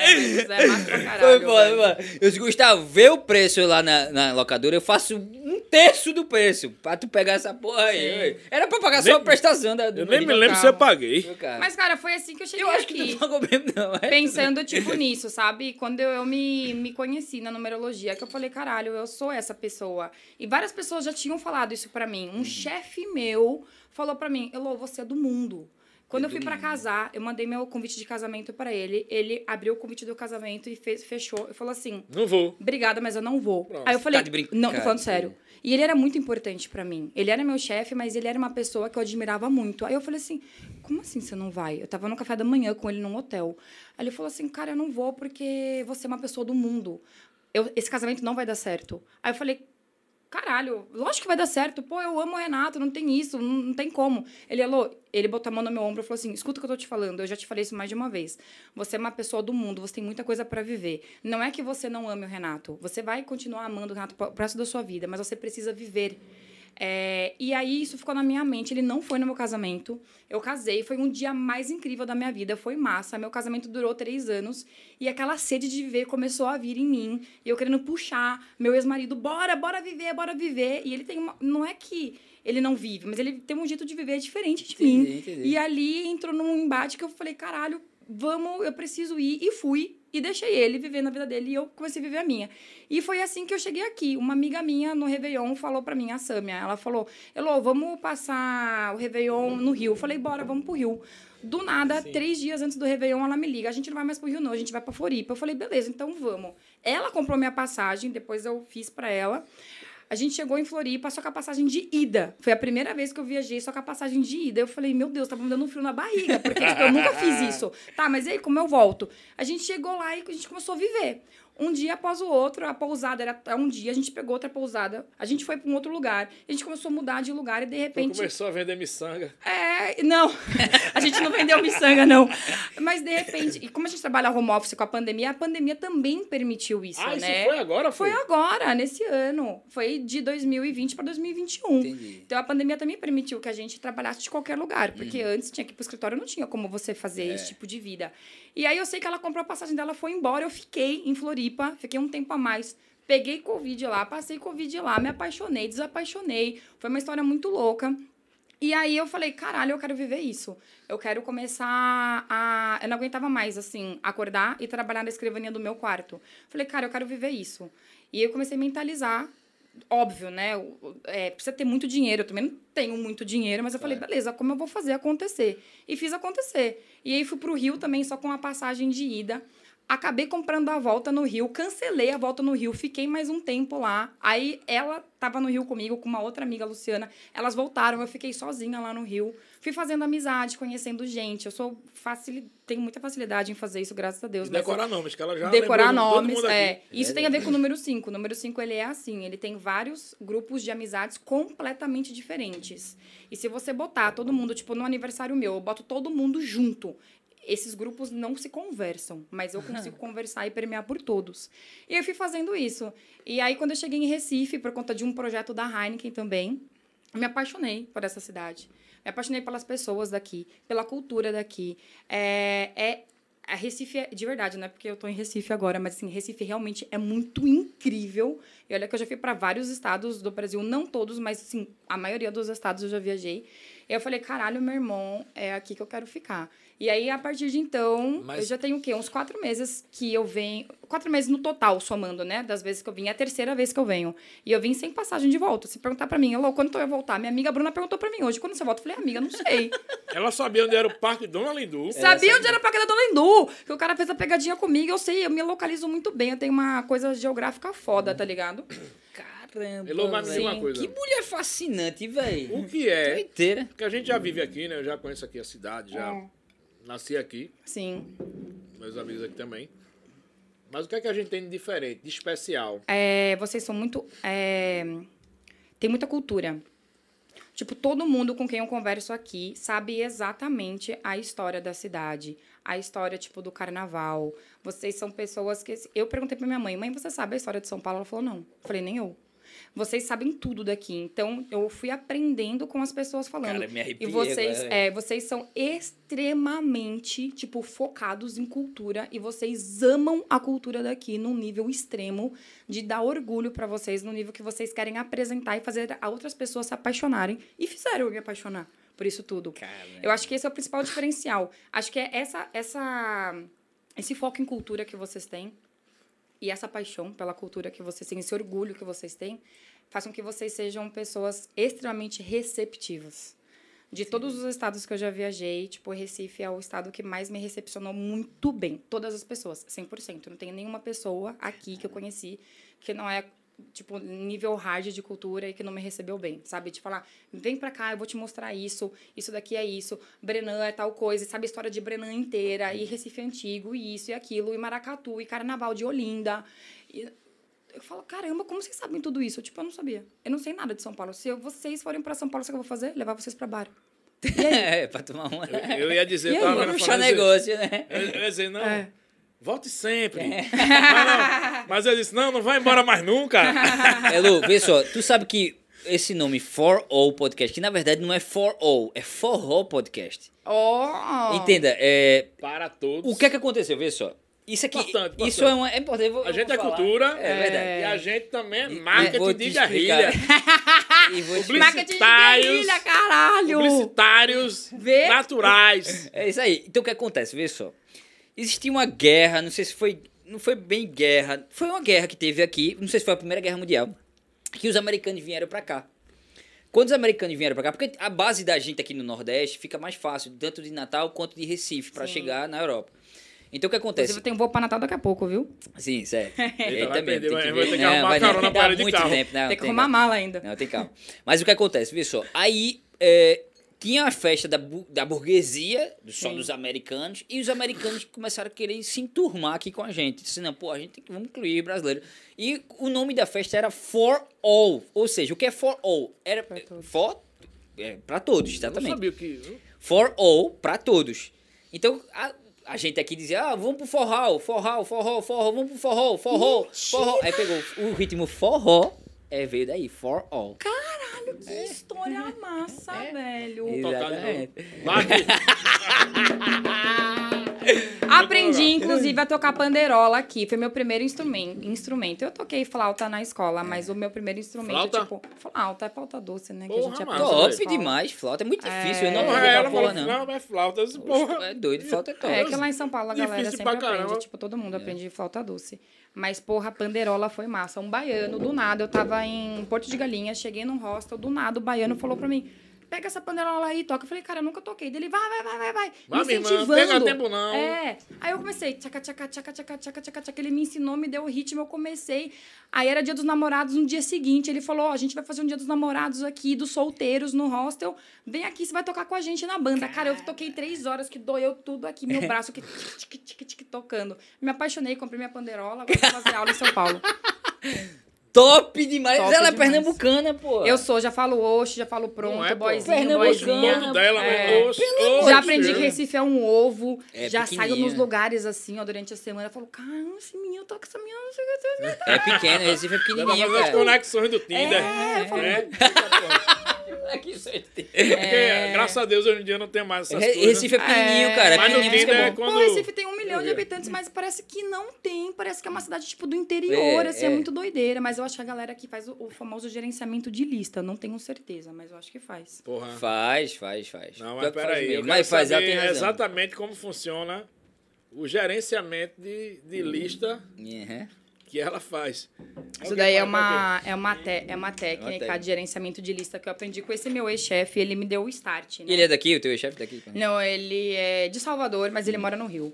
Speaker 4: É, mas é massa pra caralho.
Speaker 1: Foi embora,
Speaker 4: velho.
Speaker 1: mano. Eu disse, Gustavo, vê o preço lá na, na locadora, eu faço um terço do preço pra tu pegar essa porra aí. ué. Era pra pagar só a
Speaker 2: Nem-
Speaker 1: prestação da, do
Speaker 2: Eu nem me
Speaker 1: do
Speaker 2: lembro se eu paguei.
Speaker 1: meu carro.
Speaker 4: Mas, cara, foi assim que eu cheguei
Speaker 1: eu acho
Speaker 4: aqui.
Speaker 1: que tu pagou mesmo, não. é?
Speaker 4: Pensando, tipo, nisso, sabe? Quando eu, eu me, me conheci na numerologia, que eu falei, caralho, eu sou essa pessoa. E várias pessoas já tinham falado isso pra mim. Um chefe meu falou pra mim, Elô, você é do mundo. Quando eu fui pra casar, eu mandei meu convite de casamento pra ele. Ele abriu o convite do casamento e fez, fechou. E falou assim,
Speaker 2: Não vou.
Speaker 4: obrigada, mas eu não vou.
Speaker 2: Pronto,
Speaker 4: Aí eu falei,
Speaker 1: tá de brincadeira.
Speaker 4: não, tô falando sério. E ele era muito importante pra mim. Ele era meu chefe, mas ele era uma pessoa que eu admirava muito. Aí eu falei assim, como assim você não vai? Eu tava no café da manhã com ele num hotel. Aí ele falou assim, cara, eu não vou porque você é uma pessoa do mundo. Eu- esse casamento não vai dar certo. Aí eu falei, caralho, lógico que vai dar certo. Pô, eu amo o Renato, não tem isso, não, não tem como. Ele alô, ele botou a mão no meu ombro e falou assim: escuta o que eu tô te falando, eu já te falei isso mais de uma vez. Você é uma pessoa do mundo, você tem muita coisa pra viver. Não é que você não ame o Renato. Você vai continuar amando o Renato pro pro resto da sua vida, mas você precisa viver. É, e aí isso ficou na minha mente. Ele não foi no meu casamento. Eu casei, foi um dia mais incrível da minha vida, foi massa. Meu casamento durou três anos e aquela sede de viver começou a vir em mim. E eu querendo puxar meu ex-marido, bora, bora viver, bora viver. E ele tem uma. Não é que ele não vive, mas ele tem um jeito de viver diferente de mim.
Speaker 1: Entendi, entendi.
Speaker 4: assim, E ali entrou num embate que eu falei, caralho, vamos, eu preciso ir. E fui. E deixei ele viver na vida dele e eu comecei a viver a minha. E foi assim que eu cheguei aqui. Uma amiga minha no Réveillon falou pra mim, a Sâmia, ela falou: Elô, vamos passar o Réveillon no Rio. Eu falei, bora, vamos pro Rio. Do nada, três dias antes do Réveillon, ela me liga: a gente não vai mais pro Rio, não, a gente vai pra Floripa. Eu falei, beleza, então vamos. Ela comprou minha passagem, depois eu fiz pra ela. A gente chegou em Floripa só com a passagem de ida. Foi a primeira vez que eu viajei só com a passagem de ida. Eu falei, meu Deus, tava me dando um frio na barriga, porque tipo, eu nunca fiz isso. Tá, mas e aí, como eu volto? A gente chegou lá e a gente começou a viver. Um dia após o outro, a pousada era é um dia, a gente pegou outra pousada, a gente foi pra um outro lugar, a gente começou a mudar de lugar e de
Speaker 2: Então
Speaker 4: repente.
Speaker 2: começou a vender miçanga.
Speaker 4: É, É, não, a gente não vendeu miçanga, não. Mas de repente, e como a gente trabalha home office com a pandemia, a pandemia também permitiu isso,
Speaker 2: Ah, isso
Speaker 4: né?
Speaker 2: foi agora? Foi.
Speaker 4: Foi agora, nesse ano. Foi de 2020 para 2021.
Speaker 1: Entendi.
Speaker 4: Então a pandemia também permitiu que a gente trabalhasse de qualquer lugar, porque antes tinha que ir pro escritório, não tinha como você fazer esse tipo de vida. E aí eu sei que ela comprou a passagem dela, foi embora, eu fiquei em Floripa, fiquei um tempo a mais. Peguei Covid lá, passei Covid lá, me apaixonei, desapaixonei. Foi uma história muito louca. E aí eu falei, caralho, eu quero viver isso. Eu quero começar a. Eu não aguentava mais, assim, acordar e trabalhar na escrivaninha do meu quarto. Falei, cara, eu quero viver isso. E eu comecei a mentalizar. Óbvio, né? o- o- é, precisa ter muito dinheiro. Eu também não tenho muito dinheiro, mas eu falei, beleza, como eu vou fazer acontecer? E fiz acontecer. E aí fui pro Rio também, só com a passagem de ida. Acabei comprando a volta no Rio, cancelei a volta no Rio, fiquei mais um tempo lá. Aí ela tava no Rio comigo, com uma outra amiga, a Luciana. Elas voltaram, eu fiquei sozinha lá no Rio. Fui fazendo amizade, conhecendo gente. Eu sou facil... tenho muita facilidade em fazer isso, graças a Deus.
Speaker 2: Não
Speaker 4: mas eu-
Speaker 2: Decorar nomes, que ela já
Speaker 4: decorar
Speaker 2: lembrou de todo
Speaker 4: nomes.
Speaker 2: mundo aqui.
Speaker 4: É. Isso tem a ver com o número 5. O número 5 ele é assim, ele tem vários grupos de amizades completamente diferentes. E se você botar todo mundo, tipo, no aniversário meu, eu boto todo mundo junto. Esses grupos não se conversam, mas eu consigo conversar e permear por todos. E eu fui fazendo isso. E aí, quando eu cheguei em Recife, por conta de um projeto da Heineken também, eu me apaixonei por essa cidade. Me apaixonei pelas pessoas daqui, pela cultura daqui. É, é, a Recife, é- de verdade, não é porque eu tô em Recife agora, mas assim, Recife realmente é muito incrível. E olha que eu já fui para vários estados do Brasil, não todos, mas assim, a maioria dos estados eu já viajei. E eu falei, caralho, meu irmão, é aqui que eu quero ficar. E aí, a partir de então,
Speaker 2: Mas-
Speaker 4: eu já tenho o quê? Uns quatro meses que eu venho. Quatro meses no total, somando, né? Das vezes que eu vim. É a terceira vez que eu venho. E eu vim sem passagem de volta. Se perguntar pra mim, alô, quando eu ia voltar? Minha amiga Bruna perguntou pra mim hoje, quando você volta? Eu falei, amiga, não sei.
Speaker 2: Ela sabia onde era o Parque Dona Lindu.
Speaker 4: Sabia onde era a placa da Dona Lindu? Que o cara fez a pegadinha comigo, eu sei, eu me localizo muito bem, eu tenho uma coisa geográfica foda, tá ligado?
Speaker 1: Caramba.
Speaker 2: Elô, mas me diga
Speaker 1: velho.
Speaker 2: uma coisa.
Speaker 1: Que mulher fascinante, velho.
Speaker 2: O que é?
Speaker 1: Inteira.
Speaker 2: Porque a gente já vive aqui, né? Eu já conheço aqui a cidade, já
Speaker 4: É.
Speaker 2: nasci aqui,
Speaker 4: Sim.
Speaker 2: meus amigos aqui também. Mas o que é que a gente tem de diferente, de especial?
Speaker 4: É, vocês são muito. é, tem muita cultura. Tipo, todo mundo com quem eu converso aqui sabe exatamente a história da cidade, a história, tipo, do carnaval. Vocês são pessoas que. assim, Eu perguntei pra minha mãe, mãe, você sabe a história de São Paulo? Ela falou, não. Eu falei, nem eu. Vocês sabem tudo daqui. Então, eu fui aprendendo com as pessoas falando.
Speaker 1: Cara, me
Speaker 4: E
Speaker 1: arrepiei
Speaker 4: vocês,
Speaker 1: agora, velho.
Speaker 4: é, vocês são extremamente, tipo, focados em cultura e vocês amam a cultura daqui num nível extremo de dar orgulho pra vocês, no nível que vocês querem apresentar e fazer a outras pessoas se apaixonarem. E fizeram eu me apaixonar por isso tudo.
Speaker 1: Caramba.
Speaker 4: Eu acho que esse é o principal diferencial. Acho que é essa, essa, esse foco em cultura que vocês têm e essa paixão pela cultura que vocês têm, esse orgulho que vocês têm, faz com que vocês sejam pessoas extremamente receptivas. De todos os estados que eu já viajei, tipo, Recife é o estado que mais me recepcionou muito bem. Todas as pessoas, 100%. Não tem nenhuma pessoa aqui que eu conheci que não é, tipo, nível hard de cultura e que não me recebeu bem, sabe? De falar, vem pra cá, eu vou te mostrar isso, isso daqui é isso, Brenan é tal coisa, e sabe a história de Brenan inteira, e Recife Antigo, e isso e aquilo, e Maracatu, e Carnaval de Olinda. E eu falo, caramba, como vocês sabem tudo isso? Eu, tipo, eu não sabia. Eu não sei nada de São Paulo. Se eu- vocês forem pra São Paulo, sabe o que eu vou fazer? Levar vocês pra bar.
Speaker 1: É, pra tomar uma.
Speaker 2: Eu ia dizer, eu
Speaker 4: E aí?
Speaker 2: tava
Speaker 1: Pra
Speaker 2: vendo
Speaker 1: puxar
Speaker 2: falando, eu
Speaker 1: negócio,
Speaker 2: disse-
Speaker 1: né?
Speaker 2: Eu, eu ia dizer, não,
Speaker 4: É.
Speaker 2: volte sempre. Mas, não, mas eu disse, não, não vai embora mais nunca.
Speaker 1: Hello, vê só, tu sabe que esse nome For All Podcast, que na verdade não é For All, é Forró Podcast.
Speaker 4: Oh!
Speaker 1: Entenda, é,
Speaker 2: Para todos.
Speaker 1: o que é que aconteceu, vê só. Isso aqui,
Speaker 2: Importante, importante.
Speaker 1: isso é, uma, é importante. eu vou-
Speaker 2: A
Speaker 1: eu
Speaker 2: gente
Speaker 1: vou
Speaker 2: é
Speaker 1: falar.
Speaker 2: cultura.
Speaker 1: É verdade.
Speaker 2: E a gente também é
Speaker 1: Eu vou
Speaker 2: marketing
Speaker 1: te
Speaker 2: de guerrilha.
Speaker 1: explicar. E vou te explicar.
Speaker 4: Marketing de guerrilha, caralho!
Speaker 2: Publicitários
Speaker 4: Vê.
Speaker 2: naturais.
Speaker 1: É isso aí. Então o que acontece? Vê só. Existia uma guerra, não sei se foi. Não foi bem guerra. Foi uma guerra que teve aqui, não sei se foi a Primeira Guerra Mundial, que os americanos vieram pra cá. Quando os americanos vieram pra cá, porque a base da gente aqui no Nordeste fica mais fácil, tanto de Natal quanto de Recife, pra
Speaker 4: Sim.
Speaker 1: chegar na Europa. Então o que
Speaker 4: Inclusive, eu
Speaker 1: acontece?
Speaker 4: tenho um voo pra Natal daqui a pouco, viu?
Speaker 1: Sim, certo. Ele
Speaker 2: vai
Speaker 1: também,
Speaker 2: perder,
Speaker 1: tem que
Speaker 2: vai- vai
Speaker 1: ver.
Speaker 2: ter que
Speaker 1: Não,
Speaker 2: arrumar
Speaker 1: vai não,
Speaker 2: carona
Speaker 1: vai
Speaker 2: pra
Speaker 1: dar
Speaker 2: ele de
Speaker 1: muito
Speaker 2: carro.
Speaker 1: tempo, não,
Speaker 4: Tem que
Speaker 1: tem
Speaker 4: arrumar
Speaker 1: não.
Speaker 4: mala ainda.
Speaker 1: Não, tem calma. Mas o que acontece, vê só. Aí é, tinha a festa da, bu- da burguesia, do- só
Speaker 4: Sim.
Speaker 1: dos americanos, e os americanos começaram a querer se enturmar aqui com a gente. Disse, não, pô, a gente tem que vamos incluir brasileiro. E o nome da festa era For All. Ou seja, o que é For All? Era
Speaker 4: Pra todos.
Speaker 1: for, é, pra todos,
Speaker 2: Eu não
Speaker 1: exatamente.
Speaker 2: sabia o que.
Speaker 3: For all, pra todos. Então, a, a gente aqui dizia, ah, vamos pro forral, forral, forró, forró, vamos pro forró, forró, forró. Aí pegou o ritmo forró, é, veio daí, for all.
Speaker 4: Que história massa,
Speaker 1: É.
Speaker 4: velho.
Speaker 2: tocar de
Speaker 3: Exatamente.
Speaker 2: é
Speaker 4: Aprendi, inclusive, a tocar panderola aqui. Foi meu primeiro instrumento. instrumento. Eu toquei flauta na escola, mas o meu primeiro instrumento,
Speaker 2: Flauta?
Speaker 4: tipo, flauta é pauta doce, né? que a
Speaker 2: Porra,
Speaker 4: gente
Speaker 2: massa,
Speaker 4: aprende na
Speaker 2: velho.
Speaker 3: Top
Speaker 4: escola.
Speaker 3: demais, flauta é muito difícil, eu não vou
Speaker 2: Porra,
Speaker 3: jogar
Speaker 2: ela
Speaker 3: bola
Speaker 2: falou,
Speaker 3: não.
Speaker 2: não, é flauta. Eu disse, Porra.
Speaker 3: É doido, flauta é top.
Speaker 4: É que lá em São Paulo a
Speaker 2: Difícil
Speaker 4: galera
Speaker 2: pra
Speaker 4: sempre aprende,
Speaker 2: caramba. É.
Speaker 4: tipo, todo mundo aprende flauta doce. Mas, porra, panderola foi massa. Um baiano, do nada, eu tava em Porto de Galinha, cheguei num hostel, do nada o baiano falou pra mim, pega essa panderola aí, toca. Eu falei, cara, eu nunca toquei. Dele, vai, vai, vai, vai, vai.
Speaker 2: Vai,
Speaker 4: me
Speaker 2: minha irmã,
Speaker 4: incentivando.
Speaker 2: pega tempo não.
Speaker 4: É. Aí eu comecei, tchaca, tchaca, tchaca, tchaca, tchaca, tchaca, tchaca. Ele me ensinou, me deu o ritmo, eu comecei. Aí era dia dos namorados, no dia seguinte, ele falou, ó, a gente vai fazer um dia dos namorados aqui, dos solteiros, no hostel. Vem aqui, você vai tocar com a gente na banda. Cara, eu toquei três horas, que doeu tudo aqui, meu braço que tic, tic, tic, tic, tocando. Me apaixonei, comprei minha panderola, agora vou fazer aula em São Paulo.
Speaker 3: Top demais.
Speaker 4: Top
Speaker 3: ela é
Speaker 4: demais.
Speaker 3: pernambucana, pô.
Speaker 4: Eu sou, já falo oxe, já falo pronto,
Speaker 2: Não é, pô.
Speaker 4: boizinho,
Speaker 3: Pernambucano,
Speaker 2: Oxe,
Speaker 3: Boizinha,
Speaker 2: o
Speaker 4: boizinho.
Speaker 2: mundo dela,
Speaker 4: é.
Speaker 2: mas. oxe, oxe.
Speaker 4: Já aprendi que Recife é um ovo.
Speaker 3: É
Speaker 4: já saio
Speaker 3: pequenininha.
Speaker 4: nos lugares assim, ó, durante a semana. Eu falo, caramba, esse menino toca essa menina, não sei o que. não sei o que".
Speaker 3: É pequeno, Recife
Speaker 2: Dá pra
Speaker 3: é pequenininho,
Speaker 2: fazer as
Speaker 3: cara.
Speaker 2: conexões do Tinder.
Speaker 4: É, eu falo,
Speaker 2: né? É
Speaker 3: Aqui, isso aí.
Speaker 2: Porque,
Speaker 4: É.
Speaker 2: graças a Deus, hoje em dia não tem mais essas
Speaker 3: Re-
Speaker 2: coisas.
Speaker 3: Recife é pequenininho, cara.
Speaker 2: Mas no
Speaker 3: pequenininho, isso que
Speaker 2: Tinder
Speaker 3: é
Speaker 2: é
Speaker 3: bom.
Speaker 2: quando...
Speaker 4: Pô, Recife tem um milhão de
Speaker 2: Eu-
Speaker 4: habitantes, mas parece que não tem. Parece que é uma cidade, tipo, do interior,
Speaker 3: É,
Speaker 4: assim, é.
Speaker 3: é.
Speaker 4: muito doideira. Mas eu acho que a galera que faz o, o famoso gerenciamento de lista. Não tenho certeza, mas eu acho que faz.
Speaker 2: Porra.
Speaker 3: Faz, faz, faz.
Speaker 2: Não,
Speaker 3: Pior
Speaker 2: mas
Speaker 4: tá
Speaker 3: que faz
Speaker 2: peraí.
Speaker 3: mesmo.
Speaker 2: Eu quero
Speaker 3: Mas faz, ela tem
Speaker 2: saber
Speaker 3: razão.
Speaker 2: exatamente como funciona o gerenciamento de, de lista
Speaker 3: Uhum.
Speaker 2: que ela faz.
Speaker 4: Hum. Isso
Speaker 2: Ok,
Speaker 4: daí é
Speaker 2: pai, ok.
Speaker 4: uma, é uma, te- é uma técnica
Speaker 3: técnica.
Speaker 4: de gerenciamento de lista que eu aprendi com esse meu ex-chefe. Ele me deu o start, né?
Speaker 3: Ele é daqui, o teu chefe daqui?
Speaker 4: Não, ele é de Salvador, mas
Speaker 3: Hum.
Speaker 4: ele mora no Rio.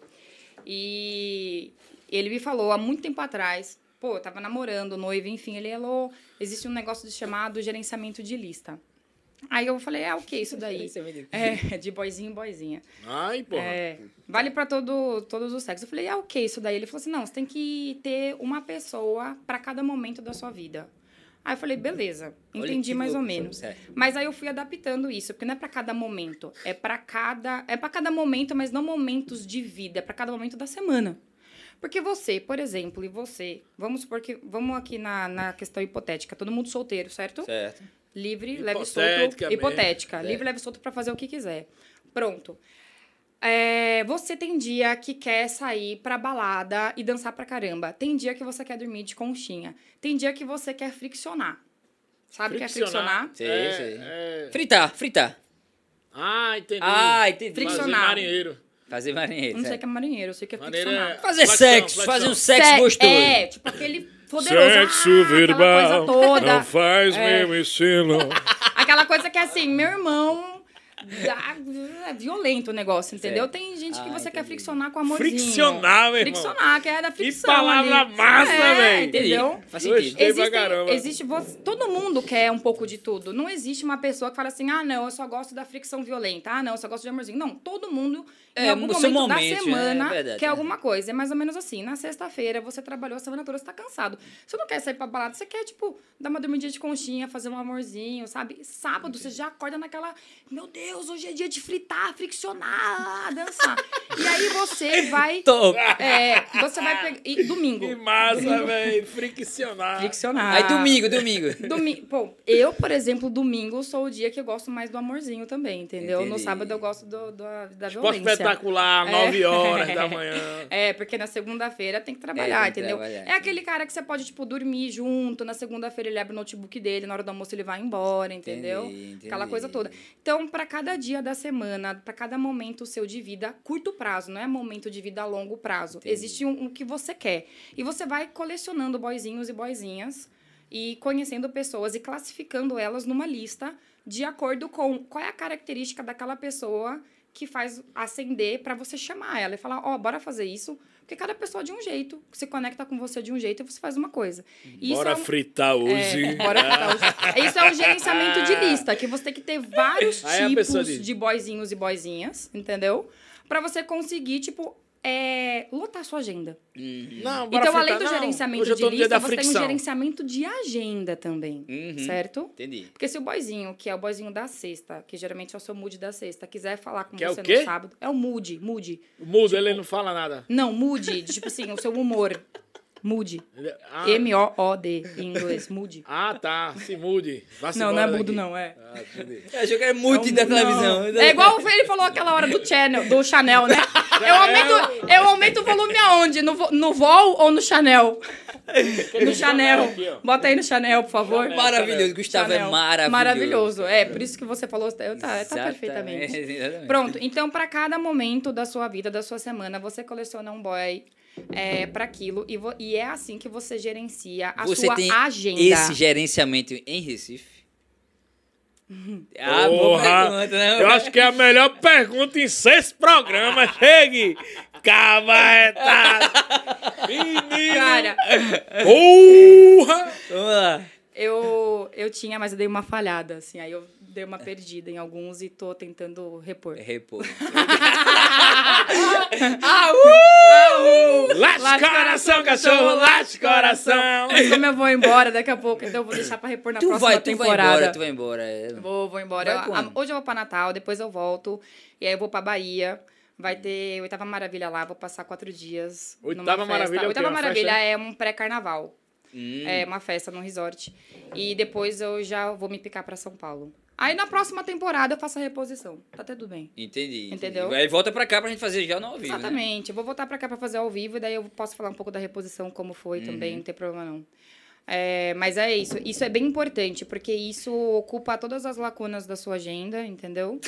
Speaker 4: E ele me falou há muito tempo atrás, pô, eu tava namorando, noivo, enfim, ele falou, existe um negócio chamado gerenciamento de lista. Aí eu falei, é o que isso daí? É, de boizinho em boizinha.
Speaker 2: Ai, porra.
Speaker 4: É, vale pra todo, todos os sexos. Eu falei, ah, o que isso daí? Ele falou assim, não, você tem que ter uma pessoa pra cada momento da sua vida. Aí eu falei, beleza,
Speaker 3: Olha
Speaker 4: entendi
Speaker 3: que
Speaker 4: mais ou
Speaker 3: louco,
Speaker 4: menos.
Speaker 3: sabe?
Speaker 4: Mas aí eu fui adaptando isso, porque não é pra cada momento, é pra cada, é para cada momento, mas não momentos de vida, é pra cada momento da semana. Porque você, por exemplo, e você, vamos supor que, vamos aqui na, na questão hipotética, todo mundo solteiro, certo? né?
Speaker 3: Certo.
Speaker 4: Livre, leve solto,
Speaker 2: Hipoteticamente.
Speaker 4: hipotética,
Speaker 3: Certo.
Speaker 4: livre, leve solto pra fazer o que quiser. Pronto. É, você tem dia que quer sair pra balada e dançar pra caramba. Tem dia que você quer dormir de conchinha. Tem dia que você quer friccionar. Sabe o que é friccionar?
Speaker 3: Sim,
Speaker 2: é,
Speaker 3: sim.
Speaker 2: é-
Speaker 3: Fritar, fritar.
Speaker 2: Ah, entendi.
Speaker 3: Ah, entendi.
Speaker 2: Fazer
Speaker 4: Friccionar.
Speaker 2: marinheiro.
Speaker 3: Fazer
Speaker 4: Eu
Speaker 3: marinheiro.
Speaker 4: não sei
Speaker 3: certo.
Speaker 4: o que é marinheiro, eu sei que é
Speaker 2: Marinheiro
Speaker 4: friccionar.
Speaker 2: é-
Speaker 3: Fazer
Speaker 2: Flexão,
Speaker 3: sexo,
Speaker 2: flexão.
Speaker 3: fazer um sexo
Speaker 4: Sé-
Speaker 3: gostoso.
Speaker 4: É, tipo aquele poderoso. ah, Aquela coisa toda.
Speaker 2: faz
Speaker 4: É.
Speaker 2: meu ensino.
Speaker 4: Aquela coisa que é assim, meu irmão. dá- é violento o negócio, entendeu?
Speaker 3: Certo.
Speaker 4: Tem gente que
Speaker 3: Ah,
Speaker 4: você quer
Speaker 3: entendi.
Speaker 4: friccionar com amorzinho.
Speaker 2: Friccionar, meu irmão.
Speaker 4: Friccionar, que é da
Speaker 2: Que
Speaker 4: fricção.
Speaker 2: palavra
Speaker 4: ali.
Speaker 2: massa,
Speaker 4: É,
Speaker 2: velho.
Speaker 3: Entendi.
Speaker 4: Entendeu?
Speaker 3: Faz sentido.
Speaker 2: Gostei pra
Speaker 4: Existem,
Speaker 2: caramba.
Speaker 4: existe você, todo mundo quer um pouco de tudo. Não existe uma pessoa que fala assim: "Ah, não, eu só gosto da fricção violenta. Ah, não, eu só gosto de amorzinho". Não, todo mundo em
Speaker 3: É,
Speaker 4: algum
Speaker 3: no seu
Speaker 4: momento,
Speaker 3: momento, é
Speaker 4: da semana
Speaker 3: verdade,
Speaker 4: quer
Speaker 3: é.
Speaker 4: alguma coisa. É mais ou menos assim. Na sexta-feira você trabalhou a semana toda, você tá cansado. Você não quer sair pra balada, você quer tipo dar uma dormidinha de conchinha, fazer um amorzinho, sabe? Sábado você já acorda naquela, meu Deus, hoje é dia de fritar, friccionar, dançar. e aí você vai
Speaker 3: Top.
Speaker 4: é, você vai pegar e domingo.
Speaker 2: Que massa, velho. Friccionar.
Speaker 4: Friccionar.
Speaker 3: Aí domingo, domingo.
Speaker 4: Domi Pô, eu, por exemplo, domingo sou o dia que eu gosto mais do amorzinho também, entendeu? No
Speaker 3: Entendi.
Speaker 4: sábado eu gosto do, do- da
Speaker 2: Esporte
Speaker 4: violência.
Speaker 2: espetacular,
Speaker 4: É.
Speaker 2: 9 horas da manhã.
Speaker 4: É, porque na segunda-feira tem que trabalhar,
Speaker 3: É, tem
Speaker 1: então,
Speaker 3: que
Speaker 4: entendeu?
Speaker 3: trabalhar,
Speaker 4: é aquele cara que você pode, tipo, dormir junto, na segunda-feira ele abre o notebook dele, na hora do almoço ele vai embora, entendeu?
Speaker 3: Entendi,
Speaker 4: Aquela coisa
Speaker 3: entendi.
Speaker 4: toda. Então, pra cada dia da semana, pra cada momento seu de vida, curto prazo, não é momento de vida a longo prazo.
Speaker 3: Entendi.
Speaker 4: Existe um, um que você quer. E você vai colecionando boizinhos e boizinhas e conhecendo pessoas e classificando elas numa lista de acordo com qual é a característica daquela pessoa que faz acender pra você chamar ela e falar, ó, bora fazer isso, porque cada pessoa é de um jeito, se conecta com você de um jeito e você faz uma coisa. E isso
Speaker 2: Bora
Speaker 4: é um-
Speaker 2: fritar hoje.
Speaker 4: é, bora fritar os- Isso é um gerenciamento de lista, que você tem que ter vários
Speaker 2: Aí a
Speaker 4: tipos
Speaker 2: pessoa diz-
Speaker 4: de boizinhos e boizinhas, entendeu? Pra você conseguir, tipo, é lotar sua agenda.
Speaker 2: Não, bora
Speaker 4: Então,
Speaker 2: fritar.
Speaker 4: além do
Speaker 2: Não, hoje
Speaker 4: gerenciamento
Speaker 2: eu
Speaker 4: de
Speaker 2: tô no dia
Speaker 4: lista,
Speaker 2: da
Speaker 4: você tem um
Speaker 2: fricção.
Speaker 4: gerenciamento de agenda também,
Speaker 3: Uhum.
Speaker 4: certo?
Speaker 3: Entendi.
Speaker 4: Porque se o boyzinho, que é o boyzinho da sexta, que geralmente é o seu mood da sexta, quiser falar com
Speaker 2: Que é o
Speaker 4: você
Speaker 2: quê?
Speaker 4: no sábado, é o mood, mood.
Speaker 2: Muda, ele não fala nada.
Speaker 4: Não, mood, de, tipo assim, o seu humor. Mood.
Speaker 2: Ele- Ah,
Speaker 4: M-O-O-D em inglês, mood.
Speaker 2: ah, tá. Se mude. Vá-se
Speaker 4: Não, não é
Speaker 2: embora
Speaker 4: mudo,
Speaker 2: daqui.
Speaker 4: não, é.
Speaker 2: Ah, entendi.
Speaker 1: Eu achei que era multi
Speaker 4: Não,
Speaker 1: da
Speaker 4: não.
Speaker 1: televisão.
Speaker 4: É igual ele falou aquela hora do Chanel, do Chanel, né? Eu aumento, eu aumento o volume aonde? No, vo- no Vol ou no Chanel? No Chanel.
Speaker 2: aqui, ó.
Speaker 4: Bota aí no Chanel, por favor.
Speaker 1: Maravilhoso, Gustavo é
Speaker 4: Chanel.
Speaker 1: maravilhoso.
Speaker 4: Maravilhoso. É, por isso que você falou, tá, tá perfeitamente.
Speaker 1: Exatamente.
Speaker 4: Pronto, então para cada momento da sua vida, da sua semana, você coleciona um boy é, para aquilo e, vo- e é assim que você gerencia a
Speaker 1: Você
Speaker 4: sua
Speaker 1: tem
Speaker 4: agenda.
Speaker 1: Esse gerenciamento em Recife? Ah, boa
Speaker 2: Porra!
Speaker 1: pergunta, né?
Speaker 2: Eu acho que é a melhor pergunta em seis programas. Chegue! é, tá. Cabarretado! Menino!
Speaker 4: Cara,
Speaker 2: Porra!
Speaker 1: Vamos lá.
Speaker 4: eu, eu tinha, mas eu dei uma falhada, assim, aí eu dei uma perdida em alguns e tô tentando repor.
Speaker 1: Repor.
Speaker 2: Late coração, cachorro! Late coração!
Speaker 4: Mas como eu vou embora daqui a pouco, então eu vou deixar pra repor na
Speaker 1: Tu
Speaker 4: próxima
Speaker 1: vai, tu vai
Speaker 4: temporada.
Speaker 1: embora, tu vai embora. é.
Speaker 4: Vou, vou embora.
Speaker 1: Vai
Speaker 4: Eu-
Speaker 1: quando?
Speaker 4: a- hoje eu vou pra Natal, depois eu volto. E aí eu vou pra Bahia.
Speaker 1: Hum.
Speaker 4: Vai ter Oitava Maravilha lá, vou passar quatro dias. numa
Speaker 2: Oitava
Speaker 4: festa.
Speaker 2: Maravilha é o quê?
Speaker 4: Oitava
Speaker 2: Uma
Speaker 4: Maravilha
Speaker 2: festa?
Speaker 4: é um pré-carnaval.
Speaker 1: Hum.
Speaker 4: É uma festa num resort. E depois eu já vou me picar pra São Paulo. Aí na próxima temporada eu faço a reposição. Tá tudo bem.
Speaker 1: Entendi. entendi.
Speaker 4: Entendeu?
Speaker 1: Aí volta pra cá pra gente fazer já no ao vivo, né?
Speaker 4: Exatamente. Eu vou voltar pra cá pra fazer ao vivo e daí eu posso falar um pouco da reposição, como foi
Speaker 1: Uhum.
Speaker 4: também, não tem problema não. É, mas é isso. Isso é bem importante, porque isso ocupa todas as lacunas da sua agenda, entendeu?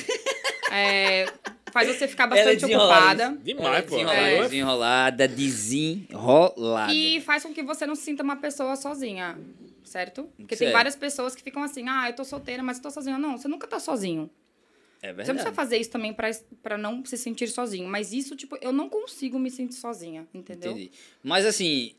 Speaker 4: É, faz você ficar
Speaker 1: é
Speaker 4: bastante
Speaker 1: desenrolada,
Speaker 4: ocupada. É.
Speaker 2: Demais, pô.
Speaker 1: Desenrolada, desenrolada, desenrolada. É
Speaker 4: E faz com que você não se sinta uma pessoa sozinha, certo? Porque tem
Speaker 1: Certo.
Speaker 4: várias pessoas que ficam assim, ah, eu tô solteira, mas eu tô sozinha. Não, você nunca tá sozinho.
Speaker 1: É
Speaker 4: Você não
Speaker 1: verdade.
Speaker 4: precisa fazer isso também pra- pra não se sentir sozinho. Mas isso, tipo, eu não consigo me sentir sozinha, entendeu?
Speaker 1: Entendi. Mas assim,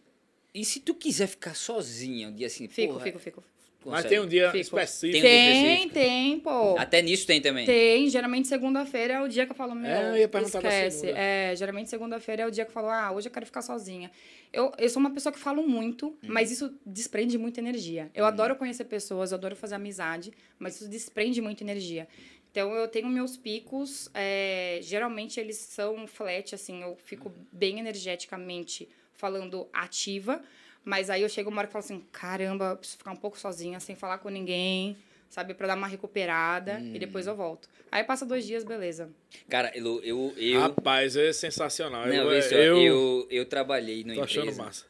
Speaker 1: e se tu quiser ficar sozinha um dia assim,
Speaker 4: Fico,
Speaker 1: porra,
Speaker 4: fico, fico.
Speaker 2: Mas
Speaker 1: consegue?
Speaker 2: tem um dia
Speaker 4: Fico.
Speaker 2: específico.
Speaker 1: Tem um dia
Speaker 4: Tem,
Speaker 1: específico?
Speaker 4: tem, pô.
Speaker 1: Até nisso tem também.
Speaker 4: Tem, geralmente segunda-feira é o dia que eu falo, meu,
Speaker 2: É, eu ia perguntar da
Speaker 4: esquece.
Speaker 2: segunda.
Speaker 4: É, geralmente segunda-feira é o dia que eu falo, ah, hoje eu quero ficar sozinha. Eu, eu sou uma pessoa que falo muito,
Speaker 2: Uhum.
Speaker 4: mas isso desprende muita energia. Eu adoro conhecer pessoas, eu adoro fazer amizade, mas isso desprende muita energia. Então, eu tenho meus picos, é, geralmente eles são flat, assim, eu fico
Speaker 2: Uhum.
Speaker 4: bem energeticamente falando ativa, mas aí eu chego uma hora que eu falo assim, caramba, eu preciso ficar um pouco sozinha, sem falar com ninguém, sabe, pra dar uma recuperada, e depois
Speaker 2: Uhum.
Speaker 4: eu volto. Aí passa dois dias, beleza.
Speaker 1: Cara, eu. eu, eu
Speaker 2: Rapaz, é sensacional.
Speaker 1: um não,
Speaker 2: eu,
Speaker 1: vê só,
Speaker 2: eu,
Speaker 1: eu, eu trabalhei numa
Speaker 2: tô achando
Speaker 1: empresa
Speaker 2: massa.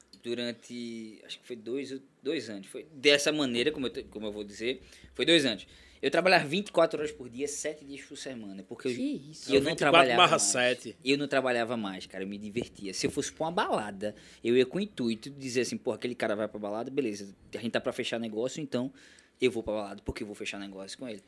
Speaker 1: durante. Acho que foi dois, dois anos. Foi dessa maneira, como eu, te- como eu vou dizer. Foi dois anos. Eu trabalhava 24 horas por dia, 7 dias por semana. Porque eu,
Speaker 4: Que isso?
Speaker 1: e eu não
Speaker 2: 24
Speaker 1: trabalhava.
Speaker 2: barra
Speaker 1: mais.
Speaker 2: sete.
Speaker 1: Eu não trabalhava mais, cara. Eu me divertia. Se eu fosse pra uma balada, eu ia com o intuito de dizer assim, pô, aquele cara vai pra balada, beleza. A gente tá pra fechar negócio, então eu vou pra balada porque eu vou fechar negócio com ele.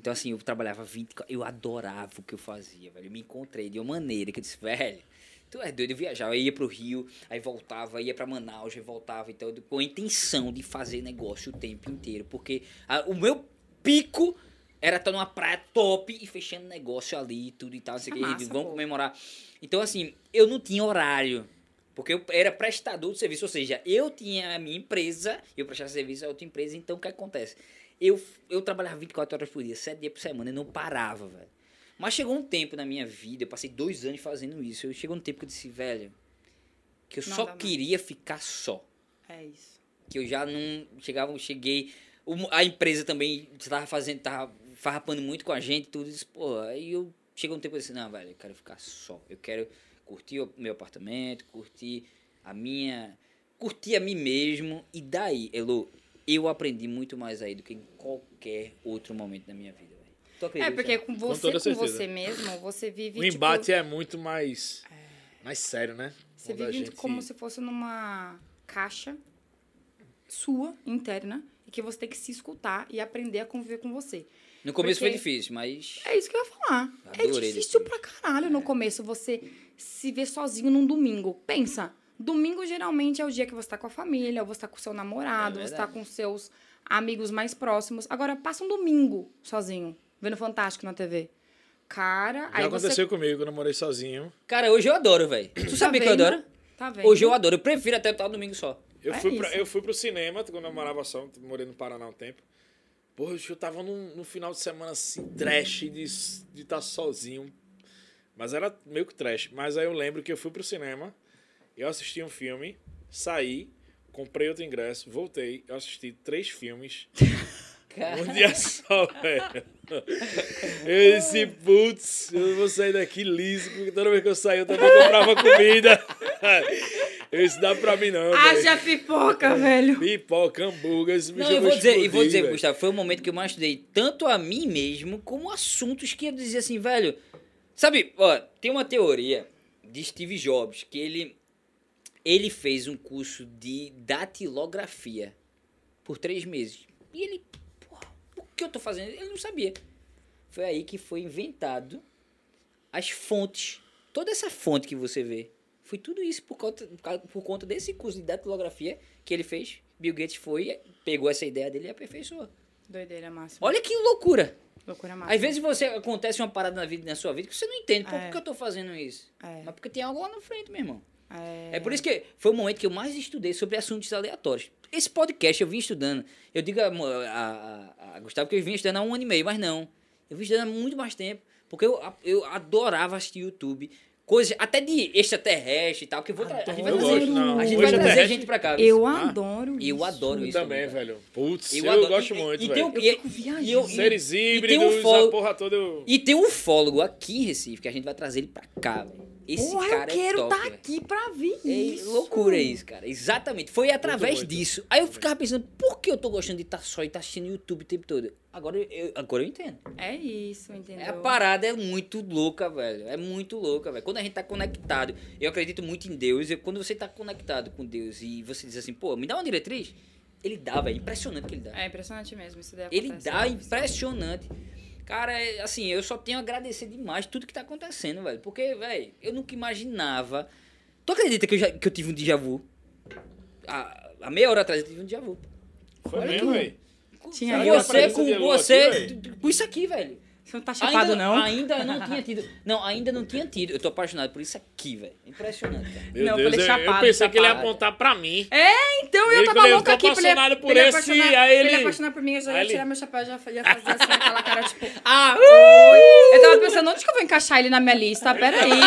Speaker 1: Então, assim, eu trabalhava 20. Eu adorava o que eu fazia, velho. Eu me encontrei de uma maneira que eu disse, velho. Tu é doido, eu viajava, eu ia pro Rio, aí voltava, ia pra Manaus, aí voltava, então, eu- com a intenção de fazer negócio o tempo inteiro, porque a- o meu pico era estar numa praia top e fechando negócio ali e tudo e tal, não sei o
Speaker 4: É
Speaker 1: que,
Speaker 4: massa,
Speaker 1: Redundo, vamos
Speaker 4: pô.
Speaker 1: comemorar. Então, assim, eu não tinha horário, porque eu era prestador de serviço, ou seja, eu tinha a minha empresa, eu prestava serviço a outra empresa, então o que acontece? Eu, eu trabalhava 24 horas por dia, 7 dias por semana, eu não parava, velho. Mas chegou um tempo na minha vida, eu passei dois anos fazendo isso, eu chegou um tempo que eu disse, velho, que eu
Speaker 4: Não
Speaker 1: só
Speaker 4: dá mais.
Speaker 1: queria ficar só
Speaker 4: É isso.
Speaker 1: que eu já não chegava, cheguei. o- a empresa também estava fazendo, tava farrapando muito com a gente, tudo isso, pô. Aí eu chegou um tempo assim, não, velho, eu quero ficar só. Eu quero curtir o meu apartamento, curtir a minha. curtir a mim mesmo. E daí, Elo, eu aprendi muito mais aí do que em qualquer outro momento da minha vida, velho. Tu
Speaker 4: É,
Speaker 1: acredita?
Speaker 4: porque com você,
Speaker 2: toda
Speaker 4: com,
Speaker 2: certeza.
Speaker 4: você mesmo, você vive.
Speaker 2: O
Speaker 4: tipo,
Speaker 2: embate é muito mais. Mais sério, né?
Speaker 4: É. Você
Speaker 2: Quando a
Speaker 4: vive
Speaker 2: gente-
Speaker 4: como se fosse numa caixa sua, interna, e que você tem que se escutar e aprender a conviver com você.
Speaker 1: No começo foi
Speaker 4: porque-
Speaker 1: difícil, mas.
Speaker 4: É isso que eu ia falar. é
Speaker 1: Adorei
Speaker 4: difícil
Speaker 1: esse
Speaker 4: pra caralho no começo você se ver sozinho num domingo. Pensa, domingo geralmente é o dia que você tá com a família, ou você tá com o seu namorado,
Speaker 1: É
Speaker 4: você tá
Speaker 1: verdade.
Speaker 4: com seus amigos mais próximos. Agora, passa um domingo sozinho, vendo Fantástico na TV.
Speaker 2: Já
Speaker 4: cara. aí
Speaker 2: aconteceu comigo, eu namorei sozinho.
Speaker 1: Cara, hoje eu adoro, velho. Tu
Speaker 4: Você...
Speaker 1: sabia
Speaker 4: tá
Speaker 1: que eu
Speaker 4: vendo?
Speaker 1: adoro?
Speaker 4: Tá vendo?
Speaker 1: Hoje eu adoro. Eu prefiro até estar domingo só.
Speaker 2: Eu,
Speaker 4: É
Speaker 2: fui pra,
Speaker 4: isso.
Speaker 2: eu fui pro cinema, quando eu morava só, morei no Paraná um tempo. Porra, eu tava num, num final de semana assim, trash, de estar de tá sozinho. Mas era meio que trash. Mas aí eu lembro que eu fui pro cinema, eu assisti um filme, saí, comprei outro ingresso, voltei, eu assisti três filmes. Um dia só, velho. Eu disse, putz, eu vou sair daqui liso, porque toda vez que eu saí eu também comprava comida. Eu disse, dá pra mim não, velho.
Speaker 4: Haja
Speaker 1: É.
Speaker 4: pipoca, velho.
Speaker 2: Pipoca, hambúrguer, esse bicho
Speaker 1: Não, eu
Speaker 2: eu
Speaker 1: vou dizer,
Speaker 2: explodir,
Speaker 1: e vou dizer,
Speaker 2: velho.
Speaker 1: Gustavo, foi o momento que eu mais estudei tanto a mim mesmo como assuntos que eu dizia assim, velho. Sabe, ó, tem uma teoria de Steve Jobs que ele ele fez um curso de datilografia por três meses. E ele, porra, o que eu tô fazendo? Ele não sabia. Foi aí que foi inventado as fontes. Toda essa fonte que você vê. Foi tudo isso por conta, por causa- por conta desse curso de datilografia que ele fez. Bill Gates foi, pegou essa ideia dele e aperfeiçoou.
Speaker 4: Doideira máxima.
Speaker 1: Olha que loucura!
Speaker 4: Loucura máxima.
Speaker 1: Às vezes você acontece uma parada na, vida, na sua vida que você não entende por
Speaker 4: É.
Speaker 1: que eu tô fazendo isso.
Speaker 4: É.
Speaker 1: Mas porque tem algo lá na frente, meu irmão.
Speaker 4: É...
Speaker 1: É por isso que foi o momento que eu mais estudei sobre assuntos aleatórios. Esse podcast eu vim estudando. Eu digo a, a- a- a Gustavo que eu vim estudando há um ano e meio, mas não. Eu vim estudando há muito mais tempo. Porque eu, eu adorava assistir YouTube. Coisas até de extraterrestre e tal. Que eu vou tra- a gente vai
Speaker 2: Eu
Speaker 1: trazer,
Speaker 2: gosto, não.
Speaker 1: a gente
Speaker 2: O
Speaker 1: vai trazer
Speaker 2: extraterrestre-
Speaker 1: gente pra cá. viu?
Speaker 4: Eu
Speaker 2: Ah,
Speaker 4: adoro
Speaker 1: eu
Speaker 4: isso.
Speaker 1: adoro
Speaker 2: Eu
Speaker 1: isso.
Speaker 2: também, velho. Putz, eu,
Speaker 1: adoro-
Speaker 2: gosto
Speaker 1: e-
Speaker 2: muito,
Speaker 1: e,
Speaker 2: velho.
Speaker 1: Tem,
Speaker 4: Eu fico
Speaker 1: um- e, e eu, e,
Speaker 2: Seres híbridos,
Speaker 1: um fólogo-
Speaker 2: a porra toda. Eu...
Speaker 1: e tem um ufólogo aqui em Recife que a gente vai trazer ele pra cá, velho. Esse
Speaker 4: Porra,
Speaker 1: cara
Speaker 4: eu quero
Speaker 1: é top,
Speaker 4: estar
Speaker 1: velho.
Speaker 4: aqui pra ver
Speaker 1: É
Speaker 4: isso.
Speaker 1: loucura isso, cara. Exatamente. Foi através
Speaker 2: doido.
Speaker 1: disso. Aí eu ficava pensando, por que eu tô gostando de estar só e estar assistindo YouTube o tempo todo? Agora eu, agora eu entendo.
Speaker 4: É isso, entendeu?
Speaker 1: É, a parada é muito louca, velho. É muito louca, velho. Quando a gente tá conectado, eu acredito muito em Deus. E quando você tá conectado com Deus e você diz assim, pô, me dá uma diretriz, ele dá, velho. Impressionante que ele dá.
Speaker 4: É impressionante mesmo, isso daí
Speaker 1: Ele
Speaker 4: acontece
Speaker 1: dá
Speaker 4: muito.
Speaker 1: impressionante. Cara, é, assim, eu só tenho a agradecer demais tudo que tá acontecendo, velho. Porque, velho, eu nunca imaginava. Tu acredita que eu, já, que eu tive um déjà vu? Há, há meia hora atrás eu tive um déjà vu.
Speaker 2: Foi
Speaker 1: Olha
Speaker 2: mesmo,
Speaker 1: tudo.
Speaker 2: velho.
Speaker 1: Com
Speaker 4: Tinha
Speaker 1: com
Speaker 4: eu.
Speaker 1: você,
Speaker 2: Aparece
Speaker 1: com
Speaker 2: de lua aqui,
Speaker 1: você,
Speaker 2: velho.
Speaker 1: tu- tu- com isso aqui, velho.
Speaker 4: Você não tá chapado,
Speaker 1: Ainda,
Speaker 4: não?
Speaker 1: ainda não tinha tido. Não, ainda não tinha tido. Eu tô apaixonado por isso aqui, velho. Impressionante, cara.
Speaker 2: Meu
Speaker 4: Não, eu
Speaker 2: Deus,
Speaker 4: falei
Speaker 2: eu, eu
Speaker 4: chapado,
Speaker 2: pensei que ele ia
Speaker 4: chapado.
Speaker 2: apontar pra mim.
Speaker 1: É,
Speaker 4: Então eu
Speaker 2: Ele
Speaker 4: tava
Speaker 2: falou, eu
Speaker 4: louca
Speaker 2: tô
Speaker 4: aqui pra ele,
Speaker 2: apaixonado por
Speaker 4: pra ele
Speaker 2: esse,
Speaker 4: apaixonar,
Speaker 2: aí
Speaker 4: pra
Speaker 2: ele-
Speaker 4: apaixonar por mim, eu já
Speaker 2: aí
Speaker 4: ia
Speaker 2: ele-
Speaker 1: é
Speaker 4: tirar meu chapéu, já ia fazer assim, aquela cara, tipo...
Speaker 1: Ah!
Speaker 4: Eu tava pensando, onde que eu vou encaixar ele na minha lista? Peraí.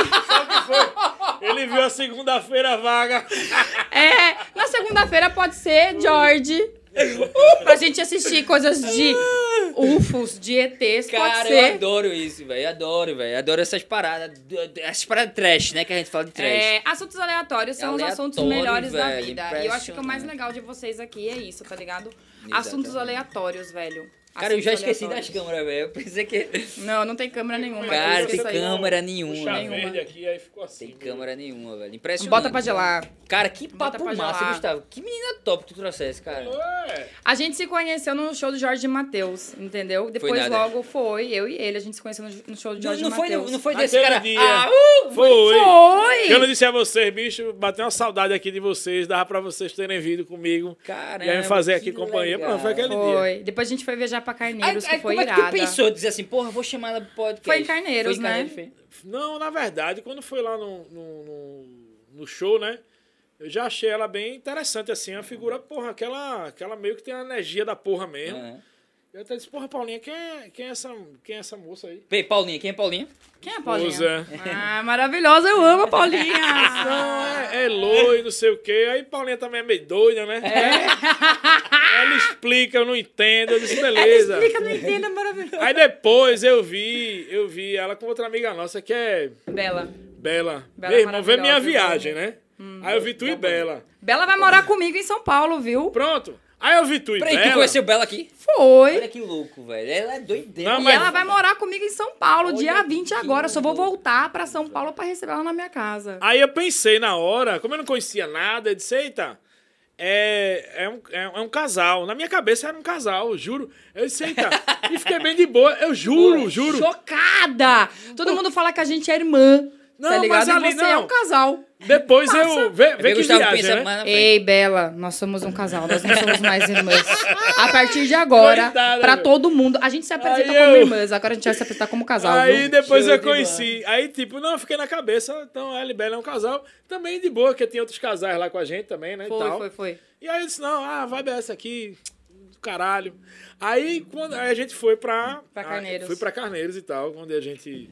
Speaker 2: Ele viu a segunda-feira vaga.
Speaker 4: É, na segunda-feira pode ser, George. Pra gente assistir coisas de UFOs, de ETs, pode
Speaker 1: Ah. Cara, eu
Speaker 4: ser.
Speaker 1: adoro isso, velho. Eu Adoro, velho. Eu Adoro essas paradas. Essas paradas trash, né? Que a gente fala de trash.
Speaker 4: É, assuntos aleatórios são os assuntos
Speaker 1: Aleatório,
Speaker 4: melhores da
Speaker 1: velho,
Speaker 4: vida. E eu acho que o mais
Speaker 1: impressionante.
Speaker 4: legal de vocês aqui é isso, tá ligado?
Speaker 1: Exatamente.
Speaker 4: Assuntos aleatórios, velho.
Speaker 1: Cara, eu já
Speaker 4: Assuntos
Speaker 1: esqueci
Speaker 4: aleatórios.
Speaker 1: das câmeras, velho. Eu pensei que.
Speaker 4: Não, não tem câmera nenhuma.
Speaker 1: Cara,
Speaker 2: é
Speaker 4: eu
Speaker 1: tem
Speaker 4: esqueço aí.
Speaker 1: câmera
Speaker 2: O
Speaker 1: nenhuma.
Speaker 2: chá
Speaker 1: velho.
Speaker 2: verde aqui, aí ficou assim.
Speaker 1: Tem
Speaker 2: viu?
Speaker 1: câmera nenhuma, velho. Impressionante.
Speaker 4: Bota pra gelar.
Speaker 1: Cara, que
Speaker 4: Bota
Speaker 1: papo
Speaker 4: pra
Speaker 1: massa,
Speaker 4: gelar.
Speaker 1: Gustavo. Que menina top que tu trouxesse, cara.
Speaker 2: Ué,
Speaker 4: A gente se conheceu no show do Jorge Matheus, entendeu? Depois
Speaker 1: nada. logo
Speaker 4: logo foi, eu e ele, a gente se conheceu no show
Speaker 1: Não,
Speaker 4: do Jorge
Speaker 1: não foi,
Speaker 4: Matheus.
Speaker 1: não foi desse
Speaker 2: Aquele
Speaker 1: cara.
Speaker 2: dia.
Speaker 1: Ah, uh!
Speaker 2: Foi.
Speaker 4: Foi!
Speaker 2: Eu não disse a vocês, bicho, bateu uma saudade aqui de vocês, dava pra vocês terem vindo comigo.
Speaker 1: Caramba,
Speaker 2: e aí me fazer
Speaker 1: que
Speaker 2: aqui companhia.
Speaker 1: legal.
Speaker 2: Pronto, foi aquele dia.
Speaker 4: Foi. Depois a gente foi viajar pra
Speaker 1: Aí,
Speaker 4: Carneiros,
Speaker 1: aí,
Speaker 4: que foi
Speaker 1: como
Speaker 4: irada.
Speaker 1: é que tu pensou? Dizer assim, porra, vou chamar ela pro podcast.
Speaker 4: Foi em Carneiros,
Speaker 1: Foi em
Speaker 4: né?
Speaker 1: foi.
Speaker 2: Não, na verdade, quando foi lá no, no, no- no show, né? Eu já achei ela bem interessante, assim, a figura, porra, aquela, aquela meio que tem a energia da porra mesmo.
Speaker 1: Aham.
Speaker 2: Eu até disse, porra, Paulinha, quem é, quem é, essa, quem é essa moça aí?
Speaker 1: Vem, Paulinha, quem é Paulinha?
Speaker 4: Quem é a Paulinha?
Speaker 2: Moça.
Speaker 4: Ah, maravilhosa, eu amo a Paulinha!
Speaker 2: Não, é, é loiro, não sei o quê. Aí Paulinha também é meio doida, né?
Speaker 4: É.
Speaker 2: Ela explica, eu não entendo. Eu disse, beleza.
Speaker 4: Fica não entendo, é maravilhosa.
Speaker 2: Aí depois eu vi, eu vi ela com outra amiga nossa que é
Speaker 4: Bela.
Speaker 2: Bela.
Speaker 4: Bela
Speaker 2: Meu irmão, vê
Speaker 4: maravilhosa, Hum.
Speaker 2: minha
Speaker 4: eu
Speaker 2: viagem, né? Aí eu vi tu e Bela.
Speaker 4: Bela vai morar comigo em São Paulo, viu?
Speaker 2: Pronto. Aí eu vi tu e
Speaker 1: Peraí, tu
Speaker 2: Bela.
Speaker 1: conheceu Bela aqui? Olha
Speaker 4: Foi.
Speaker 1: que louco, velho. Ela é doideira.
Speaker 2: Não,
Speaker 4: E
Speaker 2: mas-
Speaker 4: ela vai morar comigo em São Paulo,
Speaker 1: Olha
Speaker 4: dia 20
Speaker 1: que
Speaker 4: agora. Eu só vou
Speaker 1: louco.
Speaker 4: voltar pra São Paulo pra receber ela na minha casa.
Speaker 2: Aí eu pensei na hora, como eu não conhecia nada, eu disse, eita, é, é, um, é, é um casal. Na minha cabeça era um casal, eu juro. Eu disse, eita, e fiquei bem de boa, eu Ah, juro, juro.
Speaker 4: Chocada! Todo mundo fala que a gente é irmã.
Speaker 2: Não,
Speaker 4: tá ligado?
Speaker 2: mas ali
Speaker 4: e você é
Speaker 2: não.
Speaker 4: um casal.
Speaker 2: Depois eu... Vê, vê
Speaker 1: Porque
Speaker 2: que
Speaker 1: Gustavo
Speaker 2: viagem,
Speaker 1: pensa
Speaker 2: né?
Speaker 1: mais na frente.
Speaker 4: Ei, Bela, nós somos um casal, nós não somos mais irmãs. A partir de agora,
Speaker 2: Coitada,
Speaker 4: pra
Speaker 2: velho.
Speaker 4: todo mundo, a gente se apresenta
Speaker 2: Aí
Speaker 4: como
Speaker 2: eu-
Speaker 4: irmãs, agora a gente vai se apresentar como casal.
Speaker 2: Aí
Speaker 4: viu?
Speaker 2: depois
Speaker 9: Show
Speaker 2: eu
Speaker 9: de
Speaker 2: conheci. Aí, tipo, não, eu fiquei na cabeça. Então, a Bela é um casal. Também de boa, porque tem outros casais lá com a gente também, né? e
Speaker 4: Foi,
Speaker 2: tal.
Speaker 4: foi, foi.
Speaker 2: E aí eu disse, não, ah, vai essa aqui, do caralho. Aí, quando, aí a gente foi pra...
Speaker 4: Pra Carneiros.
Speaker 2: Ah, Fui pra Carneiros e tal, onde a gente...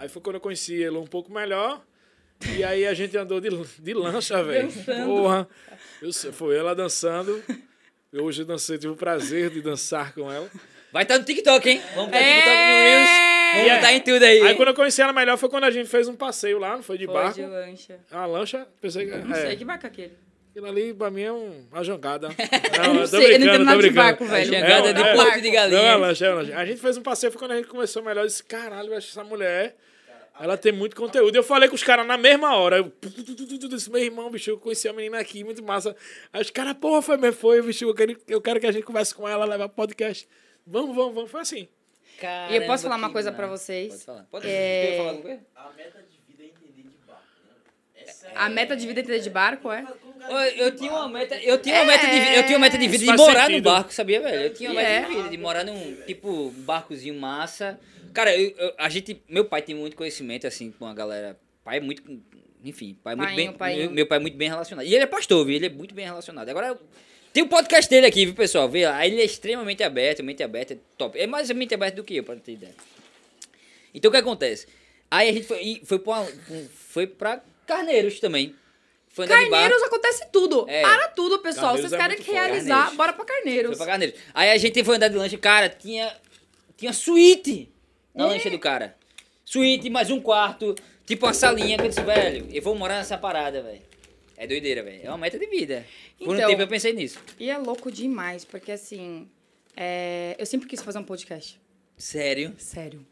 Speaker 2: Aí foi quando eu conheci ele um pouco melhor. E aí a gente andou de, de lancha, velho. Porra. Eu, sei, foi ela dançando. Eu hoje dancei, tive o prazer de dançar com ela.
Speaker 1: Vai estar no TikTok, hein? Vamos estar no TikTok no Reels.
Speaker 4: É...
Speaker 1: Vamos
Speaker 2: É.
Speaker 1: estar em tudo aí.
Speaker 2: Aí
Speaker 1: hein?
Speaker 2: quando eu conheci ela melhor foi quando a gente fez um passeio lá, não foi de
Speaker 4: Foi
Speaker 2: barco.
Speaker 4: de lancha.
Speaker 2: A lancha, pensei que.
Speaker 4: Não sei,
Speaker 2: É,
Speaker 4: que barco é aquele?
Speaker 2: aquilo ali pra mim é um- uma jangada. Não,
Speaker 4: Eu
Speaker 2: eu
Speaker 4: não
Speaker 2: tô
Speaker 4: sei, eu não
Speaker 2: brincando,
Speaker 4: entendo
Speaker 2: tô
Speaker 4: nada de
Speaker 2: brincando.
Speaker 4: barco, velho.
Speaker 1: Jangada
Speaker 2: É,
Speaker 1: de
Speaker 2: é.
Speaker 1: porco de
Speaker 2: Não, é
Speaker 1: galinha.
Speaker 2: uma lancha, é uma lancha. A gente fez um passeio, foi quando a gente começou melhor. Eu disse, caralho, eu acho essa mulher. Ela tem muito conteúdo. Eu falei com os caras na mesma hora. Eu disse, meu irmão, bicho, eu conheci a menina aqui, muito massa. Aí os caras, porra, foi mesmo, foi, bicho, eu quero, eu quero que a gente converse com ela, levar podcast. Vamos, vamos, vamos. Foi assim.
Speaker 4: E eu posso
Speaker 1: Caramba,
Speaker 4: falar uma
Speaker 1: que
Speaker 4: coisa pra
Speaker 1: massa. Pode
Speaker 4: vocês?
Speaker 1: falar. Pode
Speaker 4: É.
Speaker 1: Quer falar alguma coisa?
Speaker 9: A meta de vida é entender de barco, né? Essa
Speaker 4: A meta de vida é entender de barco, é?
Speaker 1: Eu, eu tinha uma meta, eu tinha uma meta de vida, eu tinha uma meta de vida de
Speaker 2: faz
Speaker 1: morar
Speaker 2: sentido.
Speaker 1: no barco, sabia, velho? Eu tinha uma meta
Speaker 4: É.
Speaker 1: de vida de morar num tipo um barcozinho massa. Cara, eu- eu- a gente, meu pai tem muito conhecimento assim com a galera. Pai é muito, com- enfim, pai é muito
Speaker 4: Painho,
Speaker 1: bem,
Speaker 4: painho.
Speaker 1: Meu, meu pai é muito bem relacionado. E ele é pastor, viu? Ele é muito bem relacionado. Agora tem o podcast dele aqui, viu, pessoal? Vê lá, ele é extremamente aberto, mente aberta, é top. É mais mente aberta do que eu, pra ter ideia. Então o que acontece? Aí a gente foi, e foi pra, foi pra Carneiros também. Foi andar de barco.
Speaker 4: Carneiros acontece tudo.
Speaker 1: É.
Speaker 4: Para tudo, pessoal.
Speaker 2: Carneiros
Speaker 4: Vocês
Speaker 2: é
Speaker 4: querem
Speaker 2: muito foda.
Speaker 4: realizar,
Speaker 1: Carneiros.
Speaker 4: bora pra Carneiros.
Speaker 1: Foi pra Carneiro. Aí a gente foi andar de lancha, cara, tinha, tinha suíte
Speaker 4: É?
Speaker 1: na lancha do cara. Suíte, mais um quarto, tipo uma salinha. Que eu disse, velho, eu vou morar nessa parada, velho. É doideira, velho. É uma meta de vida. Por
Speaker 4: Então-
Speaker 1: um tempo eu pensei nisso.
Speaker 4: E é louco demais, porque assim, é, eu sempre quis fazer um podcast.
Speaker 1: Sério?
Speaker 4: Sério.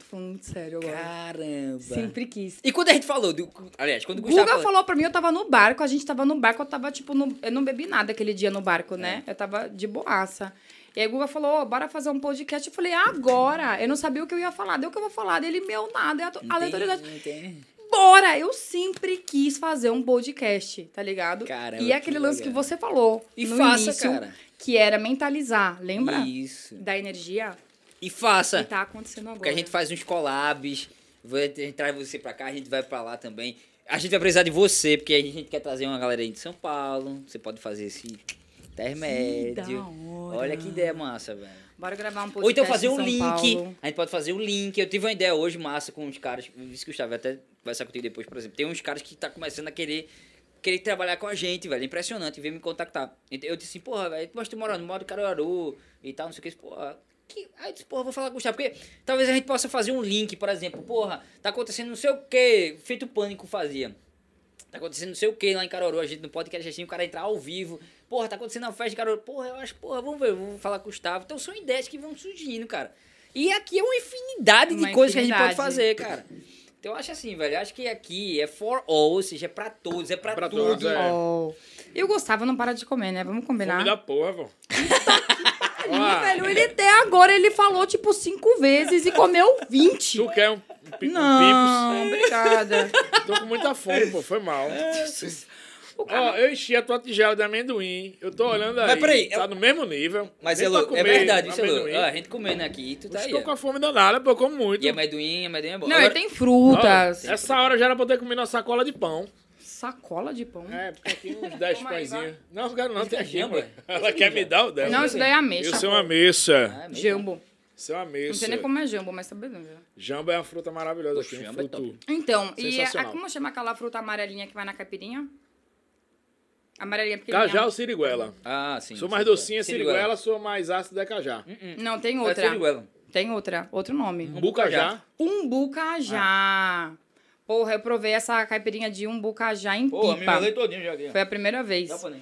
Speaker 4: Tô falando muito sério agora.
Speaker 1: Caramba.
Speaker 4: Sempre quis.
Speaker 1: E quando a gente falou do... Aliás, quando o
Speaker 4: Guga
Speaker 1: Gustavo
Speaker 4: falou... pra mim, eu tava no barco, a gente tava no barco, eu tava, tipo, no- eu não bebi nada aquele dia no barco, né?
Speaker 1: É.
Speaker 4: Eu tava de boaça. E aí Guga falou, "Ô, bora fazer um podcast. Eu falei, agora! Eu não sabia o que eu ia falar, deu o que eu vou falar, dele, meu, nada, é a
Speaker 1: Não tem-
Speaker 4: aleatoriedade.
Speaker 1: não tem-
Speaker 4: Bora! Eu sempre quis fazer um podcast, tá ligado?
Speaker 1: Caramba,
Speaker 4: e é aquele
Speaker 1: que
Speaker 4: lance que
Speaker 1: legal.
Speaker 4: você falou
Speaker 1: E
Speaker 4: no
Speaker 1: faça,
Speaker 4: início,
Speaker 1: cara.
Speaker 4: que era mentalizar, lembra?
Speaker 1: Isso.
Speaker 4: Da energia
Speaker 1: E faça.
Speaker 4: que tá acontecendo agora.
Speaker 1: Porque a gente faz uns collabs, vai- a gente traz você pra cá, a gente vai pra lá também. A gente vai precisar de você, porque a gente quer trazer uma galera aí de São Paulo. Você pode fazer esse
Speaker 4: Que da
Speaker 1: intermédio.
Speaker 4: hora.
Speaker 1: Olha que ideia massa, velho.
Speaker 4: Bora gravar um podcast
Speaker 1: Ou então fazer
Speaker 4: em
Speaker 1: um
Speaker 4: São
Speaker 1: link.
Speaker 4: Paulo.
Speaker 1: A gente pode fazer um link. Eu tive uma ideia hoje massa com uns caras. Eu disse que o Gustavo vai até conversar contigo depois, por exemplo. Tem uns caras que tá começando a querer querer trabalhar com a gente, velho. É Impressionante. Veio me contactar. Então, Eu disse assim, porra, velho, mas tu mora no modo Caruaru e tal, não sei o que. Porra, que... Aí eu disse, porra, vou falar com o Gustavo. Porque talvez a gente possa fazer um link, por exemplo. Porra, tá acontecendo não sei o que. Feito Pânico fazia. Tá acontecendo não sei o que lá em Caruaru, a gente não pode querer o cara entrar ao vivo. Porra, tá acontecendo uma festa de Caruaru. Porra, eu acho, porra, vamos ver, vamos falar com o Gustavo. Então são ideias que vão surgindo, cara. E aqui é uma infinidade
Speaker 4: Uma
Speaker 1: de coisas que a gente pode
Speaker 4: infinidade.
Speaker 1: fazer, cara. Então eu acho assim, velho, eu acho que aqui é for all, ou seja, é pra todos, é pra,
Speaker 2: Pra
Speaker 1: tudo.
Speaker 2: todos, é.
Speaker 4: Oh. E o Gustavo não para de comer, né? Vamos combinar.
Speaker 2: Come da porra, vô.
Speaker 4: Ih,
Speaker 2: Ó,
Speaker 4: velho, ele até agora ele falou tipo cinco vezes e comeu 20.
Speaker 2: tu quer um, pi- um
Speaker 4: não, obrigada.
Speaker 2: pipos? Tô com muita fome, pô. Foi mal.
Speaker 1: É,
Speaker 4: O
Speaker 2: Ó, eu enchi a tua tigela de amendoim. Eu tô olhando aí.
Speaker 1: Mas peraí,
Speaker 2: Tá
Speaker 1: eu-
Speaker 2: no mesmo nível.
Speaker 1: Mas
Speaker 2: Nem
Speaker 1: é
Speaker 2: pra
Speaker 1: louco, é
Speaker 2: comer
Speaker 1: verdade, isso é louco.
Speaker 2: amendoim.
Speaker 1: Ó, a gente comendo aqui e tu tá
Speaker 2: Eu
Speaker 1: aí.
Speaker 2: Estou
Speaker 1: ó.
Speaker 2: com a fome danada, pô. Eu como muito.
Speaker 1: E amendoim, amendoim é bom.
Speaker 4: Não,
Speaker 1: Agora-
Speaker 4: ele tem
Speaker 2: Ó,
Speaker 4: frutas.
Speaker 2: essa hora já era pra eu ter comido uma sacola de pão.
Speaker 4: Sacola de pão.
Speaker 2: É, porque aqui uns 10
Speaker 4: Toma aí,
Speaker 2: pãezinhos. Não, eu quero não, tem aqui.
Speaker 1: Jamba?
Speaker 2: pô. Ela quer me dar o dela.
Speaker 4: não, isso daí é ameixa.
Speaker 2: Eu sou uma missa.
Speaker 1: Ah, mesmo.
Speaker 4: Jambo.
Speaker 2: Sou uma
Speaker 4: Não sei
Speaker 2: missa.
Speaker 4: nem como é jambo, mas tá beleza.
Speaker 2: Jamba é uma fruta maravilhosa
Speaker 1: Poxa,
Speaker 2: aqui. Um
Speaker 1: jamba é
Speaker 2: fruto.
Speaker 4: Então, e a,
Speaker 2: Sensacional.
Speaker 4: como chama aquela fruta amarelinha que vai na caipirinha? Amarelinha pequenininha.
Speaker 2: Cajá ou siriguela?
Speaker 1: Ah, sim.
Speaker 2: Sou mais docinha, siriguela. Sou mais ácida, é cajá.
Speaker 4: Hum. Não, tem
Speaker 1: É Hum.
Speaker 4: outra.
Speaker 1: siriguela.
Speaker 4: Tem outra. Outro nome.
Speaker 2: Bucajá.
Speaker 4: Umbucajá.
Speaker 1: Ah.
Speaker 4: Porra, eu provei essa caipirinha de umbucajá em
Speaker 1: Porra, me
Speaker 4: pipa.
Speaker 1: enrolei todinho já aqui. ó.
Speaker 4: Foi a primeira vez.
Speaker 1: Dá pra nem.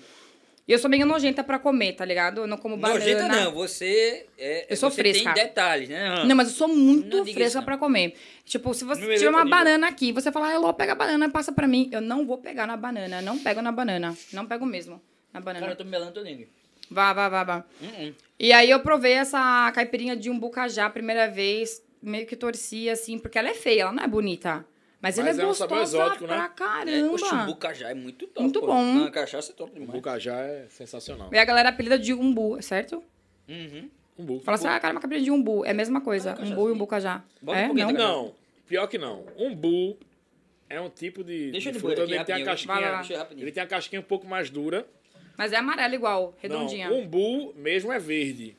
Speaker 4: E eu sou meio nojenta pra comer, tá ligado? Eu não como banana.
Speaker 1: Nojenta não, você é,
Speaker 4: Eu sou
Speaker 1: você
Speaker 4: fresca.
Speaker 1: tem detalhes, né?
Speaker 4: Não, mas eu sou muito
Speaker 1: Não diga isso,
Speaker 4: fresca
Speaker 1: não. é
Speaker 4: pra comer. Tipo, se você
Speaker 1: Número
Speaker 4: tira uma
Speaker 1: disponível.
Speaker 4: banana aqui, você fala, ah, Elô, pega a banana, passa pra mim. Eu não vou pegar na banana, não pego na banana. Não pego mesmo na banana.
Speaker 1: Cara, eu tô me melando todinho.
Speaker 4: Vá, vá, vá, vá.
Speaker 1: Hum, hum.
Speaker 4: E aí eu provei essa caipirinha de umbucajá a primeira vez, meio que torci, assim, porque ela é feia, ela não é bonita. Mas,
Speaker 2: Mas
Speaker 4: ela é,
Speaker 2: é um
Speaker 4: gostosa
Speaker 2: sabor exótico, né?
Speaker 4: pra
Speaker 1: É, oxe, o
Speaker 4: caramba.
Speaker 1: bucajá é muito top.
Speaker 4: Muito
Speaker 1: pô.
Speaker 4: bom.
Speaker 1: Não, a cachaça é top
Speaker 2: O
Speaker 1: demais.
Speaker 2: bucajá é sensacional.
Speaker 4: e a galera apelida de umbu, certo?
Speaker 1: Uhum.
Speaker 2: Umbu.
Speaker 4: Fala assim, ah, cara, uma cabrinha de umbu. É a mesma coisa.
Speaker 1: Ah,
Speaker 4: umbu e umbucajá.
Speaker 1: Bota um
Speaker 4: é,
Speaker 1: pouquinho
Speaker 4: não?
Speaker 1: também.
Speaker 2: Não, pior que não. Umbu é um tipo de,
Speaker 1: Deixa
Speaker 2: de
Speaker 1: eu
Speaker 2: fruta
Speaker 1: depois
Speaker 2: onde ele tem a
Speaker 1: rapidinho.
Speaker 4: Vai lá,
Speaker 2: casquinha.
Speaker 4: vai
Speaker 1: lá.
Speaker 2: Ele tem a casquinha um pouco mais dura.
Speaker 4: Mas é amarela igual,
Speaker 2: Não,
Speaker 4: redondinha.
Speaker 2: umbu mesmo é verde.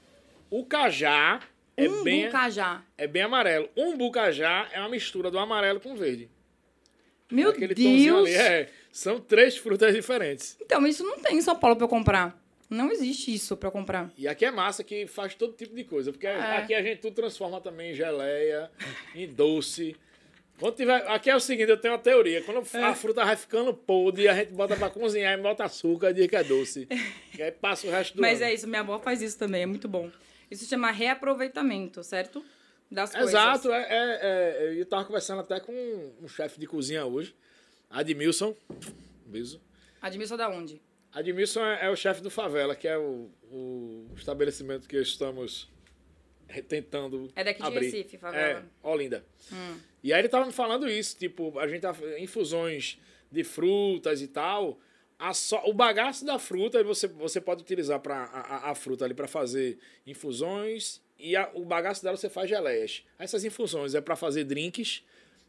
Speaker 2: O cajá é,
Speaker 4: Hum,
Speaker 2: bem,
Speaker 4: Umbucajá.
Speaker 2: é bem amarelo. Umbu cajá é uma mistura do amarelo com verde.
Speaker 4: Meu
Speaker 2: é Aquele tonzinho
Speaker 4: Deus!
Speaker 2: ali. É, são três frutas diferentes.
Speaker 4: Então, isso não tem em São Paulo pra eu comprar. Não existe isso pra eu comprar.
Speaker 2: E aqui é massa que faz todo tipo de coisa. Porque
Speaker 4: É.
Speaker 2: aqui a gente tudo transforma também em geleia, em doce. Quando tiver, aqui é o seguinte, eu tenho uma teoria. Quando
Speaker 4: É.
Speaker 2: a fruta vai ficando podre, a gente bota pra cozinhar e bota açúcar e diz que é doce. e aí passa o resto do
Speaker 4: Mas
Speaker 2: ano.
Speaker 4: é isso, minha avó faz isso também, é muito bom. Isso se chama reaproveitamento, certo? Das coisas.
Speaker 2: Exato, é, é- é- eu tava conversando até com um chefe de cozinha hoje, Admilson. um Beijo.
Speaker 4: Admissão da onde?
Speaker 2: Admilson é, é o chefe do Favela, que é o, o estabelecimento que estamos re- tentando
Speaker 4: É daqui de
Speaker 2: abrir.
Speaker 4: Recife, Favela. Hum.
Speaker 2: É, Olinda. E aí ele tava me falando isso, tipo, a gente tá infusões de frutas e tal. a só- o bagaço da fruta você, você pode utilizar para a, a- a fruta ali para fazer infusões e a- o bagaço dela você faz geleias. Essas infusões é para fazer drinks,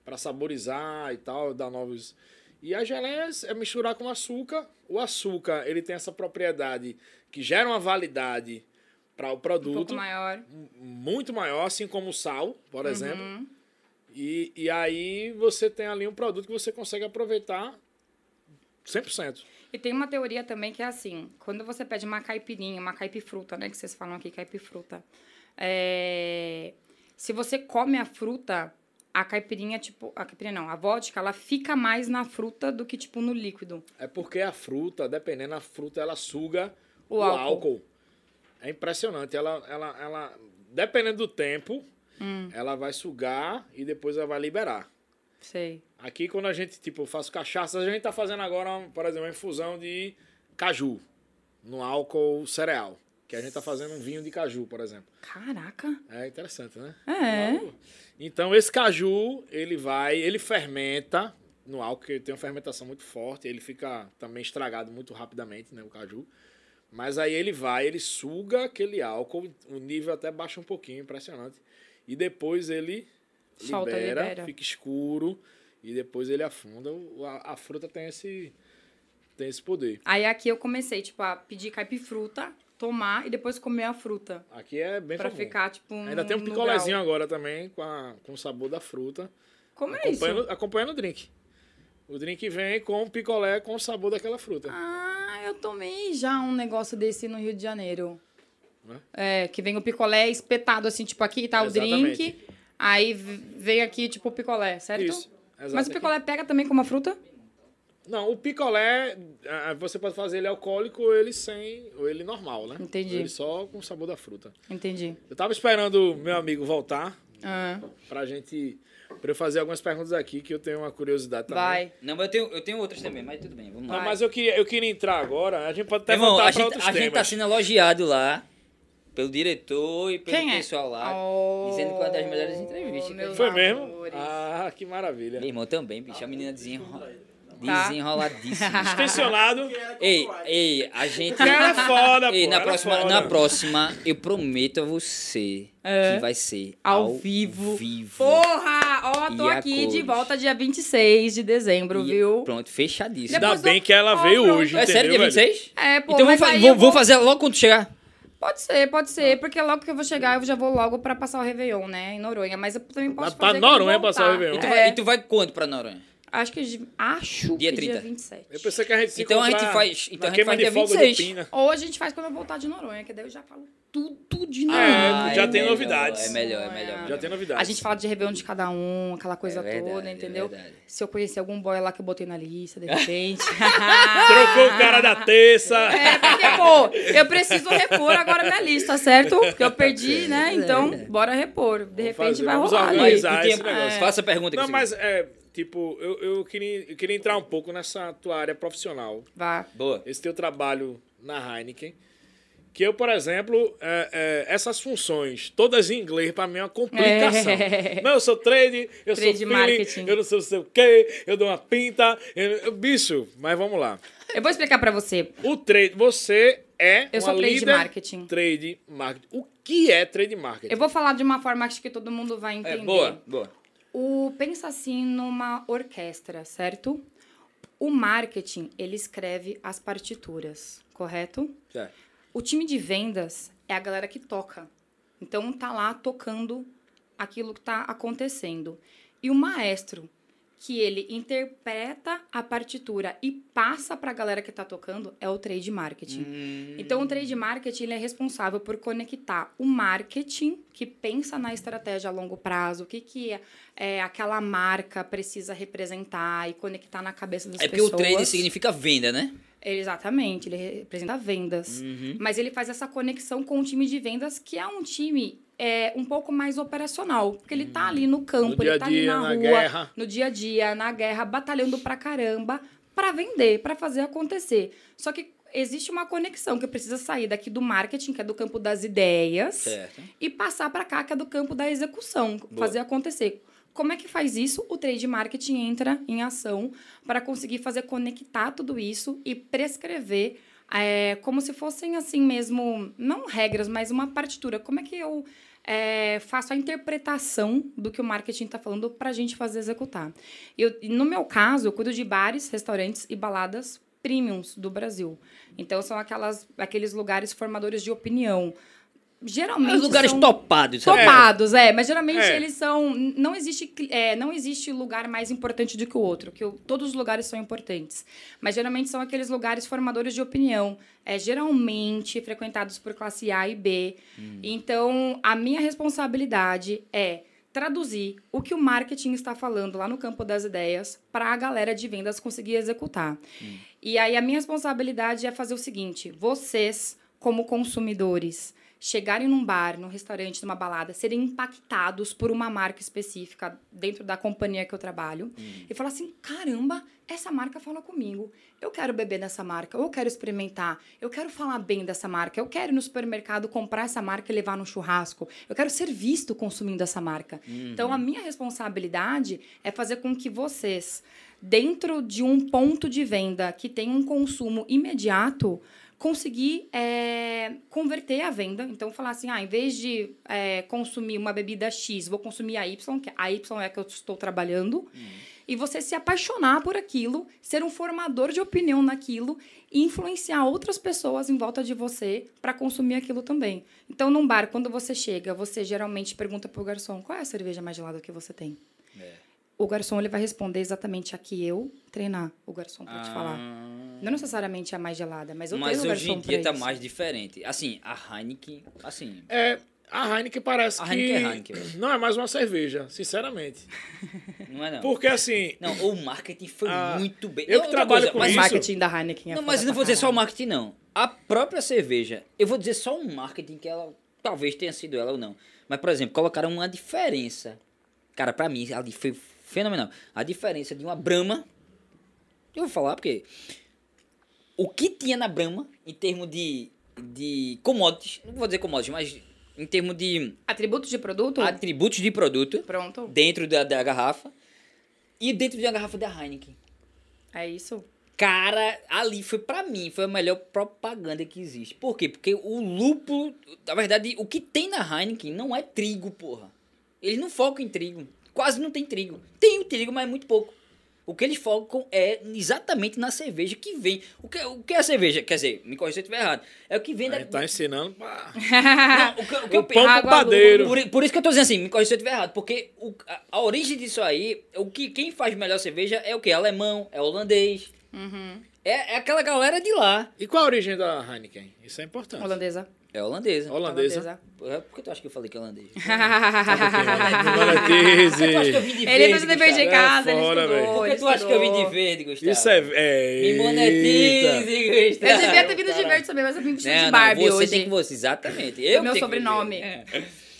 Speaker 2: para saborizar e tal, dar novos. E as geleias é misturar com açúcar. O açúcar ele tem essa propriedade que gera uma validade para o
Speaker 4: Um pouco
Speaker 2: produto
Speaker 4: maior.
Speaker 2: muito maior, assim como o sal, por exemplo.
Speaker 4: Uhum.
Speaker 2: E, e aí você tem ali um produto que você consegue aproveitar 100%.
Speaker 4: E tem uma teoria também que é assim, quando você pede uma caipirinha, uma caipifruta, né, que vocês falam aqui, caipifruta, é, se você come a fruta, a caipirinha, tipo, a caipirinha não, a vodka, ela fica mais na fruta do que, tipo, no líquido.
Speaker 2: É porque a fruta, dependendo da fruta, ela suga
Speaker 4: O
Speaker 2: o,
Speaker 4: álcool.
Speaker 2: álcool. É impressionante. Ela, ela, ela, dependendo do tempo, ela vai sugar e depois ela vai liberar.
Speaker 4: Sei.
Speaker 2: Aqui, quando a gente, tipo, eu faço cachaça, a gente tá fazendo agora, por exemplo, uma infusão de caju no álcool cereal. Que a gente tá fazendo um vinho de caju, por exemplo.
Speaker 4: Caraca.
Speaker 2: É interessante, né?
Speaker 4: É.
Speaker 2: Então esse caju, ele vai, ele fermenta no álcool, que ele tem uma fermentação muito forte, ele fica também estragado muito rapidamente, né, o caju. Mas aí ele vai, ele suga aquele álcool, o nível até baixa um pouquinho, impressionante. E depois ele
Speaker 4: Solta,
Speaker 2: libera,
Speaker 4: libera.
Speaker 2: fica escuro e depois ele afunda. O- A, a fruta tem esse tem esse poder.
Speaker 4: Aí aqui eu comecei, tipo, a pedir caipifruta, tomar e depois comer a fruta.
Speaker 2: Aqui é bem
Speaker 4: Pra
Speaker 2: comum.
Speaker 4: ficar, tipo,
Speaker 2: Ainda tem um
Speaker 4: no
Speaker 2: picolézinho
Speaker 4: grau.
Speaker 2: agora também com, a, com o sabor da fruta.
Speaker 4: Como é isso?
Speaker 2: acompanhando, acompanhando o drink. O drink vem com o picolé com o sabor daquela fruta.
Speaker 4: Ah, eu tomei já um negócio desse no Rio de Janeiro.
Speaker 2: Né?
Speaker 4: É, que vem o picolé espetado, assim, tipo, aqui tá o
Speaker 2: Exatamente.
Speaker 4: drink. Aí v- vem aqui, tipo, o picolé, certo?
Speaker 2: É
Speaker 1: então-
Speaker 2: Isso. exato.
Speaker 4: Mas o picolé pega também como uma fruta?
Speaker 2: Não, o picolé, ah, você pode fazer ele alcoólico ou ele sem, ou ele normal, né?
Speaker 4: Entendi.
Speaker 2: Ele só com o sabor da fruta.
Speaker 4: Entendi.
Speaker 2: Eu tava esperando o meu amigo voltar
Speaker 4: Ah,
Speaker 2: pra gente, pra eu fazer algumas perguntas aqui que eu tenho uma curiosidade também.
Speaker 4: vai.
Speaker 1: Não, mas eu tenho, eu tenho outras também, mas tudo bem, vamos
Speaker 2: Não,
Speaker 1: lá.
Speaker 2: mas eu queria, eu queria entrar agora, a gente pode até
Speaker 1: Irmão,
Speaker 2: voltar
Speaker 1: a
Speaker 2: pra
Speaker 1: gente,
Speaker 2: outros
Speaker 1: a gente tá
Speaker 2: temas.
Speaker 1: sendo elogiado lá pelo diretor e pelo
Speaker 4: Quem é?
Speaker 1: pessoal lá.
Speaker 4: Oh,
Speaker 1: dizendo que é uma das melhores entrevistas que
Speaker 4: meus
Speaker 1: tem.
Speaker 2: Foi mesmo?
Speaker 4: amores.
Speaker 2: Ah, que maravilha.
Speaker 1: Meu irmão também, bicho, a menina desenrola...
Speaker 4: Tá.
Speaker 1: desenroladíssima.
Speaker 2: Extensionado.
Speaker 1: ei, ei, a gente...
Speaker 2: assim? Cara é foda, pô.
Speaker 1: Ei, na
Speaker 2: era
Speaker 1: próxima,
Speaker 2: foda.
Speaker 1: na próxima, eu prometo a você
Speaker 4: É.
Speaker 1: que vai ser
Speaker 4: Ao
Speaker 1: ao,
Speaker 4: vivo.
Speaker 1: vivo.
Speaker 4: Porra! Ó, tô
Speaker 1: E a
Speaker 4: aqui de
Speaker 1: cores.
Speaker 4: volta dia 26 de dezembro,
Speaker 1: E
Speaker 4: viu?
Speaker 1: Pronto, fechadíssimo.
Speaker 4: Depois
Speaker 2: Ainda bem
Speaker 4: do-
Speaker 2: que ela
Speaker 4: Ó,
Speaker 2: veio
Speaker 4: pronto.
Speaker 2: hoje,
Speaker 1: é
Speaker 2: entendeu,
Speaker 1: sério, dia
Speaker 2: velho?
Speaker 1: 26?
Speaker 4: É, pô,
Speaker 1: então vamos
Speaker 4: mas
Speaker 1: fa- Ah.
Speaker 4: aí
Speaker 1: vou,
Speaker 4: eu
Speaker 1: vou fazer logo quando chegar.
Speaker 4: Pode ser, pode ser, porque logo que eu vou chegar, eu já vou logo pra passar o Réveillon, né? Em Noronha. Mas eu também
Speaker 1: Tá
Speaker 4: posso
Speaker 2: pra
Speaker 4: fazer quando
Speaker 1: né,
Speaker 2: Noronha
Speaker 4: voltar.
Speaker 2: passar o Réveillon.
Speaker 1: E tu,
Speaker 4: É,
Speaker 1: vai, e tu vai quando pra Noronha?
Speaker 4: Acho que de- acho
Speaker 1: Então Dia
Speaker 4: que
Speaker 1: 30.
Speaker 4: dia 27.
Speaker 2: Eu pensei que a gente se
Speaker 1: Então a gente
Speaker 2: encontrar
Speaker 1: faz- então
Speaker 2: na
Speaker 1: a gente
Speaker 2: queima
Speaker 1: faz
Speaker 2: de
Speaker 1: dia
Speaker 2: fogo do
Speaker 1: 26.
Speaker 2: Pina.
Speaker 4: Ou a gente faz quando eu voltar de Noronha, que daí eu já falo tudo de
Speaker 2: Ah,
Speaker 4: Noronha.
Speaker 2: é, já
Speaker 1: é
Speaker 2: tem
Speaker 1: melhor,
Speaker 2: novidades.
Speaker 1: É melhor, é
Speaker 4: Ah,
Speaker 1: melhor.
Speaker 2: Já
Speaker 1: melhor.
Speaker 2: tem novidades.
Speaker 4: A gente fala de Réveillon de cada um, aquela coisa
Speaker 1: É verdade,
Speaker 4: toda,
Speaker 1: é
Speaker 4: entendeu?
Speaker 1: verdade.
Speaker 4: Se eu conhecer algum boy lá que eu botei na lista, de repente.
Speaker 2: Trocou
Speaker 1: Ah.
Speaker 2: o cara da terça.
Speaker 4: É, porque, pô, eu preciso repor agora minha lista, certo? Porque eu perdi, né?
Speaker 1: é
Speaker 4: Então, bora repor. De repente
Speaker 2: fazer,
Speaker 4: vai
Speaker 2: vamos
Speaker 4: rolar ali.
Speaker 2: organizar.
Speaker 1: E
Speaker 2: esse negócio.
Speaker 1: Faça a pergunta que
Speaker 2: Não,
Speaker 1: você
Speaker 2: mas
Speaker 1: quer.
Speaker 2: é, tipo, eu, eu, queria, eu queria entrar um pouco nessa tua área profissional.
Speaker 4: Vá.
Speaker 1: Boa.
Speaker 2: Esse teu trabalho na Heineken. Que eu, por exemplo, é, é, essas funções, todas em inglês, pra mim é uma complicação.
Speaker 4: É.
Speaker 2: Não, eu sou trade, eu
Speaker 4: Trade
Speaker 2: sou
Speaker 4: marketing.
Speaker 2: feeling, eu não sei, não sei o quê, eu dou uma pinta. eu- bicho, mas vamos lá.
Speaker 4: Eu vou explicar pra você.
Speaker 2: O trade, você é uma
Speaker 4: Eu sou trade
Speaker 2: líder
Speaker 4: marketing.
Speaker 2: trade marketing. O que é trade marketing?
Speaker 4: Eu vou falar de uma forma que acho que todo mundo vai entender.
Speaker 1: É, boa, boa.
Speaker 4: O pensa assim numa orquestra, certo? O marketing, ele escreve as partituras, correto?
Speaker 1: Certo.
Speaker 4: O time de vendas é a galera que toca. Então tá lá tocando aquilo que tá acontecendo. E o maestro, que ele interpreta a partitura e passa para a galera que tá tocando, é o trade marketing.
Speaker 1: Hum.
Speaker 4: Então, o trade marketing ele é responsável por conectar o marketing, que pensa na estratégia a longo prazo, o que, que é, é, aquela marca precisa representar e conectar na cabeça das
Speaker 1: É porque
Speaker 4: pessoas.
Speaker 1: o trade significa venda, né?
Speaker 4: Exatamente, ele representa vendas.
Speaker 2: Uhum.
Speaker 4: Mas ele faz essa conexão com o time de vendas, que é um time é, um pouco mais operacional. Porque ele tá ali no campo,
Speaker 2: Uhum. No dia
Speaker 4: ele
Speaker 2: a
Speaker 4: tá ali
Speaker 2: dia,
Speaker 4: na,
Speaker 2: na
Speaker 4: rua,
Speaker 2: guerra.
Speaker 4: no dia a dia, na guerra, batalhando pra caramba, pra vender, pra fazer acontecer. Só que existe uma conexão que precisa sair daqui do marketing, que é do campo das ideias,
Speaker 1: Certo.
Speaker 4: e passar pra cá, que é do campo da execução, fazer acontecer. Como é que faz isso? O trade marketing entra em ação para conseguir fazer conectar tudo isso e prescrever é, como se fossem assim mesmo, não regras, mas uma partitura. Como é que eu é, faço a interpretação do que o marketing está falando para a gente fazer executar? Eu, e no meu caso, eu cuido de bares, restaurantes e baladas premiums do Brasil. Então são aquelas, aqueles lugares formadores de opinião. Geralmente
Speaker 3: Os lugares
Speaker 4: são-
Speaker 3: topados. sabe?
Speaker 4: Topados, é. mas geralmente
Speaker 2: É.
Speaker 4: eles são. Não existe, cli- é, não existe lugar mais importante do que o outro, que o- todos os lugares são importantes. Mas geralmente são aqueles lugares formadores de opinião, é, geralmente frequentados por classe A e B. Então, a minha responsabilidade é traduzir o que o marketing está falando lá no campo das ideias para a galera de vendas conseguir executar. E aí a minha responsabilidade é fazer o seguinte: vocês, como consumidores, chegarem num bar, num restaurante, numa balada, serem impactados por uma marca específica dentro da companhia que eu trabalho e falar assim: caramba, essa marca fala comigo. Eu quero beber dessa marca, eu quero experimentar, eu quero falar bem dessa marca, eu quero ir no supermercado comprar essa marca e levar num churrasco, eu quero ser visto consumindo essa marca. Então a minha responsabilidade é fazer com que vocês dentro de um ponto de venda que tem um consumo imediato, conseguir é, converter a venda. Então, falar assim, ah, em vez de é, consumir uma bebida X, vou consumir a Y, que a Y é a que eu estou trabalhando, e você se apaixonar por aquilo, ser um formador de opinião naquilo e influenciar outras pessoas em volta de você para consumir aquilo também. Então, num bar, quando você chega, você geralmente pergunta pro garçom, qual é a cerveja mais gelada que você tem? o garçom ele vai responder exatamente a que eu treinar o garçom pra te
Speaker 1: Ah,
Speaker 4: falar. Não necessariamente é a mais gelada, mas eu
Speaker 1: Mas
Speaker 4: treino o
Speaker 1: hoje
Speaker 4: garçom
Speaker 1: em dia
Speaker 4: pra
Speaker 1: tá
Speaker 4: isso.
Speaker 1: mais diferente. Assim, a Heineken, assim,
Speaker 2: É, a Heineken parece
Speaker 1: A
Speaker 2: que
Speaker 1: Heineken é Heineken, velho.
Speaker 2: não é mais uma cerveja, sinceramente.
Speaker 1: não é não.
Speaker 2: Porque assim,
Speaker 1: Não, o marketing foi
Speaker 2: Ah,
Speaker 1: muito bem. Não,
Speaker 2: eu que
Speaker 1: outra
Speaker 2: trabalho com
Speaker 1: mas
Speaker 2: isso.
Speaker 4: marketing da Heineken. é
Speaker 1: Não,
Speaker 4: foda
Speaker 1: mas eu não
Speaker 4: pra
Speaker 1: vou dizer só o
Speaker 4: caralho.
Speaker 1: marketing, não. A própria cerveja, eu vou dizer só um marketing que ela talvez tenha sido ela ou não. Mas, por exemplo, colocaram uma diferença. Cara, pra mim, ali foi fenomenal. A diferença de uma Brahma. Eu vou falar porque. O que tinha na Brahma, em termos de, de commodities, não vou dizer commodities, mas em termos de
Speaker 4: Atributos de produto?
Speaker 1: atributos de produto
Speaker 4: Pronto.
Speaker 1: dentro da, da garrafa e dentro de uma garrafa da Heineken.
Speaker 4: É isso?
Speaker 1: Cara, ali foi pra mim, foi a melhor propaganda que existe. Por quê? Porque o lúpulo, na verdade, o que tem na Heineken não é trigo, porra. Eles não focam em trigo. Quase não tem trigo. Tem o trigo, mas é muito pouco. O que eles focam é exatamente na cerveja que vem. O que, o que é a cerveja? Quer dizer, me corrija se eu estiver errado. É o que vem
Speaker 2: a
Speaker 1: da.
Speaker 2: gente tá ensinando pra...
Speaker 1: Não, o que, o que eu
Speaker 2: o
Speaker 1: penso.
Speaker 2: pão pro
Speaker 4: água, lua.
Speaker 2: padeiro.
Speaker 1: Por, por isso que eu tô dizendo assim, me corrija se eu estiver errado. Porque o- a, a origem disso aí, o que, quem faz melhor cerveja é o quê? Alemão, é holandês. É, é aquela galera de lá.
Speaker 2: E qual a origem da Heineken? Isso é importante.
Speaker 4: Holandesa.
Speaker 1: É holandesa.
Speaker 2: Holandesa.
Speaker 1: Porra, Por que tu acha que eu falei que é holandês? Por que tu acha que eu
Speaker 2: Holandesa.
Speaker 1: vim de verde,
Speaker 4: ele fez o dever de
Speaker 1: Gustavo?
Speaker 4: casa,
Speaker 2: É
Speaker 4: ele
Speaker 2: fora,
Speaker 4: estudou.
Speaker 1: Por que
Speaker 4: ele
Speaker 1: tu acha que eu vim de
Speaker 4: estudou.
Speaker 1: verde, Gustavo?
Speaker 2: Isso é... é...
Speaker 1: Me
Speaker 2: Eita.
Speaker 1: monetize, Gustavo.
Speaker 4: Eu devia ter vindo de verde também, mas eu vim de
Speaker 1: Não, não,
Speaker 4: Barbie
Speaker 1: você
Speaker 4: hoje.
Speaker 1: tem que... Você, exatamente. Eu
Speaker 4: meu
Speaker 1: tenho que-
Speaker 4: sobrenome.
Speaker 1: É.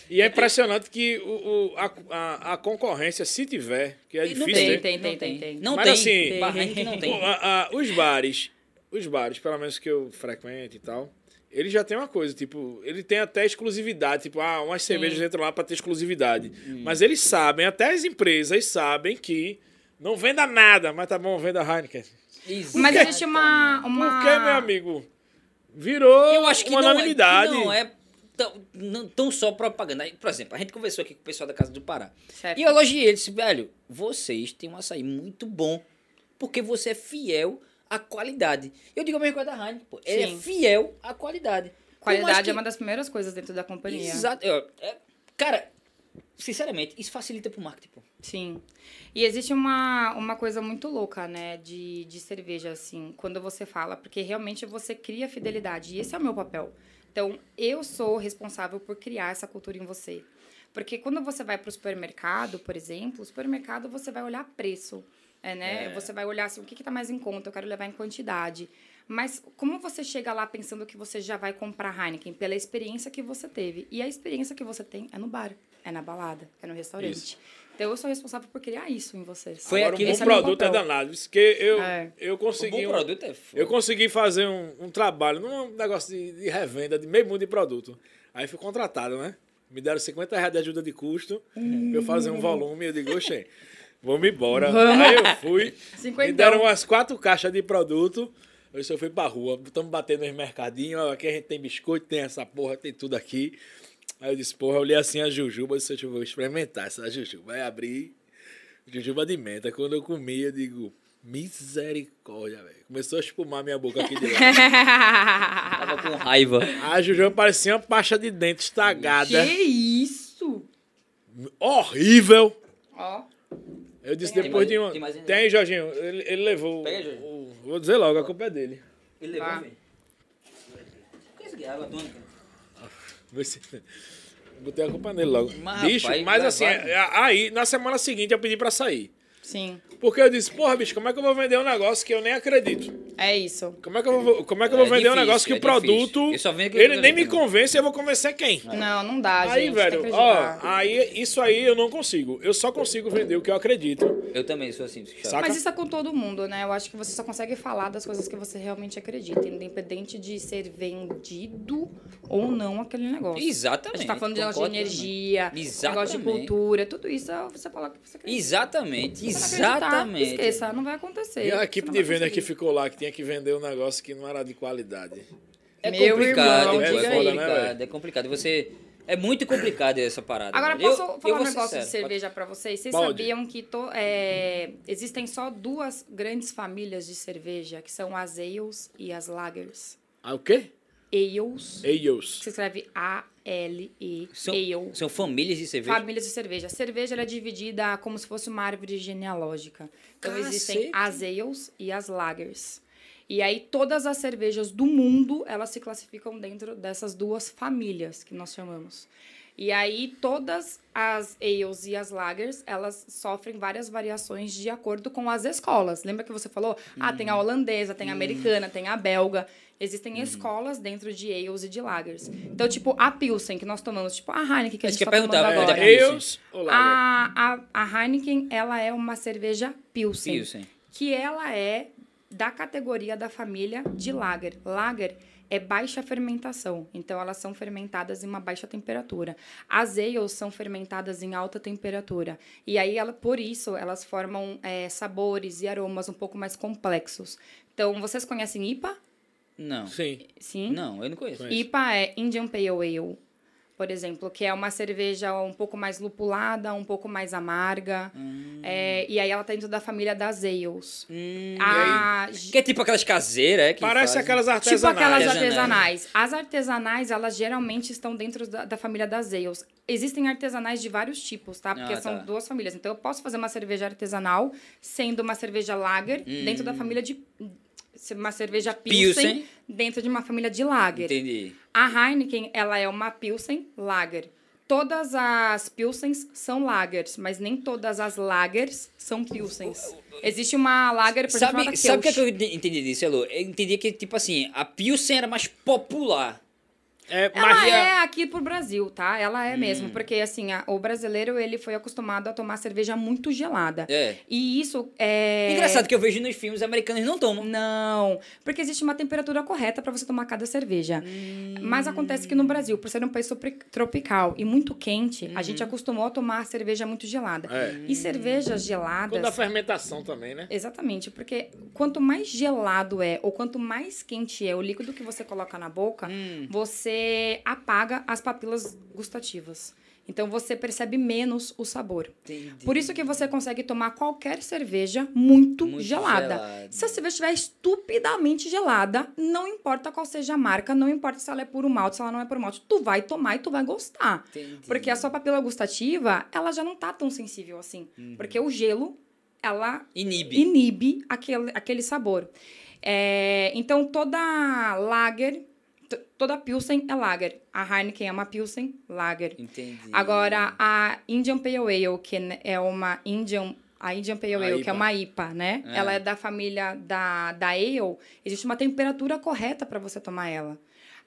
Speaker 2: E é impressionante que o, o- a, a, a concorrência, se tiver, que é
Speaker 1: E não
Speaker 2: difícil,
Speaker 1: tem,
Speaker 2: né?
Speaker 4: tem,
Speaker 1: não
Speaker 4: tem, tem.
Speaker 1: Não
Speaker 2: Mas
Speaker 1: tem.
Speaker 2: assim-
Speaker 1: Bahrein que não
Speaker 2: Pô,
Speaker 1: tem.
Speaker 2: a- a- os bares, os bares, pelo menos que eu frequento e tal, ele já tem uma coisa, tipo, ele tem até exclusividade, tipo, ah, umas cervejas entram lá pra ter exclusividade.
Speaker 1: Hum.
Speaker 2: Mas eles sabem, até as empresas sabem que não venda nada, mas tá bom, venda Heineken.
Speaker 4: Mas existe uma. uma...
Speaker 2: Por que, meu amigo? Virou
Speaker 1: Eu acho que
Speaker 2: uma
Speaker 1: não,
Speaker 2: unanimidade.
Speaker 1: É, não é tão, não tão só propaganda. Aí, Por exemplo, a gente conversou aqui com o pessoal da Casa do Pará.
Speaker 4: Certo.
Speaker 1: E eu elogiei ele, disse, velho, vocês têm um açaí muito bom, porque você é fiel à qualidade. Eu digo a mesma coisa da Heineken, pô. Ele
Speaker 4: Sim.
Speaker 1: é fiel à qualidade. Por mais
Speaker 4: Qualidade
Speaker 1: que-
Speaker 4: é uma das primeiras coisas dentro da companhia.
Speaker 1: Exato. Eu- é- cara, sinceramente, isso facilita pro marketing, pô.
Speaker 4: Sim. E existe uma, uma coisa muito louca, né, de, de cerveja, assim, quando você fala, porque realmente você cria fidelidade. E esse é o meu papel. Então, eu sou responsável por criar essa cultura em você. Porque quando você vai para o supermercado, por exemplo, o supermercado você vai olhar preço. É, né? Você vai olhar assim, o que está mais em conta, eu quero levar em quantidade. Mas como você chega lá pensando que você já vai comprar Heineken? Pela experiência que você teve. E a experiência que você tem é no bar, é na balada, é no restaurante. Então eu sou responsável por criar isso em vocês.
Speaker 1: Foi
Speaker 2: Agora,
Speaker 1: aquilo-
Speaker 2: um
Speaker 4: esse
Speaker 2: bom
Speaker 4: é meu
Speaker 2: produto é
Speaker 4: papel.
Speaker 2: danado. Isso que eu,
Speaker 4: É.
Speaker 2: eu
Speaker 1: O
Speaker 2: consegui.
Speaker 1: bom
Speaker 2: um-
Speaker 1: produto é foda.
Speaker 2: eu consegui fazer um, um trabalho num negócio de, de revenda de meio mundo de produto. Aí fui contratado, né? Me deram 50 reais de ajuda de custo pra eu fazer um volume. Eu digo, oxê, vamos embora. Aí eu fui. Me
Speaker 4: Cinquentão.
Speaker 2: deram umas quatro caixas de produto. Eu só fui pra rua. Estamos batendo nos mercadinhos. ó, Aqui a gente tem biscoito, tem essa porra, tem tudo aqui. Aí eu disse, porra, eu olhei assim a jujuba. Eu disse, eu vou experimentar essa jujuba. Aí abri Jujuba de menta. Quando eu comi, eu digo, misericórdia, velho. Começou a espumar minha boca aqui de lá.
Speaker 1: Tava com raiva.
Speaker 2: A Jujuba parecia uma pasta de dente estagada.
Speaker 4: que isso?
Speaker 2: Horrível.
Speaker 4: Ó,
Speaker 2: Eu disse,
Speaker 4: Tem
Speaker 1: mais-
Speaker 2: depois de um...
Speaker 1: tem mais ainda?
Speaker 2: Tem, Jorginho. Ele, ele levou...
Speaker 1: Pega, Jorginho.
Speaker 2: o- Vou dizer logo, a culpa é dele.
Speaker 1: Ele levou,
Speaker 4: Tá.
Speaker 1: velho. O que é isso aqui? Água tônica.
Speaker 2: Você- Botei a culpa nele logo.
Speaker 1: Mas,
Speaker 2: bicho,
Speaker 1: rapaz,
Speaker 2: mas
Speaker 1: vai,
Speaker 2: assim,
Speaker 1: vai.
Speaker 2: é- aí, na semana seguinte, eu pedi pra sair.
Speaker 4: sim.
Speaker 2: Porque eu disse, porra, bicho, como é que eu vou vender um negócio que eu nem acredito?
Speaker 4: É isso.
Speaker 2: Como é que eu vou, como é que eu vou
Speaker 1: É
Speaker 2: vender um
Speaker 1: difícil,
Speaker 2: negócio que
Speaker 1: é
Speaker 2: o produto.
Speaker 1: difícil. Eu só venho aqui-
Speaker 2: Ele nem me convence, eu vou convencer quem?
Speaker 4: Não, não dá,
Speaker 2: É. Aí,
Speaker 4: gente. tem
Speaker 2: velho,
Speaker 4: que
Speaker 2: ó,
Speaker 4: acreditar.
Speaker 2: aí, isso aí eu não consigo. Eu só consigo vender o que eu acredito.
Speaker 1: Eu também sou assim. bicho.
Speaker 2: Saca?
Speaker 4: Mas isso é com todo mundo, né? Eu acho que você só consegue falar das coisas que você realmente acredita, independente de ser vendido ou não aquele negócio. A
Speaker 1: Exatamente.
Speaker 4: gente tá falando de negócio de
Speaker 1: concordo plenamente.
Speaker 4: energia, negócio de
Speaker 1: Exatamente.
Speaker 4: cultura, tudo isso é você falar o que você acredita.
Speaker 1: Exatamente,
Speaker 4: Se você não acreditar,
Speaker 1: exatamente.
Speaker 4: Esqueça, não vai acontecer.
Speaker 2: E a
Speaker 4: Você
Speaker 2: equipe
Speaker 4: não
Speaker 2: de
Speaker 4: vai
Speaker 2: venda que
Speaker 4: conseguir.
Speaker 2: ficou lá, que tinha que vender um negócio que não era de qualidade.
Speaker 1: É
Speaker 4: Meu
Speaker 1: complicado,
Speaker 4: irmão, né,
Speaker 1: é
Speaker 2: diga aí.
Speaker 1: complicado, é complicado. Você é muito complicado essa parada.
Speaker 4: Agora,
Speaker 1: velho.
Speaker 4: posso
Speaker 1: Tá Eu- eu vou
Speaker 4: falar um
Speaker 1: ser Uhum.
Speaker 4: negócio de
Speaker 1: sincero,
Speaker 4: cerveja pra vocês? Vocês
Speaker 2: Pode.
Speaker 4: sabiam que to- é, existem só duas grandes famílias de cerveja, que são as ales e as lagers.
Speaker 2: Ah, o quê?
Speaker 4: Ales, que
Speaker 2: Eios.
Speaker 4: se escreve A-L-E,
Speaker 1: São-
Speaker 4: ale.
Speaker 1: São famílias de cerveja.
Speaker 4: Famílias de cerveja. Cerveja ela é dividida como se fosse uma árvore genealógica. Então
Speaker 1: Cacete.
Speaker 4: existem as ales e as lagers. E aí todas as cervejas do mundo, elas se classificam dentro dessas duas famílias que nós chamamos. E aí todas as ales e as lagers, elas sofrem várias variações de acordo com as escolas. Lembra que você falou? Ah, tem
Speaker 1: Uhum.
Speaker 4: a holandesa, tem a americana, tem a belga. Existem escolas dentro de ales e de lagers. Então, tipo, a Pilsen que nós tomamos, tipo a Heineken que a
Speaker 1: Isso
Speaker 4: gente
Speaker 1: que eu
Speaker 4: tá tomando
Speaker 1: perguntava,
Speaker 4: agora.
Speaker 1: da
Speaker 2: É, Eios ou
Speaker 4: Ah,
Speaker 2: Lager?
Speaker 4: A, a, a Heineken, ela é uma cerveja Pilsen,
Speaker 1: Pilsen.
Speaker 4: Que ela é da categoria da família de Lager. Lager é baixa fermentação, então elas são fermentadas em uma baixa temperatura. As ales são fermentadas em alta temperatura. E aí, ela, por isso, elas formam eh, sabores e aromas um pouco mais complexos. Então, vocês conhecem IPA?
Speaker 1: Não,
Speaker 2: Sim.
Speaker 4: Sim?
Speaker 1: não, eu não conheço.
Speaker 2: Conheço.
Speaker 4: IPA é Indian Pale Ale, por exemplo, que é uma cerveja um pouco mais lupulada, um pouco mais amarga. É, e aí ela tá dentro da família das ales.
Speaker 1: Hum,
Speaker 4: A-
Speaker 1: que é tipo aquelas caseiras, é? Que
Speaker 2: Parece
Speaker 1: fazem.
Speaker 2: aquelas artesanais.
Speaker 4: tipo aquelas
Speaker 1: Artesanais.
Speaker 4: artesanais. As artesanais, elas geralmente estão dentro da, da família das ales. Existem artesanais de vários tipos, tá? Porque
Speaker 1: Ah,
Speaker 4: são
Speaker 1: tá.
Speaker 4: duas famílias. Então eu posso fazer uma cerveja artesanal sendo uma cerveja lager dentro da família de uma cerveja pilsen,
Speaker 1: Hum. Pilsen.
Speaker 4: dentro de uma família de lager.
Speaker 1: Entendi.
Speaker 4: A Heineken, ela é uma Pilsen Lager. Todas as Pilsens são lagers, mas nem todas as lagers são Pilsens. Existe uma lager, por exemplo,
Speaker 1: Sabe,
Speaker 4: chamada
Speaker 1: sabe o que, é
Speaker 4: Kelch.
Speaker 1: que eu Hum. entendi disso, Elô? Eu entendi que, tipo assim, a Pilsen era mais popular.
Speaker 2: É,
Speaker 4: Ela
Speaker 2: magia.
Speaker 4: é aqui pro Brasil, tá? Ela é mesmo. Porque, assim, a- o brasileiro, ele foi acostumado a tomar cerveja muito gelada.
Speaker 1: É.
Speaker 4: E isso é...
Speaker 1: Engraçado que eu vejo nos filmes americanos não tomam.
Speaker 4: Não, porque existe uma temperatura correta pra você tomar cada cerveja.
Speaker 1: Hum.
Speaker 4: Mas acontece que no Brasil, por ser um país sopri- tropical e muito quente, a
Speaker 1: Uhum.
Speaker 4: gente acostumou a tomar cerveja muito gelada.
Speaker 2: É.
Speaker 1: Hum.
Speaker 4: E cervejas geladas.
Speaker 2: Quando a fermentação também, né?
Speaker 4: Exatamente, porque quanto mais gelado é ou quanto mais quente é o líquido que você coloca na boca, você apaga as papilas gustativas. Então você percebe menos o sabor.
Speaker 1: Entendi.
Speaker 4: Por isso que você consegue tomar qualquer cerveja muito,
Speaker 1: Muito
Speaker 4: gelada.
Speaker 1: gelada.
Speaker 4: Se a cerveja estiver estupidamente gelada, não importa qual seja a marca, não importa se ela é puro malte, se ela não é puro malte, tu vai tomar e tu vai gostar.
Speaker 1: Entendi.
Speaker 4: Porque a sua papila gustativa, ela já não tá tão sensível assim. Porque o gelo, ela
Speaker 1: Inibe.
Speaker 4: inibe aquele, aquele sabor. É, então, toda lager, to- toda Pilsen é lager. A Heineken é uma Pilsen lager.
Speaker 1: Entendi.
Speaker 4: Agora, a Indian Pale Ale, que n- é uma Indian... A Indian Pale
Speaker 2: A
Speaker 4: Ale, que
Speaker 2: IPA.
Speaker 4: é uma IPA, né?
Speaker 1: É.
Speaker 4: Ela é da família da, da Ale. Existe uma temperatura correta para você tomar ela.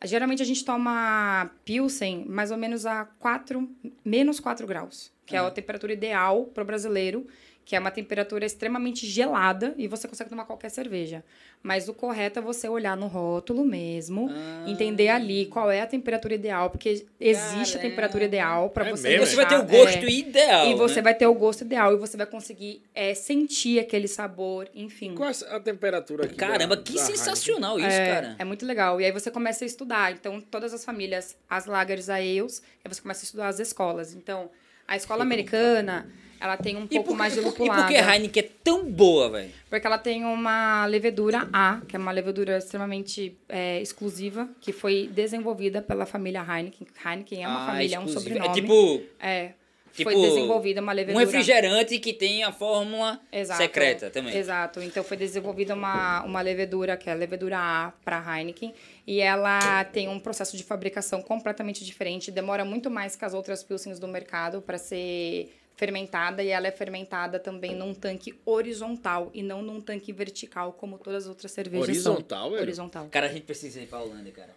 Speaker 4: Geralmente a gente toma Pilsen mais ou menos a 4, menos 4 graus, que é, a temperatura ideal para o brasileiro, que é uma temperatura extremamente gelada e você consegue tomar qualquer cerveja. Mas o correto é você olhar no rótulo mesmo,
Speaker 1: Ah.
Speaker 4: entender ali qual é a temperatura ideal, porque existe a temperatura ideal para
Speaker 2: É
Speaker 4: você.
Speaker 2: mesmo?
Speaker 1: Você vai ter o
Speaker 4: deixar-
Speaker 1: gosto
Speaker 4: é.
Speaker 1: ideal.
Speaker 4: E você
Speaker 1: né?
Speaker 4: vai ter o gosto ideal e você vai conseguir é, sentir aquele sabor, enfim.
Speaker 2: Qual é a temperatura aqui?
Speaker 1: Caramba,
Speaker 2: da-
Speaker 1: que
Speaker 2: da
Speaker 1: sensacional isso,
Speaker 4: é,
Speaker 1: cara.
Speaker 4: é muito legal. E aí você começa a estudar. Então, todas as famílias, as lagers, a EUS, aí você começa a estudar as escolas. Então, a escola americana, ela tem um pouco mais de
Speaker 1: e por- e
Speaker 4: lupulada.
Speaker 1: por que Heineken é tão boa, velho?
Speaker 4: Porque ela tem uma levedura A, que é uma levedura extremamente é, exclusiva, que foi desenvolvida pela família Heineken. Heineken é uma
Speaker 1: Ah,
Speaker 4: família, é um
Speaker 1: exclusiva.
Speaker 4: sobrenome.
Speaker 1: É tipo
Speaker 4: É.
Speaker 1: tipo,
Speaker 4: foi desenvolvida uma
Speaker 1: um
Speaker 4: levedura...
Speaker 1: refrigerante que tem a fórmula
Speaker 4: Exato.
Speaker 1: secreta também.
Speaker 4: Exato. Então foi desenvolvida uma, uma levedura, que é a levedura A para Heineken, e ela tem um processo de fabricação completamente diferente, demora muito mais que as outras pilsens do mercado para ser fermentada e ela é fermentada também num tanque horizontal e não num tanque vertical como todas as outras cervejas
Speaker 2: Horizontal,
Speaker 4: são.
Speaker 2: velho?
Speaker 4: Horizontal.
Speaker 1: Cara, a gente precisa ir pra Holanda, cara.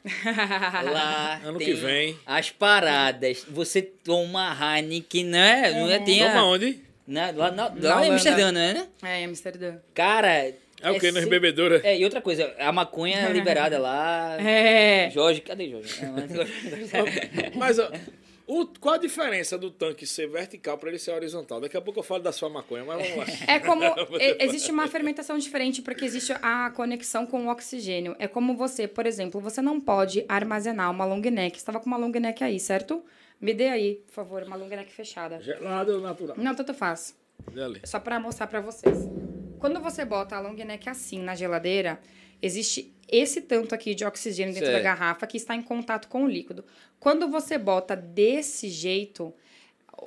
Speaker 1: Lá
Speaker 2: Ano
Speaker 1: tem
Speaker 2: que vem.
Speaker 1: as paradas. Você toma Heineken, né? Não é, tem
Speaker 2: Toma
Speaker 1: a,
Speaker 2: onde?
Speaker 1: né? Lá, na,
Speaker 4: Uhum. Na
Speaker 1: lá em
Speaker 4: Holanda.
Speaker 1: Amsterdã, né?
Speaker 4: É, em Amsterdã.
Speaker 1: Cara...
Speaker 2: É o que? Nos
Speaker 1: sem-
Speaker 2: bebedouras?
Speaker 1: É, e outra coisa, a maconha é liberada lá.
Speaker 4: É.
Speaker 1: Jorge, cadê Jorge? É, mas-
Speaker 2: Mas ó, o, qual a diferença do tanque ser vertical para ele ser horizontal? Daqui a pouco eu falo da sua maconha, mas vamos lá.
Speaker 4: É como. e- existe um uma fermentação diferente, porque existe a conexão com o oxigênio. É como você, por exemplo, você não pode armazenar uma long neck. Você estava com uma long neck aí, certo? Me dê aí, por favor, uma long neck fechada.
Speaker 2: Gelado ou natural?
Speaker 4: Não, tanto faz.
Speaker 2: Olha ali.
Speaker 4: Só para mostrar para vocês. Quando você bota a long neck assim na geladeira, existe esse tanto aqui de oxigênio dentro
Speaker 1: Certo.
Speaker 4: da garrafa que está em contato com o líquido. Quando você bota desse jeito,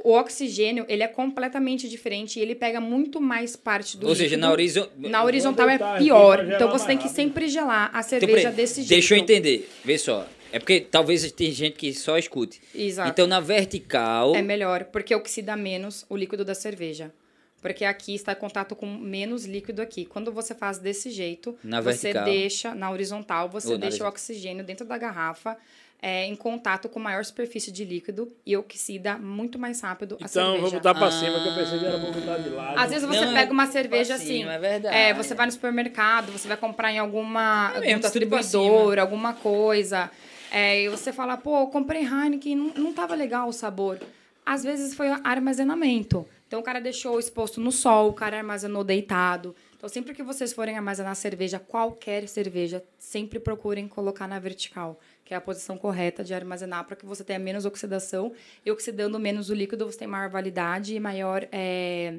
Speaker 4: o oxigênio ele é completamente diferente e ele pega muito mais parte do
Speaker 1: Ou seja,
Speaker 4: líquido.
Speaker 1: na horizontal...
Speaker 4: Na horizontal é
Speaker 10: tentar aqui pra
Speaker 4: pior.
Speaker 10: gelar
Speaker 4: Então você tem
Speaker 10: mais
Speaker 4: que
Speaker 10: rápido.
Speaker 4: sempre gelar a
Speaker 1: Então,
Speaker 4: cerveja
Speaker 1: peraí,
Speaker 4: desse jeito.
Speaker 1: Deixa eu entender. Vê só. É porque talvez tem gente que só escute.
Speaker 4: Exato.
Speaker 1: Então, na vertical...
Speaker 4: É melhor, porque oxida menos o líquido da cerveja. Porque aqui está em contato com menos líquido aqui. Quando você faz desse jeito,
Speaker 1: Na
Speaker 4: você
Speaker 1: vertical.
Speaker 4: deixa na horizontal, você
Speaker 1: Ou na
Speaker 4: deixa o
Speaker 1: horizontal.
Speaker 4: oxigênio dentro da garrafa é, em contato com maior superfície de líquido e é oxida muito mais rápido
Speaker 2: Então
Speaker 4: a cerveja.
Speaker 2: vamos dar pra cima que eu pensei.
Speaker 10: pensei que era pra botar de lado.
Speaker 4: Às vezes você
Speaker 1: Não,
Speaker 4: pega uma cerveja
Speaker 1: pra cima,
Speaker 4: assim.
Speaker 1: é verdade.
Speaker 4: é, você vai no supermercado, você vai comprar em alguma
Speaker 1: É
Speaker 4: algum
Speaker 1: mesmo, tá tudo pra
Speaker 4: distribuidora, alguma coisa. É, e você fala, pô, eu comprei Heineken, não, não tava legal o sabor. Às vezes foi armazenamento. Então o cara deixou exposto no sol, o cara armazenou deitado. Então sempre que vocês forem armazenar cerveja, qualquer cerveja, sempre procurem colocar na vertical, que é a posição correta de armazenar para que você tenha menos oxidação. E oxidando menos o líquido, você tem maior validade e maior é,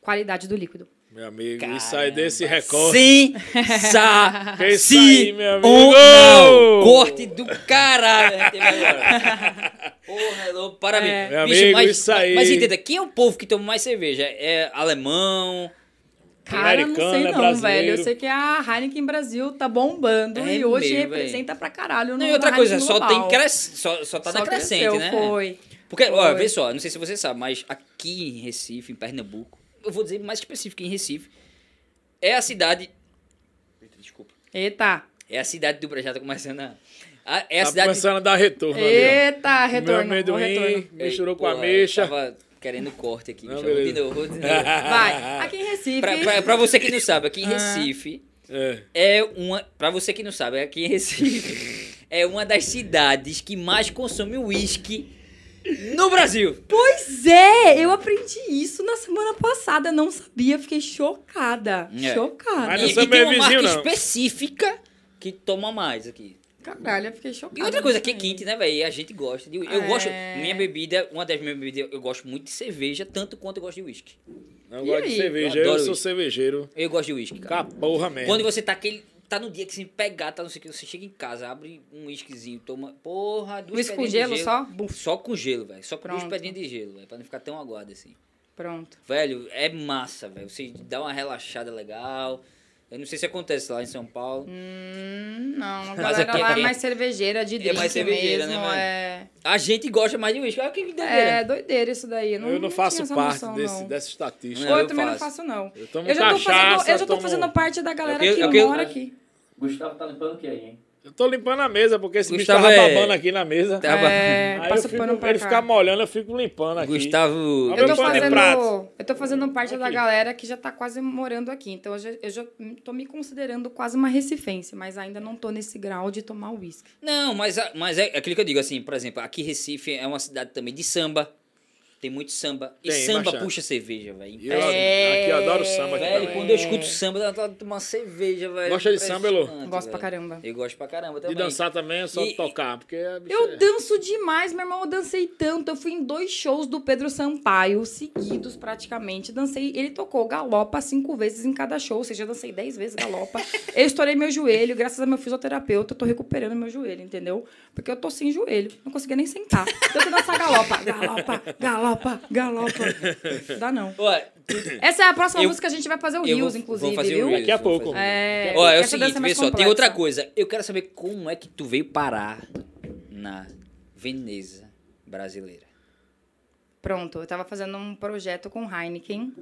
Speaker 4: qualidade do líquido.
Speaker 2: Meu amigo,
Speaker 1: Caramba.
Speaker 2: isso aí desse recorde.
Speaker 1: Sim,
Speaker 2: Que isso aí, meu amigo.
Speaker 1: Corte do caralho. né, teve agora. Porra, louco, parabéns.
Speaker 2: É. Meu amigo, isso aí.
Speaker 1: Mas entenda, quem é o povo que toma mais cerveja? É alemão?
Speaker 4: Cara, eu não
Speaker 2: Americana,
Speaker 4: sei não,
Speaker 2: né, brasileiro. tá
Speaker 4: velho. Eu sei que a Heineken Brasil tá bombando
Speaker 1: É
Speaker 4: e hoje
Speaker 1: mesmo,
Speaker 4: representa pra caralho.
Speaker 1: Não,
Speaker 4: no-
Speaker 1: e outra
Speaker 4: na
Speaker 1: coisa,
Speaker 4: Heineken
Speaker 1: só, tem
Speaker 4: é global.
Speaker 1: cres... só, só tá
Speaker 4: Só
Speaker 1: na crescente,
Speaker 4: cresceu,
Speaker 1: né?
Speaker 4: Foi.
Speaker 1: Porque, ó,
Speaker 4: Foi.
Speaker 1: vê só, não sei se você sabe, mas aqui em Recife, em Pernambuco, eu vou dizer mais específico em Recife, é a cidade. Eita, Desculpa.
Speaker 4: Eita.
Speaker 1: É a cidade do. Já tá começando a.
Speaker 3: A- é a
Speaker 2: tá
Speaker 3: cidade.
Speaker 2: começando a dar retorno ali,
Speaker 4: Eita,
Speaker 2: ó. Meu
Speaker 4: retorno. ó,
Speaker 2: amendoim
Speaker 4: retorno.
Speaker 2: misturou
Speaker 3: Ei,
Speaker 2: com a
Speaker 3: porra,
Speaker 2: ameixa.
Speaker 3: eu Tava querendo corte aqui,
Speaker 2: Não,
Speaker 3: bicho. Eu vou de
Speaker 2: beleza.
Speaker 1: novo, vou de novo. ah,
Speaker 4: Vai, aqui em Recife.
Speaker 1: pra, pra- pra você que não sabe, aqui em Recife
Speaker 2: É.
Speaker 1: é uma. Pra você que não sabe, aqui em Recife é uma das cidades que mais consome uísque no Brasil.
Speaker 4: Pois é, eu aprendi isso na semana passada, não sabia, fiquei chocada.
Speaker 1: É.
Speaker 4: Chocada.
Speaker 2: Mas
Speaker 1: E,
Speaker 2: não
Speaker 1: e
Speaker 2: sou
Speaker 1: tem
Speaker 2: meu
Speaker 1: uma
Speaker 2: vizinho,
Speaker 1: marca
Speaker 2: não.
Speaker 1: específica que toma mais aqui.
Speaker 4: Caralho, eu fiquei chocada.
Speaker 1: E outra coisa que é
Speaker 4: também.
Speaker 1: quente, né, velho? A gente gosta de. Eu
Speaker 4: Ah, É.
Speaker 1: gosto. Minha bebida, uma das minhas bebidas, eu gosto muito de cerveja, tanto quanto eu gosto de uísque.
Speaker 2: Não
Speaker 4: E
Speaker 2: gosto de
Speaker 4: aí?
Speaker 2: cerveja,
Speaker 1: Eu
Speaker 2: eu,
Speaker 1: adoro
Speaker 2: sou
Speaker 1: isso.
Speaker 2: cervejeiro.
Speaker 1: Eu gosto de uísque, cara.
Speaker 2: Tá porra mesmo.
Speaker 1: Quando você tá aquele. Tá no dia que você pegar, tá não sei o que, você chega em casa, abre um uísquezinho, toma. Porra, duas
Speaker 4: Luiz com
Speaker 1: pedrinhas de
Speaker 4: gelo só? Bum,
Speaker 1: Só com gelo, velho. Só com duas
Speaker 4: Pronto.
Speaker 1: pedrinhas de gelo, velho. Pra não ficar tão aguado assim.
Speaker 4: pronto.
Speaker 1: Velho, é massa, velho. Você dá uma relaxada legal. Eu não sei se acontece lá em São Paulo.
Speaker 4: Hum, não, a
Speaker 1: Mas
Speaker 4: galera
Speaker 1: aqui-
Speaker 4: lá
Speaker 1: aqui-
Speaker 4: é mais cervejeira de
Speaker 1: É
Speaker 4: drink
Speaker 1: mais cervejeira,
Speaker 4: mesmo,
Speaker 1: né, velho?
Speaker 4: é...
Speaker 1: A gente gosta mais de uísque. Olha que doideira.
Speaker 4: É doideira isso daí. Não,
Speaker 2: eu não faço
Speaker 4: tinha essa
Speaker 2: parte
Speaker 4: noção,
Speaker 2: desse,
Speaker 4: não.
Speaker 2: dessa estatística.
Speaker 1: Não,
Speaker 4: eu,
Speaker 1: eu
Speaker 4: também não
Speaker 1: faço.
Speaker 4: faço, não.
Speaker 2: Eu tomo
Speaker 4: Eu já, tô
Speaker 2: cachaça,
Speaker 4: fazendo, eu já tô
Speaker 2: tomo-
Speaker 4: fazendo parte da galera
Speaker 1: É o que-
Speaker 4: que,
Speaker 1: é o que eu-
Speaker 4: mora aqui.
Speaker 5: Gustavo tá limpando o que aí, hein?
Speaker 2: Eu tô limpando a mesa, porque esse bicho
Speaker 1: Gustavo
Speaker 2: tava
Speaker 1: é-
Speaker 2: babando aqui na mesa.
Speaker 1: Tá bom.
Speaker 4: É,
Speaker 2: Aí eu
Speaker 4: passa
Speaker 2: fico-
Speaker 4: pano pra
Speaker 2: ele
Speaker 4: cá.
Speaker 2: fica molhando, eu fico limpando aqui.
Speaker 1: Gustavo.
Speaker 2: Abre
Speaker 4: Eu tô,
Speaker 2: pano de prato.
Speaker 4: fazendo, eu tô fazendo parte da
Speaker 2: Aqui.
Speaker 4: galera que já tá quase morando aqui. Então eu já, eu já tô me considerando quase uma recifense, mas ainda não tô nesse grau de tomar uísque.
Speaker 1: Não, mas, a- mas é aquilo que eu digo, assim, por exemplo, aqui Recife é uma cidade também de samba. Tem muito samba. E
Speaker 2: Tem,
Speaker 1: samba
Speaker 2: bastante.
Speaker 1: puxa cerveja, velho.
Speaker 2: E eu,
Speaker 4: É.
Speaker 2: Aqui eu adoro samba aqui
Speaker 1: Velho,
Speaker 2: também.
Speaker 1: quando eu escuto samba, dá vontade de tomar cerveja, velho.
Speaker 2: Gosta de samba, Elô?
Speaker 1: Impressionante,
Speaker 4: Gosto pra
Speaker 1: velho.
Speaker 4: caramba.
Speaker 1: Eu gosto pra caramba
Speaker 2: De
Speaker 1: também.
Speaker 2: dançar também é só
Speaker 1: E-
Speaker 2: tocar, porque a bicha
Speaker 4: Eu
Speaker 2: é-
Speaker 4: danço demais, meu irmão. Eu dancei tanto. Eu fui em dois shows do Pedro Sampaio, seguidos praticamente. Dancei. Ele tocou galopa cinco vezes em cada show, ou seja, eu dancei dez vezes galopa. eu estourei meu joelho, graças a meu fisioterapeuta, eu tô recuperando meu joelho, entendeu? Porque eu tô sem joelho, não conseguia nem sentar. Então eu dançar galopa, galopa, galopa, galopa. Não dá não.
Speaker 1: Olha,
Speaker 4: Essa é a próxima
Speaker 1: Eu-
Speaker 4: música que a gente vai fazer o
Speaker 1: eu
Speaker 4: Rios,
Speaker 1: vou-
Speaker 4: inclusive,
Speaker 1: vou fazer o
Speaker 4: viu?
Speaker 1: Reels,
Speaker 2: Daqui a
Speaker 1: vou
Speaker 2: pouco.
Speaker 1: fazer.
Speaker 4: É,
Speaker 1: Ó, é o
Speaker 4: essa dança
Speaker 1: seguinte,
Speaker 4: mais
Speaker 1: vê só, tem
Speaker 4: complexa.
Speaker 1: outra coisa. Eu quero saber como é que tu veio parar na Veneza brasileira.
Speaker 4: Pronto, eu tava fazendo um projeto com Heineken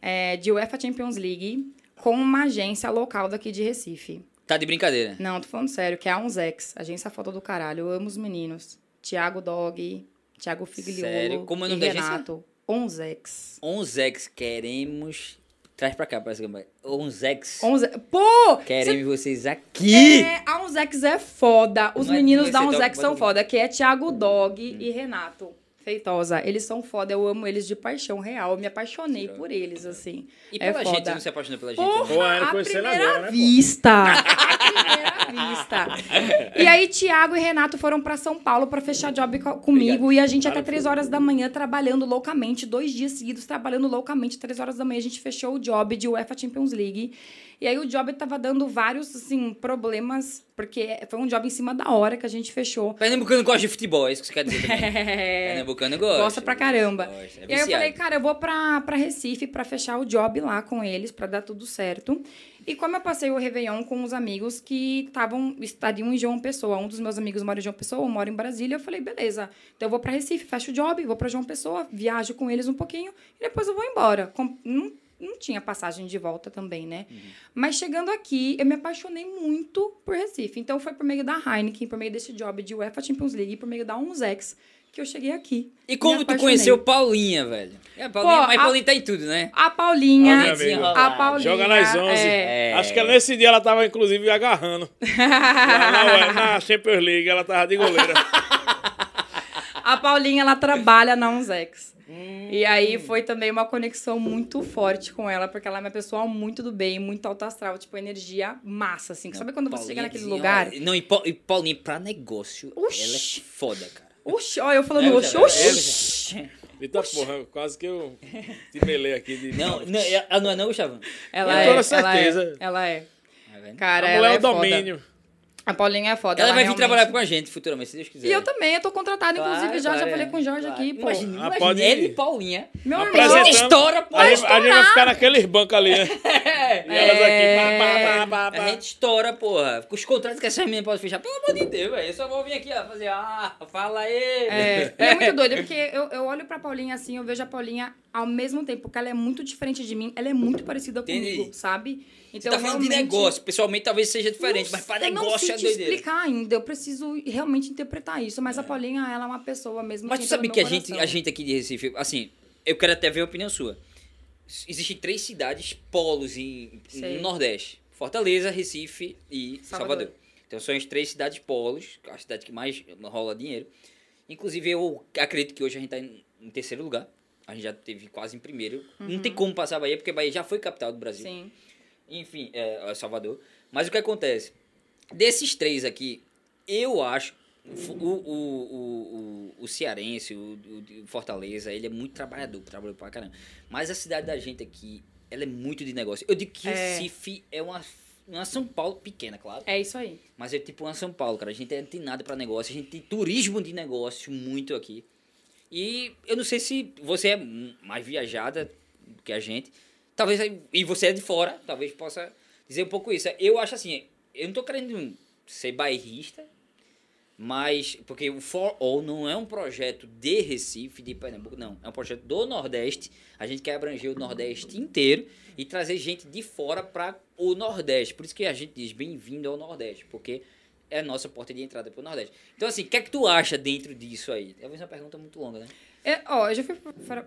Speaker 4: é, de UEFA Champions League com uma agência local daqui de Recife.
Speaker 1: Tá de brincadeira.
Speaker 4: Não, tô falando sério, que é a Unzex, agência foda do caralho. Eu amo os meninos. Tiago Dog, Tiago Figliolo
Speaker 1: Sério? Como é o
Speaker 4: e
Speaker 1: nome da agência?
Speaker 4: Renato. Onzex.
Speaker 1: Onzex, queremos... Traz pra cá, pra essa câmera. Onzex,
Speaker 4: Onze... Pô!
Speaker 1: queremos vocês aqui.
Speaker 4: É, a Unzex é foda. Os
Speaker 1: Não é- não
Speaker 4: meninos
Speaker 1: é
Speaker 4: da
Speaker 1: ser dog,
Speaker 4: Unzex são
Speaker 1: mas- Hum.
Speaker 4: foda, que é Thiago Dog e Renato Feitosa. Eles são foda, eu amo eles de paixão real. Eu me apaixonei por eles, assim.
Speaker 1: E
Speaker 4: é
Speaker 1: pela gente,
Speaker 4: foda.
Speaker 1: você não se apaixonou pela gente? né?
Speaker 2: Pô, Ah, era
Speaker 4: Porra, à
Speaker 2: conhecendo
Speaker 4: primeira
Speaker 2: agora, né, pô?
Speaker 4: vista. À primeira vista. E aí, Tiago e Renato foram pra São Paulo pra fechar job co- comigo. E a gente até três horas da manhã trabalhando loucamente. Dois dias seguidos trabalhando loucamente. Três horas da manhã a gente fechou o job de UEFA Champions League. E aí o job tava dando vários, assim, problemas. Porque foi um job em cima da hora que a gente fechou.
Speaker 1: Pernambucano gosta de futebol, é isso que você quer dizer também.
Speaker 2: É,
Speaker 1: Pernambucano gosta.
Speaker 4: Gosta pra caramba.
Speaker 1: Gosta, é
Speaker 4: E aí eu
Speaker 1: viciado.
Speaker 4: falei, cara, eu vou pra, pra Recife pra fechar o job lá com eles, pra dar tudo certo. E como eu passei o Réveillon com os amigos que estavam, estariam em João Pessoa, um dos meus amigos mora em João Pessoa, eu moro em Brasília, eu falei, beleza, então eu vou pra Recife, fecho o job, vou pra João Pessoa, viajo com eles um pouquinho e depois eu vou embora. Com- não, não tinha passagem de volta também, né?
Speaker 1: Uhum.
Speaker 4: Mas chegando aqui, eu me apaixonei muito por Recife. Então foi por meio da Heineken, por meio desse job de UEFA Champions League, por meio da Unzex, que eu cheguei aqui.
Speaker 1: E
Speaker 4: Me
Speaker 1: como tu
Speaker 4: apaixonei.
Speaker 1: conheceu Paulinha, velho? É, Paulinha,
Speaker 4: Pô,
Speaker 1: mas
Speaker 4: a-
Speaker 1: Paulinha tá em tudo, né?
Speaker 4: A Paulinha.
Speaker 2: Olha, amigo.
Speaker 4: A Paulinha.
Speaker 2: Joga nas 11.
Speaker 4: é.
Speaker 1: É.
Speaker 2: Acho que nesse dia ela tava, inclusive, agarrando. Lá na, na Champions League, ela tava de goleira.
Speaker 4: A Paulinha, ela trabalha na Unzex.
Speaker 1: Hum.
Speaker 4: E aí foi também uma conexão muito forte com ela, porque ela é uma pessoa muito do bem, muito alto astral, tipo, energia massa, assim. Sabe quando você chega
Speaker 1: Paulinha assim, desenrola.
Speaker 4: naquele lugar?
Speaker 1: Não, e, Pau- e Paulinha, pra negócio,
Speaker 4: Oxi.
Speaker 1: ela é foda, cara.
Speaker 4: Oxi, ó, eu falando,
Speaker 1: É,
Speaker 4: oxi,
Speaker 1: velho, é,
Speaker 4: oxi.
Speaker 2: Eita porra, quase que eu te melei aqui. De...
Speaker 1: Não, não, ela não é não, Chavão?
Speaker 4: Ela
Speaker 2: Eu
Speaker 4: é,
Speaker 2: tenho
Speaker 4: ela é,
Speaker 2: certeza.
Speaker 4: ela é.
Speaker 1: É, velho.
Speaker 4: Cara,
Speaker 2: a
Speaker 4: ela
Speaker 2: mulher é
Speaker 4: é
Speaker 2: o
Speaker 4: foda.
Speaker 2: domínio.
Speaker 4: A Paulinha é foda.
Speaker 1: Ela, vai vir
Speaker 4: realmente-
Speaker 1: trabalhar com a gente futuramente, se Deus quiser.
Speaker 4: E eu também, eu tô contratada,
Speaker 1: Claro,
Speaker 4: inclusive, já, já
Speaker 1: claro,
Speaker 4: falei
Speaker 1: é.
Speaker 4: com o Jorge
Speaker 1: Claro.
Speaker 4: aqui, pô.
Speaker 1: Imagina,
Speaker 2: Ah,
Speaker 1: imagina
Speaker 2: pode-
Speaker 1: ela e Paulinha.
Speaker 4: Meu irmão,
Speaker 2: Apresentando.
Speaker 1: Estoura, pô.
Speaker 2: A gente, a gente vai ficar naqueles bancos ali, né? E horas aqui. Pá, pá, pá, Ah, pá,
Speaker 1: É, A
Speaker 2: pá.
Speaker 1: gente estoura, porra. Os contratos que essas meninas podem fechar. Pelo amor de Deus, velho. Eu só vou vir aqui, ó, fazer. Ah, fala aí.
Speaker 4: É, e é muito doido, porque eu, eu olho pra Paulinha assim, eu vejo a Paulinha ao mesmo tempo que ela é muito diferente de mim, ela é muito parecida
Speaker 1: Entendi.
Speaker 4: comigo, sabe?
Speaker 1: Você
Speaker 4: Então,
Speaker 1: tá falando de
Speaker 4: realmente,
Speaker 1: negócio. Pessoalmente talvez seja diferente,
Speaker 4: não-
Speaker 1: mas para
Speaker 4: eu não
Speaker 1: negócio
Speaker 4: sei
Speaker 1: é
Speaker 4: te
Speaker 1: doideira.
Speaker 4: explicar ainda, eu preciso realmente interpretar isso, mas a Paulinha, ela é uma pessoa mesmo.
Speaker 1: Mas
Speaker 4: que
Speaker 1: tu
Speaker 4: entra
Speaker 1: sabe
Speaker 4: no
Speaker 1: que a
Speaker 4: meu
Speaker 1: gente, a
Speaker 4: coração.
Speaker 1: gente aqui de Recife, assim, eu quero até ver a opinião sua. S- Existem três cidades polos em,
Speaker 4: Sei.
Speaker 1: no Nordeste: Fortaleza, Recife e
Speaker 4: Salvador.
Speaker 1: Salvador. Então são as três cidades polos, a cidade que mais rola dinheiro. Inclusive, eu acredito que hoje a gente tá em, em terceiro lugar. A gente já teve quase em primeiro. Não
Speaker 4: Uhum.
Speaker 1: tem como passar a Bahia, porque a Bahia já foi capital do Brasil
Speaker 4: Sim.
Speaker 1: enfim, é, é Salvador. Mas o que acontece? Desses três aqui, eu acho. o fu- O, o, o, o, o cearense, o, o- o Fortaleza, ele é muito trabalhador, trabalhou pra caramba. Mas a cidade da gente aqui, ela é muito de negócio. Eu digo que
Speaker 4: É.
Speaker 1: Recife é uma, uma São Paulo pequena, claro.
Speaker 4: É isso aí.
Speaker 1: Mas é tipo uma São Paulo, cara. A gente não tem nada pra negócio, a gente tem turismo de negócio muito aqui. E eu não sei se você é m- mais viajada que a gente. Talvez, e você é de fora, talvez possa dizer um pouco isso. Eu acho assim, eu não tô querendo ser bairrista, mas. Porque o For All não é um projeto de Recife, de Pernambuco, não. É um projeto do Nordeste. A gente quer abranger o Nordeste inteiro e trazer gente de fora para o Nordeste. Por isso que a gente diz bem-vindo ao Nordeste, porque é a nossa porta de entrada para o Nordeste. Então, assim, o que é que tu acha dentro disso aí? Talvez uma pergunta muito longa, né?
Speaker 4: Eu, ó, eu já fui pra, pra,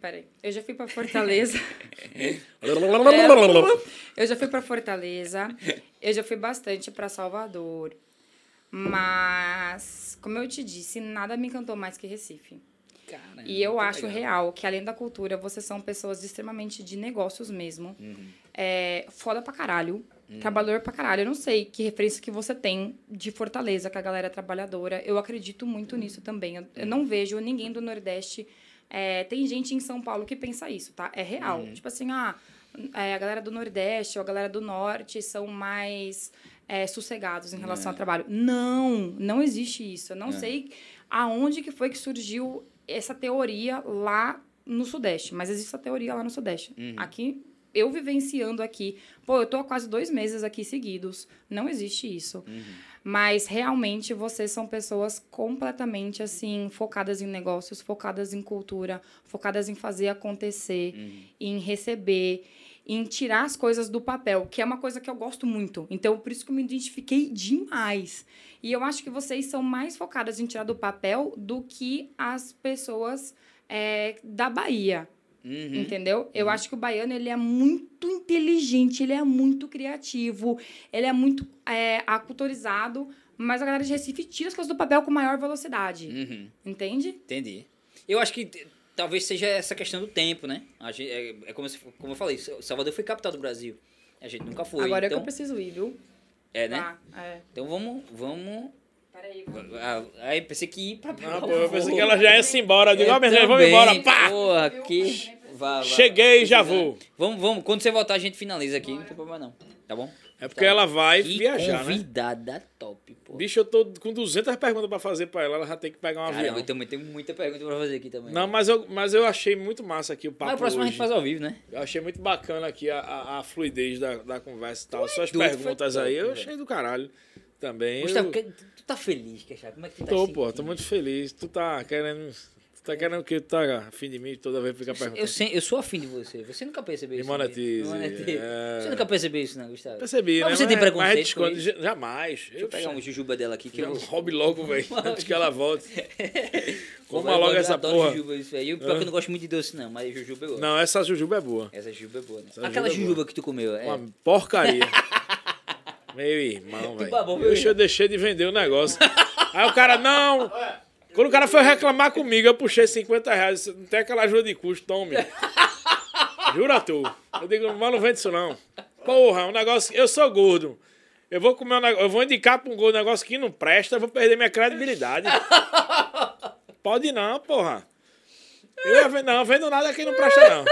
Speaker 4: peraí. Eu já fui pra Fortaleza. Eu já fui pra Fortaleza. Eu já fui bastante pra Salvador. Mas, como eu te disse, nada me encantou mais que Recife.
Speaker 1: Cara,
Speaker 4: E eu acho real que, além da cultura, vocês são pessoas extremamente de negócios mesmo. É, foda pra caralho. Trabalhador pra caralho. Eu não sei que referência que você tem de Fortaleza, que a galera é trabalhadora. Eu acredito muito nisso também. Eu, eu não vejo ninguém do Nordeste. é, tem gente em São Paulo que pensa isso, tá? É real. Tipo assim, ah, é, a galera do Nordeste ou a galera do Norte são mais é, sossegados em relação ao trabalho. Não, não existe isso. Eu não sei aonde que foi que surgiu essa teoria lá no Sudeste, mas existe essa teoria lá no Sudeste. Aqui, eu vivenciando aqui, pô, eu tô há quase dois meses aqui seguidos, não existe isso. Mas realmente vocês são pessoas completamente assim, focadas em negócios, focadas em cultura, focadas em fazer acontecer, em receber, em tirar as coisas do papel, que é uma coisa que eu gosto muito. Então, por isso que eu me identifiquei demais. E eu acho que vocês são mais focadas em tirar do papel do que as pessoas é, da Bahia.
Speaker 1: Uhum,
Speaker 4: Entendeu? Eu acho que o baiano ele é muito inteligente, ele é muito criativo, ele é muito é, aculturizado, mas a galera de Recife tira as coisas do papel com maior velocidade.
Speaker 1: Uhum,
Speaker 4: Entende?
Speaker 1: entendi. Eu acho que t- talvez seja essa questão do tempo, né? A gente, é, é como, se- como eu falei, Sa- Salvador foi capital do Brasil. A gente nunca foi.
Speaker 4: Agora é que
Speaker 1: então,
Speaker 4: eu preciso ir, viu?
Speaker 1: é, né?
Speaker 4: Tá, é.
Speaker 1: Então vamos. vamos...
Speaker 4: Peraí,
Speaker 1: Ah, Aí pensei que ir pra
Speaker 2: Não, Ah, pô, eu pensei que ela já ia se embora. Eu digo, ó, meu irmão, vamos
Speaker 1: também,
Speaker 2: embora. Pá!
Speaker 1: Porra, que. Vá, vá.
Speaker 2: Cheguei e já vou.
Speaker 1: Vamos, vamos. Quando você voltar, a gente finaliza aqui. Não tem problema, não. Tá bom?
Speaker 2: É porque ela vai
Speaker 1: que
Speaker 2: viajar, né?
Speaker 1: convidada top, pô.
Speaker 2: Bicho, eu tô com 200 perguntas pra fazer pra ela. Ela já tem que pegar um
Speaker 1: Cara,
Speaker 2: avião.
Speaker 1: eu também tenho muita pergunta pra fazer aqui também.
Speaker 2: Não, mas eu, mas eu achei muito massa aqui o papo
Speaker 1: Mas o próximo a
Speaker 2: hoje.
Speaker 1: gente faz ao vivo, né?
Speaker 2: Eu achei muito bacana aqui a, a, a fluidez da, da conversa e tal. Só as
Speaker 1: é doido, foi
Speaker 2: perguntas
Speaker 1: top,
Speaker 2: aí, eu
Speaker 1: velho.
Speaker 2: achei do caralho também.
Speaker 1: Gustavo,
Speaker 2: eu...
Speaker 1: que- tu tá feliz, Queixada? Como é que tu tá
Speaker 2: Tô,
Speaker 1: se
Speaker 2: pô, tô
Speaker 1: sentindo?
Speaker 2: muito feliz. Tu tá querendo. Tu tá querendo que tu tá afim de mim toda vez fica perguntando.
Speaker 1: Eu, sei- eu sou afim de você. Você nunca percebeu
Speaker 2: Me
Speaker 1: isso. né?
Speaker 2: monetize,
Speaker 1: Me monetize.
Speaker 2: é.
Speaker 1: Você nunca percebeu isso, não, Gustavo?
Speaker 2: Percebi,
Speaker 1: mas
Speaker 2: né?
Speaker 1: Você tem preconceito?
Speaker 2: Mas
Speaker 1: com
Speaker 2: esconde,
Speaker 1: isso?
Speaker 2: ja- jamais.
Speaker 1: Deixa eu pegar um jujuba dela aqui que
Speaker 2: Já
Speaker 1: eu.
Speaker 2: roube logo, velho. Antes que ela volte.
Speaker 1: Eu
Speaker 2: Coma logo
Speaker 1: adoro- eu
Speaker 2: essa
Speaker 1: adoro
Speaker 2: porra. É.
Speaker 1: Jujuba, isso aí. O pior que eu não gosto muito de doce, não, mas jujuba eu gosto.
Speaker 2: Não, essa jujuba é boa.
Speaker 1: Essa jujuba é boa, né?
Speaker 2: Essa
Speaker 1: Aquela
Speaker 2: jujuba é
Speaker 1: jujuba, que tu comeu, é.
Speaker 2: Uma porcaria. Meu irmão,
Speaker 1: babou, meu
Speaker 2: velho. Deixa eu
Speaker 1: irmão.
Speaker 2: deixei de vender o negócio. Aí o cara, não. Quando o cara foi reclamar comigo, eu puxei 50 reais. Não tem aquela ajuda de custo, tome. Jura tu. Eu digo, mas não vende isso não. Porra, um negócio. Eu sou gordo. Eu vou comer um negócio. Eu vou indicar pra um gordo um negócio que não presta, eu vou perder minha credibilidade. Pode não, porra. Eu ia ver- não, vendo nada que não presta, não.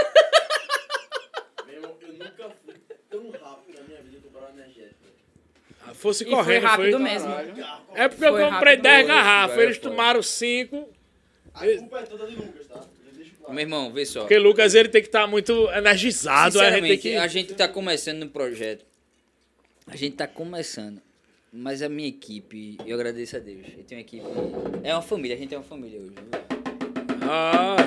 Speaker 9: Meu irmão, eu nunca fui tão rápido na minha vida comprar uma energética.
Speaker 2: Ah, Fosse
Speaker 4: E foi
Speaker 2: correndo,
Speaker 4: rápido mesmo.
Speaker 9: Carro,
Speaker 2: É porque eu
Speaker 4: Foi
Speaker 2: comprei
Speaker 4: rápido.
Speaker 2: 10
Speaker 1: Foi,
Speaker 2: garrafas,
Speaker 1: foi,
Speaker 2: eles
Speaker 1: foi.
Speaker 2: tomaram 5.
Speaker 9: a culpa é toda de Lucas, tá? Eu deixo
Speaker 1: Meu irmão, vê só.
Speaker 2: Porque Lucas, ele tem que estar muito energizado. é, A gente tem
Speaker 1: Sinceramente,
Speaker 2: que...
Speaker 1: a gente tá começando no projeto. A gente tá começando. Mas a minha equipe, eu agradeço a Deus. Eu tenho uma equipe. É uma família, a gente é uma família hoje.
Speaker 2: Ah,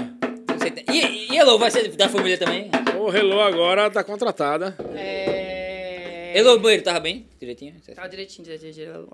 Speaker 1: Você tem- E, e Elo vai ser da família também?
Speaker 2: o Hello agora tá contratada.
Speaker 4: É...
Speaker 1: Elo banheiro, tava bem? Direitinho?
Speaker 4: Tá direitinho, direitinho, direitinho.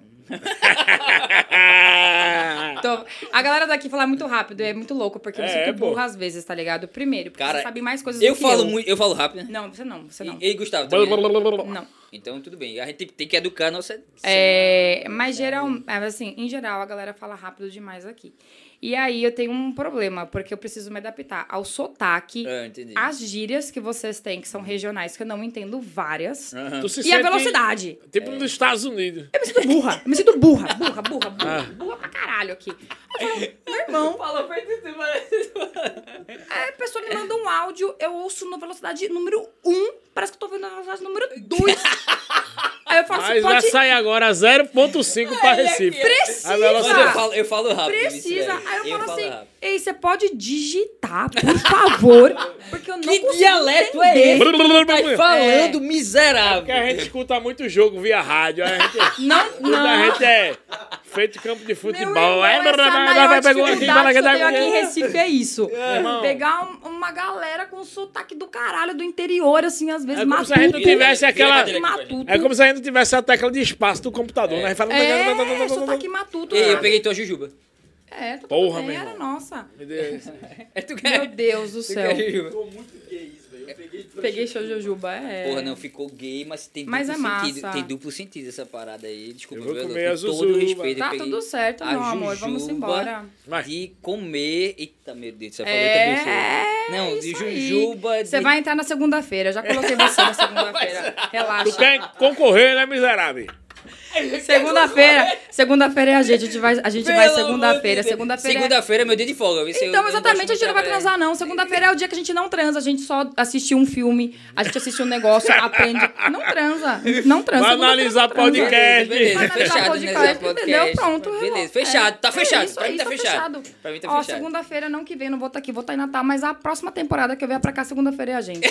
Speaker 2: Ah,
Speaker 4: Então, a galera daqui fala muito rápido, é muito louco, porque eu me
Speaker 2: É,
Speaker 4: sinto
Speaker 2: pô.
Speaker 4: burra às vezes, tá ligado? Primeiro, porque
Speaker 1: Cara,
Speaker 4: você sabe mais coisas
Speaker 1: Eu
Speaker 4: do que
Speaker 1: falo
Speaker 4: eu.
Speaker 1: muito, eu falo rápido, né?
Speaker 4: Não, você não, você não.
Speaker 1: E, e Gustavo
Speaker 2: blá,
Speaker 1: também,
Speaker 2: blá,
Speaker 1: né?
Speaker 2: blá, blá, blá.
Speaker 4: Não.
Speaker 1: Então tudo bem. A gente tem, tem que educar a nossa.
Speaker 4: É, mas geral, é, assim, em geral, a galera fala rápido demais aqui. E aí eu tenho um problema, porque eu preciso me adaptar ao sotaque,
Speaker 1: Ah, entendi.
Speaker 4: às gírias que vocês têm, que são regionais, que eu não entendo várias,
Speaker 1: Aham.
Speaker 2: Tu se
Speaker 4: e a
Speaker 2: sente
Speaker 4: velocidade.
Speaker 2: Tipo nos Estados Unidos.
Speaker 4: Eu me sinto burra, eu me sinto burra, burra, burra, burra,
Speaker 2: Ah.
Speaker 4: burra pra caralho aqui. Eu falo, meu irmão,
Speaker 1: Fala perto de
Speaker 4: a pessoa me manda um áudio, eu ouço na velocidade número 1, um, parece que eu tô ouvindo na velocidade número 2. aí eu falo assim,
Speaker 2: Mas vai
Speaker 4: pode...
Speaker 2: sair agora 0.5 para Recife.
Speaker 4: Precisa!
Speaker 2: A velocidade-
Speaker 1: eu falo, eu falo rápido. isso,
Speaker 4: Precisa.
Speaker 1: velho.
Speaker 4: Aí eu, falo assim,
Speaker 1: rápido.
Speaker 4: ei, você pode digitar, por favor, porque eu não
Speaker 1: Que
Speaker 4: consigo
Speaker 1: dialeto é
Speaker 4: entender.
Speaker 1: esse?
Speaker 2: Blá, blá, blá, blá, blá.
Speaker 4: é.
Speaker 1: Falando
Speaker 2: Porque
Speaker 1: miserável.
Speaker 2: a gente escuta muito jogo via rádio. A gente,
Speaker 4: Não,
Speaker 2: tudo a
Speaker 4: não.
Speaker 2: gente é feito campo de
Speaker 4: Meu
Speaker 2: futebol.
Speaker 4: irmão,
Speaker 2: Aí, blá,
Speaker 4: essa
Speaker 2: blá,
Speaker 4: é
Speaker 2: blá,
Speaker 4: a maior
Speaker 2: blá, blá, blá, blá,
Speaker 4: dificuldade que eu
Speaker 2: blá,
Speaker 4: tenho aqui em
Speaker 2: blá.
Speaker 4: Recife, é isso.
Speaker 2: irmão.
Speaker 4: Pegar um- uma galera com sotaque do caralho, do interior, assim, às vezes,
Speaker 2: É como se
Speaker 4: matuto.
Speaker 2: a gente não tivesse aquela-
Speaker 4: Sotaque matuto.
Speaker 2: É como se a gente tivesse a tecla de espaço do computador, né? A gente fala-
Speaker 4: É, sotaque matuto.
Speaker 1: Ei, eu
Speaker 4: cara.
Speaker 1: peguei tua jujuba.
Speaker 4: É, tá
Speaker 2: Porra, meu
Speaker 4: tudo bem, era
Speaker 2: irmão.
Speaker 4: nossa.
Speaker 2: Meu Deus.
Speaker 1: É tu que
Speaker 4: Meu Deus do céu.
Speaker 9: Eu tô muito gay isso, velho. Eu peguei dois
Speaker 4: Peguei show de Jujuba, é.
Speaker 1: Porra, não, ficou gay, mas tem
Speaker 4: Mas
Speaker 1: duplo
Speaker 4: é massa.
Speaker 1: sentido. Tem duplo sentido essa parada aí. Desculpa,
Speaker 2: Eu vou
Speaker 1: viu, Elô?
Speaker 2: comer a
Speaker 1: Com todo
Speaker 2: Zuzuba.
Speaker 1: o respeito.
Speaker 4: Tá
Speaker 1: eu peguei
Speaker 4: tudo certo,
Speaker 1: a
Speaker 4: meu amor. Vamos
Speaker 1: jujuba
Speaker 4: embora.
Speaker 2: Vai.
Speaker 1: De comer. Eita, meu Deus, você falou também isso.
Speaker 4: É,
Speaker 1: Não, de
Speaker 4: isso aí.
Speaker 1: jujuba.
Speaker 4: Você
Speaker 1: de- é.
Speaker 4: vai entrar na segunda-feira. Já coloquei você na segunda-feira.
Speaker 2: Tu
Speaker 4: Relaxa.
Speaker 2: quer concorrer, né, miserável?
Speaker 4: Segunda-feira. Segunda-feira é a gente. A gente vai, a gente vai
Speaker 1: Pelo amor
Speaker 4: segunda-feira.
Speaker 1: de Deus.
Speaker 4: Segunda-feira. é-
Speaker 1: Segunda-feira é meu dia de folga. viu? Se eu- eu
Speaker 4: Então,
Speaker 1: gosto
Speaker 4: exatamente, a gente
Speaker 1: muito
Speaker 4: não vai
Speaker 1: da-
Speaker 4: transar, não. Segunda-feira é o dia que a gente não transa. A gente só assiste um filme, a gente assiste um negócio, aprende. Não transa. Não transa.
Speaker 2: Vai
Speaker 4: Segunda-feira não
Speaker 2: analisar
Speaker 4: transa.
Speaker 2: podcast.
Speaker 1: Beleza,
Speaker 4: Vai analisar
Speaker 1: fechado,
Speaker 4: podcast,
Speaker 1: né, podcast.
Speaker 4: Entendeu? tá Pronto.
Speaker 1: Beleza,
Speaker 4: relou.
Speaker 1: fechado, tá
Speaker 4: É,
Speaker 1: fechado,
Speaker 4: isso
Speaker 1: pra mim
Speaker 4: aí,
Speaker 1: tá fechado. Pra mim tá
Speaker 4: Ó,
Speaker 1: fechado.
Speaker 4: segunda-feira, não que vem, não vou estar aqui, vou tá estar em Natal, mas a próxima temporada que eu vier pra cá, segunda-feira é a gente.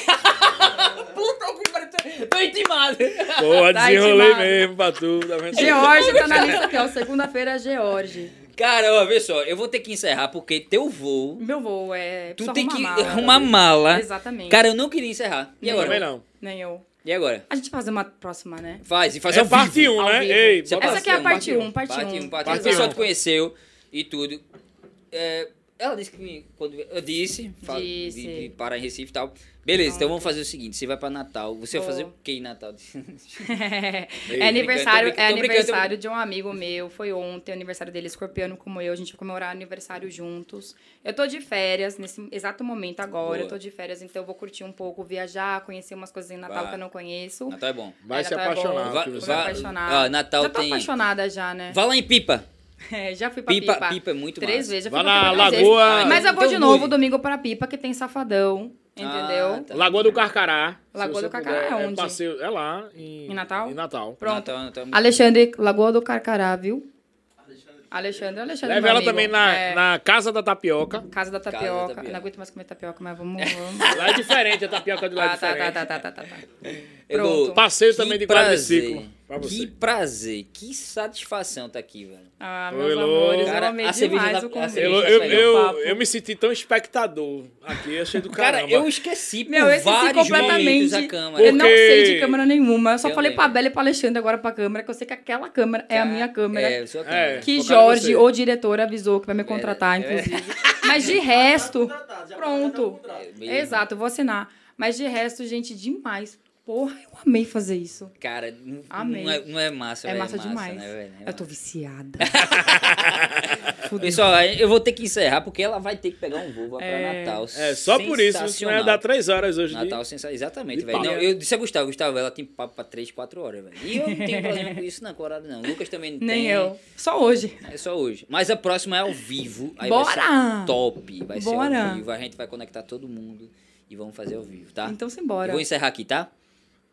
Speaker 1: Plutão com Plutão. Tô intimado.
Speaker 2: Boa,
Speaker 4: Tá
Speaker 2: desenrolei
Speaker 4: intimado.
Speaker 2: mesmo pra tu. Tá vendo?
Speaker 4: George tá na lista aqui, ó. Segunda-feira é George.
Speaker 1: Cara, ó, vê só, eu vou ter que encerrar porque teu voo.
Speaker 4: Meu voo é.
Speaker 1: Tu
Speaker 4: só
Speaker 1: tem
Speaker 4: arrumar
Speaker 1: que
Speaker 4: mala.
Speaker 1: arrumar mala.
Speaker 4: Exatamente.
Speaker 1: Cara, eu não queria encerrar. E
Speaker 4: Nem
Speaker 2: Também
Speaker 1: agora?
Speaker 2: não.
Speaker 4: Nem eu.
Speaker 1: E agora?
Speaker 4: A gente vai fazer uma próxima, né?
Speaker 1: Faz, e faz
Speaker 2: É
Speaker 1: ao vivo.
Speaker 2: parte 1,
Speaker 4: Ao
Speaker 2: né?
Speaker 4: vivo.
Speaker 2: Ei,
Speaker 1: Isso
Speaker 2: bota-
Speaker 4: um. Essa aqui é a parte
Speaker 1: um,
Speaker 4: um, parte
Speaker 1: parte
Speaker 4: um.
Speaker 1: um, parte um.
Speaker 2: Parte
Speaker 1: O pessoal
Speaker 2: um.
Speaker 1: te conheceu e tudo. É, ela disse que me- quando eu disse, fala- de-
Speaker 4: Disse.
Speaker 1: De, parar em Recife e tal. Beleza, então vamos fazer o seguinte, você vai pra Natal, você vai
Speaker 4: Vou.
Speaker 1: fazer o que em Natal?
Speaker 4: é
Speaker 1: tô
Speaker 4: aniversário,
Speaker 1: brincando,
Speaker 4: é
Speaker 1: tô brincando.
Speaker 4: aniversário de um amigo meu. Foi ontem, aniversário dele, escorpiano como eu. A gente vai comemorar aniversário juntos. Eu tô de férias nesse exato momento agora.
Speaker 1: Boa.
Speaker 4: Eu tô de férias, então eu vou curtir um pouco, viajar, conhecer umas coisas em Natal
Speaker 1: Vai.
Speaker 4: que eu não conheço.
Speaker 1: Natal é bom.
Speaker 2: Vai
Speaker 4: É,
Speaker 2: se
Speaker 4: Natal é bom.
Speaker 2: apaixonar.
Speaker 1: Vai-
Speaker 2: filho.
Speaker 4: Vou me
Speaker 1: vai-
Speaker 4: apaixonar.
Speaker 1: Ah, Natal
Speaker 4: já tô
Speaker 1: tem-
Speaker 4: apaixonada já, né?
Speaker 1: Vá lá em Pipa.
Speaker 4: É, já fui pra
Speaker 1: Pipa,
Speaker 4: Pipa.
Speaker 1: Pipa, é muito
Speaker 4: Três
Speaker 1: massa.
Speaker 4: vezes. Já
Speaker 2: Vai
Speaker 4: fui pra
Speaker 2: na
Speaker 4: Pipa três vezes.
Speaker 2: Lagoa.
Speaker 4: Mas eu vou
Speaker 1: Então
Speaker 4: de novo
Speaker 1: mude.
Speaker 4: domingo pra Pipa, que tem Safadão. Entendeu?
Speaker 1: Ah, tá.
Speaker 2: Lagoa do Carcará. se
Speaker 4: Lagoa
Speaker 2: você
Speaker 4: do Carcará
Speaker 2: puder,
Speaker 4: é onde?
Speaker 2: passeio- é lá em,
Speaker 4: Em Natal?
Speaker 2: Em Natal.
Speaker 4: Pronto. Ah,
Speaker 1: Natal, Natal é muito-
Speaker 4: Alexandre, Lagoa do Carcará, viu? Alexandre, Alexandre.
Speaker 2: Leve
Speaker 4: meu
Speaker 2: ela
Speaker 4: amigo.
Speaker 2: também na,
Speaker 4: É,
Speaker 2: na Casa da Tapioca.
Speaker 4: Casa da
Speaker 1: da
Speaker 4: tapioca.
Speaker 1: Tapioca.
Speaker 4: Não aguento mais comer tapioca, mas vamos. vamos.
Speaker 2: Lá é diferente, a tapioca de lá é
Speaker 4: ah, tá,
Speaker 2: diferente.
Speaker 4: tá, tá, tá, tá, tá. tá.
Speaker 1: Elô,
Speaker 4: Pronto.
Speaker 2: Passeio
Speaker 1: que
Speaker 2: também de
Speaker 1: prazer.
Speaker 2: quadriciclo. Pra
Speaker 1: Que
Speaker 2: você.
Speaker 1: prazer, que satisfação tá aqui, velho.
Speaker 4: Ah, meus
Speaker 2: Oi, Lô.
Speaker 4: amores,
Speaker 1: Cara,
Speaker 4: eu amei
Speaker 1: a cerveja
Speaker 4: demais
Speaker 1: da-
Speaker 4: o
Speaker 1: a
Speaker 4: convite.
Speaker 2: Eu,
Speaker 1: cerveja
Speaker 2: eu,
Speaker 1: Tá
Speaker 2: eu-
Speaker 4: papo.
Speaker 2: eu me senti tão espectador aqui, achei do caramba.
Speaker 1: Cara, eu esqueci por
Speaker 4: Meu, eu esqueci
Speaker 1: vários
Speaker 4: completamente.
Speaker 1: momentos a câmera.
Speaker 4: Eu não
Speaker 2: Porque-
Speaker 4: sei de câmera nenhuma. Eu só
Speaker 1: Eu
Speaker 4: falei
Speaker 1: lembro.
Speaker 4: pra Bela e pra Alexandre agora pra câmera, que eu sei que aquela câmera é a minha câmera.
Speaker 1: É, sua câmera.
Speaker 2: É. Focar
Speaker 4: Que
Speaker 2: em
Speaker 4: Jorge,
Speaker 2: você.
Speaker 4: o diretor, avisou que vai me contratar,
Speaker 1: É, é.
Speaker 4: Tá, inclusive. Mas de resto.
Speaker 9: contratados, já
Speaker 5: tá
Speaker 4: Pronto.
Speaker 9: contrataram o contrato.
Speaker 1: Mesmo.
Speaker 4: Exato, eu vou assinar. Mas de resto, gente, demais. Porra, eu amei fazer isso.
Speaker 1: Cara, não,
Speaker 4: Amei.
Speaker 1: não é, não é massa,
Speaker 4: é
Speaker 1: velho,
Speaker 4: massa, demais.
Speaker 1: né, velho? É
Speaker 4: eu tô
Speaker 1: massa.
Speaker 4: viciada.
Speaker 1: Pessoal, eu vou ter que encerrar porque ela vai ter que pegar um voo vai pra
Speaker 4: É.
Speaker 1: Natal.
Speaker 2: É, só por isso, isso
Speaker 1: Sensacional.
Speaker 2: ia dar três horas hoje. de-
Speaker 1: Natal, sensa... exatamente,
Speaker 2: de
Speaker 1: velho.
Speaker 2: papo.
Speaker 1: Não, eu disse a Gustavo, Gustavo, ela tem papo pra 3, 4 horas, velho. E eu não tenho problema com isso, não, com horário, não. Lucas também não
Speaker 4: Nem
Speaker 1: tem.
Speaker 4: eu. Só hoje.
Speaker 1: É só hoje. Mas a próxima é ao vivo. Aí
Speaker 4: Bora!
Speaker 1: Vai ser top. Vai ser
Speaker 4: Bora!
Speaker 1: ao vivo. A gente vai conectar todo mundo e vamos fazer ao vivo, tá?
Speaker 4: Então,
Speaker 1: Eu
Speaker 4: simbora.
Speaker 1: vou encerrar aqui, tá?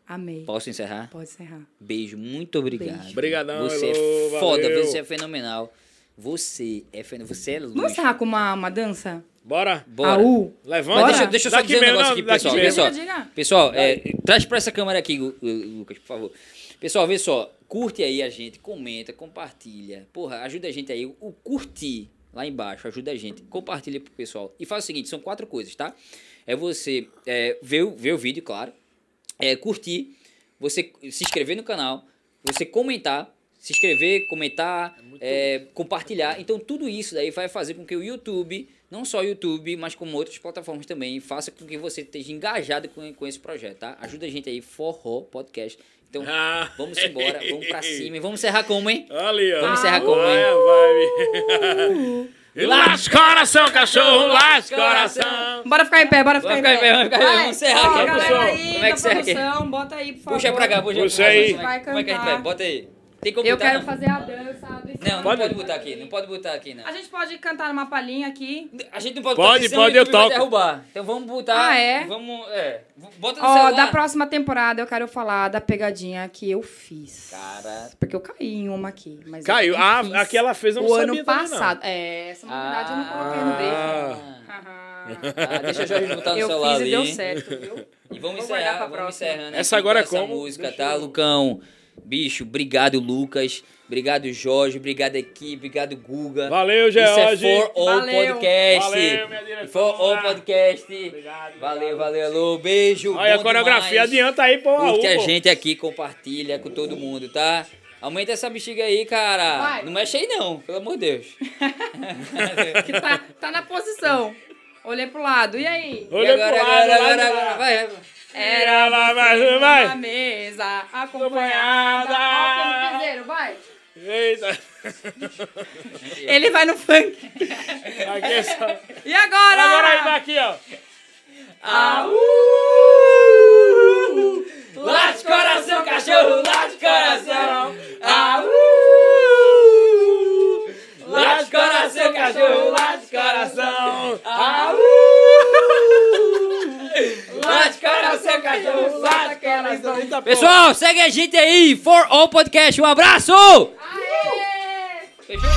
Speaker 4: Amei.
Speaker 1: Posso encerrar?
Speaker 4: Pode encerrar.
Speaker 1: Beijo, muito obrigado.
Speaker 4: Beijo.
Speaker 2: Obrigadão,
Speaker 1: Você
Speaker 2: Elô,
Speaker 1: é foda,
Speaker 2: valeu.
Speaker 1: você é fenomenal. Você é fenomenal. Você é luz.
Speaker 4: Vamos encerrar com uma, uma dança?
Speaker 2: Bora.
Speaker 1: Bora.
Speaker 4: Aú.
Speaker 2: Levanta.
Speaker 1: Mas
Speaker 4: Bora.
Speaker 1: deixa, deixa eu só
Speaker 2: Daqui
Speaker 1: dizer um
Speaker 2: mesmo,
Speaker 1: negócio
Speaker 2: não,
Speaker 1: aqui,
Speaker 2: daqui
Speaker 1: pessoal.
Speaker 2: mesmo.
Speaker 1: Pessoal,
Speaker 4: Diga.
Speaker 1: pessoal é, traz pra essa câmera aqui, Lu- Lu- Lucas, por favor. Pessoal, vê só. Curte aí a gente, comenta, compartilha. Porra, ajuda a gente aí. O curtir lá embaixo ajuda a gente. Compartilha pro pessoal. E faz o seguinte, são quatro coisas, tá? É você é, ver, o- ver o vídeo, claro. É, curtir. Você se inscrever no canal. Você comentar. Se inscrever, comentar, é, compartilhar. Então, tudo isso daí vai fazer com que o YouTube, não só o YouTube, mas como outras plataformas também, faça com que você esteja engajado com, com esse projeto, tá? Ajuda a gente aí, Forró Podcast. Então,
Speaker 2: Ah.
Speaker 1: vamos embora, vamos pra cima. E vamos encerrar como, hein?
Speaker 2: Ali, ó.
Speaker 1: Vamos encerrar como, hein? Uh!
Speaker 2: Olha a vibe. E Lasca coração, cachorro, lasca coração.
Speaker 4: Bora ficar em pé, bora ficar em
Speaker 1: ficar em pé,
Speaker 4: pé.
Speaker 1: vamos ficar em pé,
Speaker 4: Vai.
Speaker 1: vamos encerrar aqui,
Speaker 4: Ó,
Speaker 1: produção.
Speaker 4: galera aí,
Speaker 1: Como é que
Speaker 4: da
Speaker 1: encerra aqui?
Speaker 4: produção, Bota aí, por favor.
Speaker 1: Puxa pra cá, puxa,
Speaker 2: Puxa
Speaker 1: pra cá.
Speaker 2: aí.
Speaker 1: Como é que- Como é que a gente
Speaker 4: Vai
Speaker 1: vai? Bota aí. Tem como
Speaker 4: Eu
Speaker 1: botar,
Speaker 4: quero
Speaker 1: não?
Speaker 4: fazer a dança. a do
Speaker 1: Não, não
Speaker 2: Pode-
Speaker 1: pode. botar aqui, não pode botar aqui, não.
Speaker 4: A gente pode cantar numa palhinha aqui.
Speaker 1: A gente não pode,
Speaker 2: Pode,
Speaker 1: botar, senão o
Speaker 2: pode, eu
Speaker 1: YouTube vai
Speaker 2: toco.
Speaker 1: derrubar. Então vamos botar.
Speaker 4: Ah, é?
Speaker 1: Vamos, é. Bota no
Speaker 4: Ó,
Speaker 1: celular.
Speaker 4: da próxima temporada eu quero falar da pegadinha que eu fiz.
Speaker 1: Cara.
Speaker 4: Porque eu caí em uma aqui. Mas eu
Speaker 2: Caiu. Ah,
Speaker 4: fiz
Speaker 2: aqui ela fez, eu não
Speaker 4: O
Speaker 2: sabia
Speaker 4: ano
Speaker 2: também, não.
Speaker 4: passado. É, essa novidade eu não coloquei no
Speaker 2: Ah.
Speaker 4: dele.
Speaker 1: Ah, deixa o Jorge botar no
Speaker 4: eu
Speaker 1: celular
Speaker 4: fiz
Speaker 1: ali.
Speaker 4: e deu certo, viu?
Speaker 1: E vamos
Speaker 4: Vou guardar
Speaker 1: encerrar,
Speaker 4: pra
Speaker 1: vamos
Speaker 4: próxima.
Speaker 1: encerrando.
Speaker 2: Essa
Speaker 1: aqui
Speaker 2: agora é
Speaker 1: com
Speaker 2: como?
Speaker 1: Essa música,
Speaker 2: Deixa
Speaker 1: tá,
Speaker 2: eu-
Speaker 1: Lucão? Bicho, obrigado, Lucas. Obrigado, Jorge. Obrigado, equipe. Obrigado, Guga.
Speaker 2: Valeu,
Speaker 1: Isso é
Speaker 2: George.
Speaker 1: For All
Speaker 4: Valeu.
Speaker 1: Podcast.
Speaker 2: Valeu, minha diretora.
Speaker 1: For All Podcast.
Speaker 2: Obrigado,
Speaker 1: Valeu, valeu, alô. Beijo.
Speaker 2: Olha
Speaker 1: bom
Speaker 2: a coreografia,
Speaker 1: demais.
Speaker 2: adianta aí, pô.
Speaker 1: Curte
Speaker 2: Raul,
Speaker 1: a
Speaker 2: pô.
Speaker 1: gente aqui, compartilha com todo mundo, tá? Aumenta essa bexiga aí, cara.
Speaker 4: Vai.
Speaker 1: Não mexe aí não, pelo amor de Deus.
Speaker 4: Que tá, tá na posição. Olhei pro lado. E aí?
Speaker 1: E
Speaker 2: Olha pro lado,
Speaker 1: agora,
Speaker 2: lá,
Speaker 1: agora,
Speaker 2: lá.
Speaker 1: agora, vai.
Speaker 2: Tira lá, vai,
Speaker 4: Na
Speaker 2: vai.
Speaker 4: mesa, acompanhada. Ó,
Speaker 2: Acompanhada.
Speaker 4: como fizeram, vai.
Speaker 2: Eita.
Speaker 4: Ele vai no funk.
Speaker 2: Aqui é só...
Speaker 4: E agora?
Speaker 2: Agora aí, daqui, ó.
Speaker 1: Ah, uh! Late coração, cachorro, late coração.
Speaker 2: Ah, uh!
Speaker 1: Aú! Late coração, cachorro, late coração.
Speaker 2: Ah,
Speaker 1: Aú!
Speaker 2: uh!
Speaker 1: Late coração, cachorro, late coração. Pessoal, segue a gente aí, For All Podcast. Um abraço!
Speaker 4: Aê!
Speaker 1: Fechou?